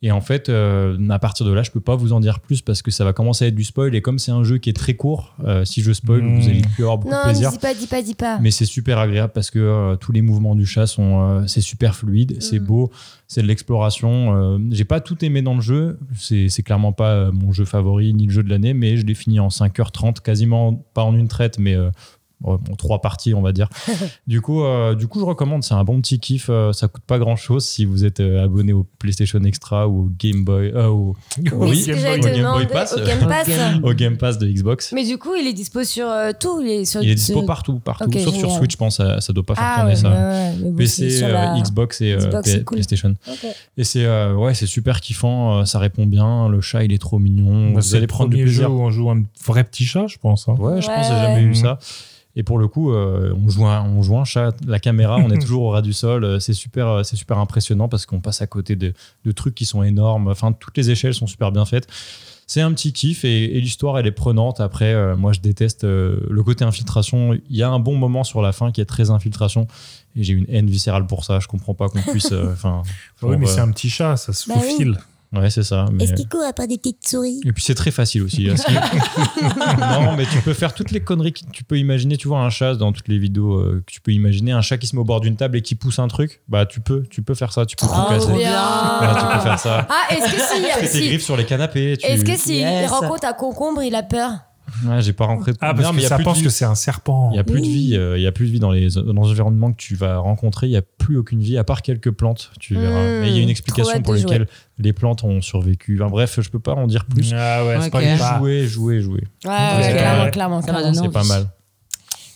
[SPEAKER 1] Et en fait, euh, à partir de là, je peux pas vous en dire plus parce que ça va commencer à être du spoil. Et comme c'est un jeu qui est très court, euh, si je spoil,
[SPEAKER 2] Mmh.
[SPEAKER 1] vous allez plus avoir beaucoup
[SPEAKER 4] Non,
[SPEAKER 1] de
[SPEAKER 4] mais
[SPEAKER 1] plaisir.
[SPEAKER 4] dis pas, dis pas, dis pas.
[SPEAKER 1] Mais c'est super agréable parce que euh, tous les mouvements du chat sont euh, c'est super fluide,
[SPEAKER 4] Mm.
[SPEAKER 1] c'est beau, c'est de l'exploration. euh, j'ai pas tout aimé dans le jeu, c'est c'est clairement pas euh, mon jeu favori ni le jeu de l'année, mais je l'ai fini en 5h30, quasiment pas en une traite, mais euh, bon, en trois parties on va dire. du coup, euh, du coup, je recommande, c'est un bon petit kiff, euh, ça coûte pas grand chose si vous êtes euh, abonné au PlayStation Extra ou au Game Boy, euh, au,
[SPEAKER 4] Oui, c'est ce que j'allais te
[SPEAKER 1] euh.
[SPEAKER 4] demander, au Game Pass.
[SPEAKER 1] au Game Pass de Xbox.
[SPEAKER 4] Mais du coup, il est dispo sur euh, tout. Il est, sur,
[SPEAKER 1] Il est dispo
[SPEAKER 4] sur-
[SPEAKER 1] partout, partout.
[SPEAKER 4] Ok,
[SPEAKER 1] Sauf sur
[SPEAKER 4] génial.
[SPEAKER 1] Switch, je pense, ça, ça doit pas faire
[SPEAKER 4] Ah
[SPEAKER 1] tourner
[SPEAKER 4] ouais,
[SPEAKER 1] ça.
[SPEAKER 4] ouais, ouais, mais bon,
[SPEAKER 1] PC,
[SPEAKER 4] c'est sur
[SPEAKER 1] euh,
[SPEAKER 4] la-
[SPEAKER 1] Xbox et euh,
[SPEAKER 4] Xbox, c'est
[SPEAKER 1] P-
[SPEAKER 4] cool.
[SPEAKER 1] PlayStation.
[SPEAKER 4] Ok.
[SPEAKER 1] Et c'est euh, ouais, c'est super kiffant, euh, ça répond bien, le chat il est trop mignon,
[SPEAKER 2] Bah,
[SPEAKER 1] vous
[SPEAKER 2] c'est
[SPEAKER 1] allez
[SPEAKER 2] le
[SPEAKER 1] prendre du
[SPEAKER 2] premier jeu
[SPEAKER 1] plaisir.
[SPEAKER 2] où on joue un vrai petit chat, je pense. hein.
[SPEAKER 1] Ouais, je
[SPEAKER 4] Ouais,
[SPEAKER 1] pense que j'ai
[SPEAKER 4] ouais.
[SPEAKER 1] jamais
[SPEAKER 2] Mhm.
[SPEAKER 1] eu ça. Et pour le coup, euh, on, joue un, on joue un chat, la caméra, on est toujours au ras du sol. euh, C'est super, euh, c'est super impressionnant parce qu'on passe à côté de, de trucs qui sont énormes. Enfin, toutes les échelles sont super bien faites. C'est un petit kiff et, et l'histoire, elle est prenante. Après, euh, moi, je déteste euh, le côté infiltration. Il y a un bon moment sur la fin qui est très infiltration et j'ai une haine viscérale pour ça. Je comprends pas qu'on puisse. euh, Enfin,
[SPEAKER 2] oui, mais
[SPEAKER 1] genre,
[SPEAKER 2] c'est
[SPEAKER 1] euh,
[SPEAKER 2] un petit chat, ça se
[SPEAKER 10] Bah oui.
[SPEAKER 2] faufile.
[SPEAKER 1] Ouais, c'est ça. mais-
[SPEAKER 10] Est-ce qu'il court après des petites souris
[SPEAKER 1] et puis c'est très facile aussi. hein. Si- non, mais tu peux faire toutes les conneries que tu peux imaginer. Tu vois un chat dans toutes les vidéos euh, que tu peux imaginer, un chat qui se met au bord d'une table et qui pousse un truc. Bah tu peux, tu peux faire ça, tu peux tout
[SPEAKER 4] Oh,
[SPEAKER 1] casser.
[SPEAKER 4] bien.
[SPEAKER 1] Voilà, tu peux faire ça.
[SPEAKER 4] Ah, est-ce que si,
[SPEAKER 1] Tu fais tes
[SPEAKER 4] si-
[SPEAKER 1] griffes sur les canapés. Tu...
[SPEAKER 4] Est-ce que s'il
[SPEAKER 3] Yes.
[SPEAKER 4] rencontre un concombre, il a peur
[SPEAKER 1] Ouais, j'ai pas rentré.
[SPEAKER 2] Ah, parce
[SPEAKER 1] Non, mais
[SPEAKER 2] que
[SPEAKER 1] y a
[SPEAKER 2] ça
[SPEAKER 1] plus de
[SPEAKER 2] pense
[SPEAKER 1] vie.
[SPEAKER 2] que c'est un serpent.
[SPEAKER 1] Il n'y a plus de vie, euh, il y a plus de vie dans les, dans les environnements que tu vas rencontrer. Il n'y a plus aucune vie à part quelques plantes, tu verras.
[SPEAKER 4] Mmh,
[SPEAKER 1] Et il y a une
[SPEAKER 4] trop
[SPEAKER 1] explication
[SPEAKER 4] hâte
[SPEAKER 1] pour
[SPEAKER 4] de jouer.
[SPEAKER 1] laquelle les plantes ont survécu. Enfin, bref, je peux pas en dire plus.
[SPEAKER 2] Ah ouais, c'est
[SPEAKER 3] Ok.
[SPEAKER 2] pas grave.
[SPEAKER 1] Jouer, jouer, jouer.
[SPEAKER 4] Ouais, ouais,
[SPEAKER 1] Ouais.
[SPEAKER 4] clairement, clairement,
[SPEAKER 3] Ça m'a
[SPEAKER 4] clairement.
[SPEAKER 3] donné
[SPEAKER 1] C'est pas
[SPEAKER 3] envie.
[SPEAKER 1] mal.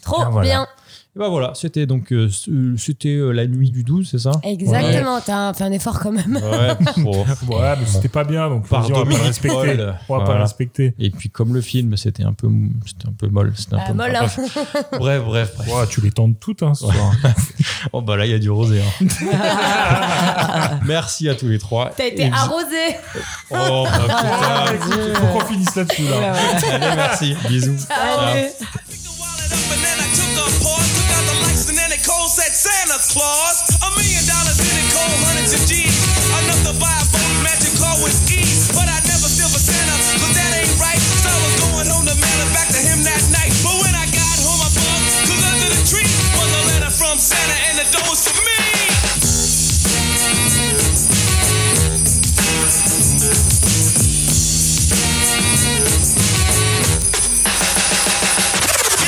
[SPEAKER 4] Trop
[SPEAKER 2] Ah, voilà.
[SPEAKER 4] bien.
[SPEAKER 1] Et bah voilà, c'était donc euh, ce- euh, c'était euh, la nuit du 12, c'est ça
[SPEAKER 4] Exactement, t'as fait un effort quand même.
[SPEAKER 1] Ouais. pour-
[SPEAKER 2] Ouais, mais c'était pas bien, donc
[SPEAKER 1] Par
[SPEAKER 2] vas-y, on va pas
[SPEAKER 1] Dominique
[SPEAKER 2] le respecter.
[SPEAKER 1] Paul.
[SPEAKER 2] On va pas
[SPEAKER 1] Voilà.
[SPEAKER 2] le respecter.
[SPEAKER 1] Et puis comme le film, c'était un peu mou- c'était un peu molle, c'était un
[SPEAKER 4] Ah,
[SPEAKER 1] peu
[SPEAKER 4] molle,
[SPEAKER 1] bref,
[SPEAKER 4] hein.
[SPEAKER 1] bref, bref, bref.
[SPEAKER 2] Ouah, tu les tentes toutes, hein, ce
[SPEAKER 1] Ouais.
[SPEAKER 2] soir.
[SPEAKER 1] Oh bah là, il y a du rosé. hein. Merci à tous les trois.
[SPEAKER 4] T'as été
[SPEAKER 1] Et bis-
[SPEAKER 4] arrosé.
[SPEAKER 1] Oh bah
[SPEAKER 2] Ah, écoute, faut qu'on finisse là-dessus, là.
[SPEAKER 1] putain. Allez, merci. Bisous. Ciao.
[SPEAKER 9] Santa and the door was for me.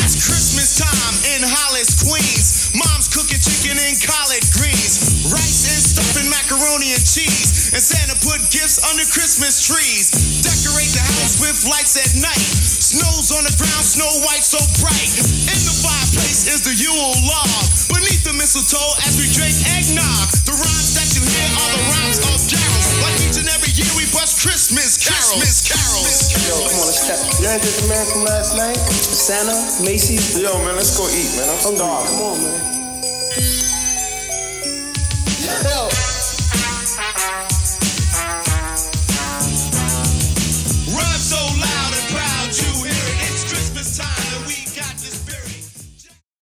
[SPEAKER 9] It's Christmas time in Hollis, Queens. Mom's cooking chicken and collard greens, rice and stuffing macaroni and cheese.
[SPEAKER 8] And Santa put gifts under Christmas trees. Decorate the house with lights at night. Snow's on the ground, snow white so bright. In the fireplace is the Yule log. Beneath the mistletoe as we drink eggnog. The rhymes that you hear are the rhymes of carols. Like each and every year we bust Christmas carols. Christmas carols.
[SPEAKER 12] I'm on a step. You ain't this man from last night? Santa, Macy's. Yo, man, let's go eat, man. I'm starving. Come on, man.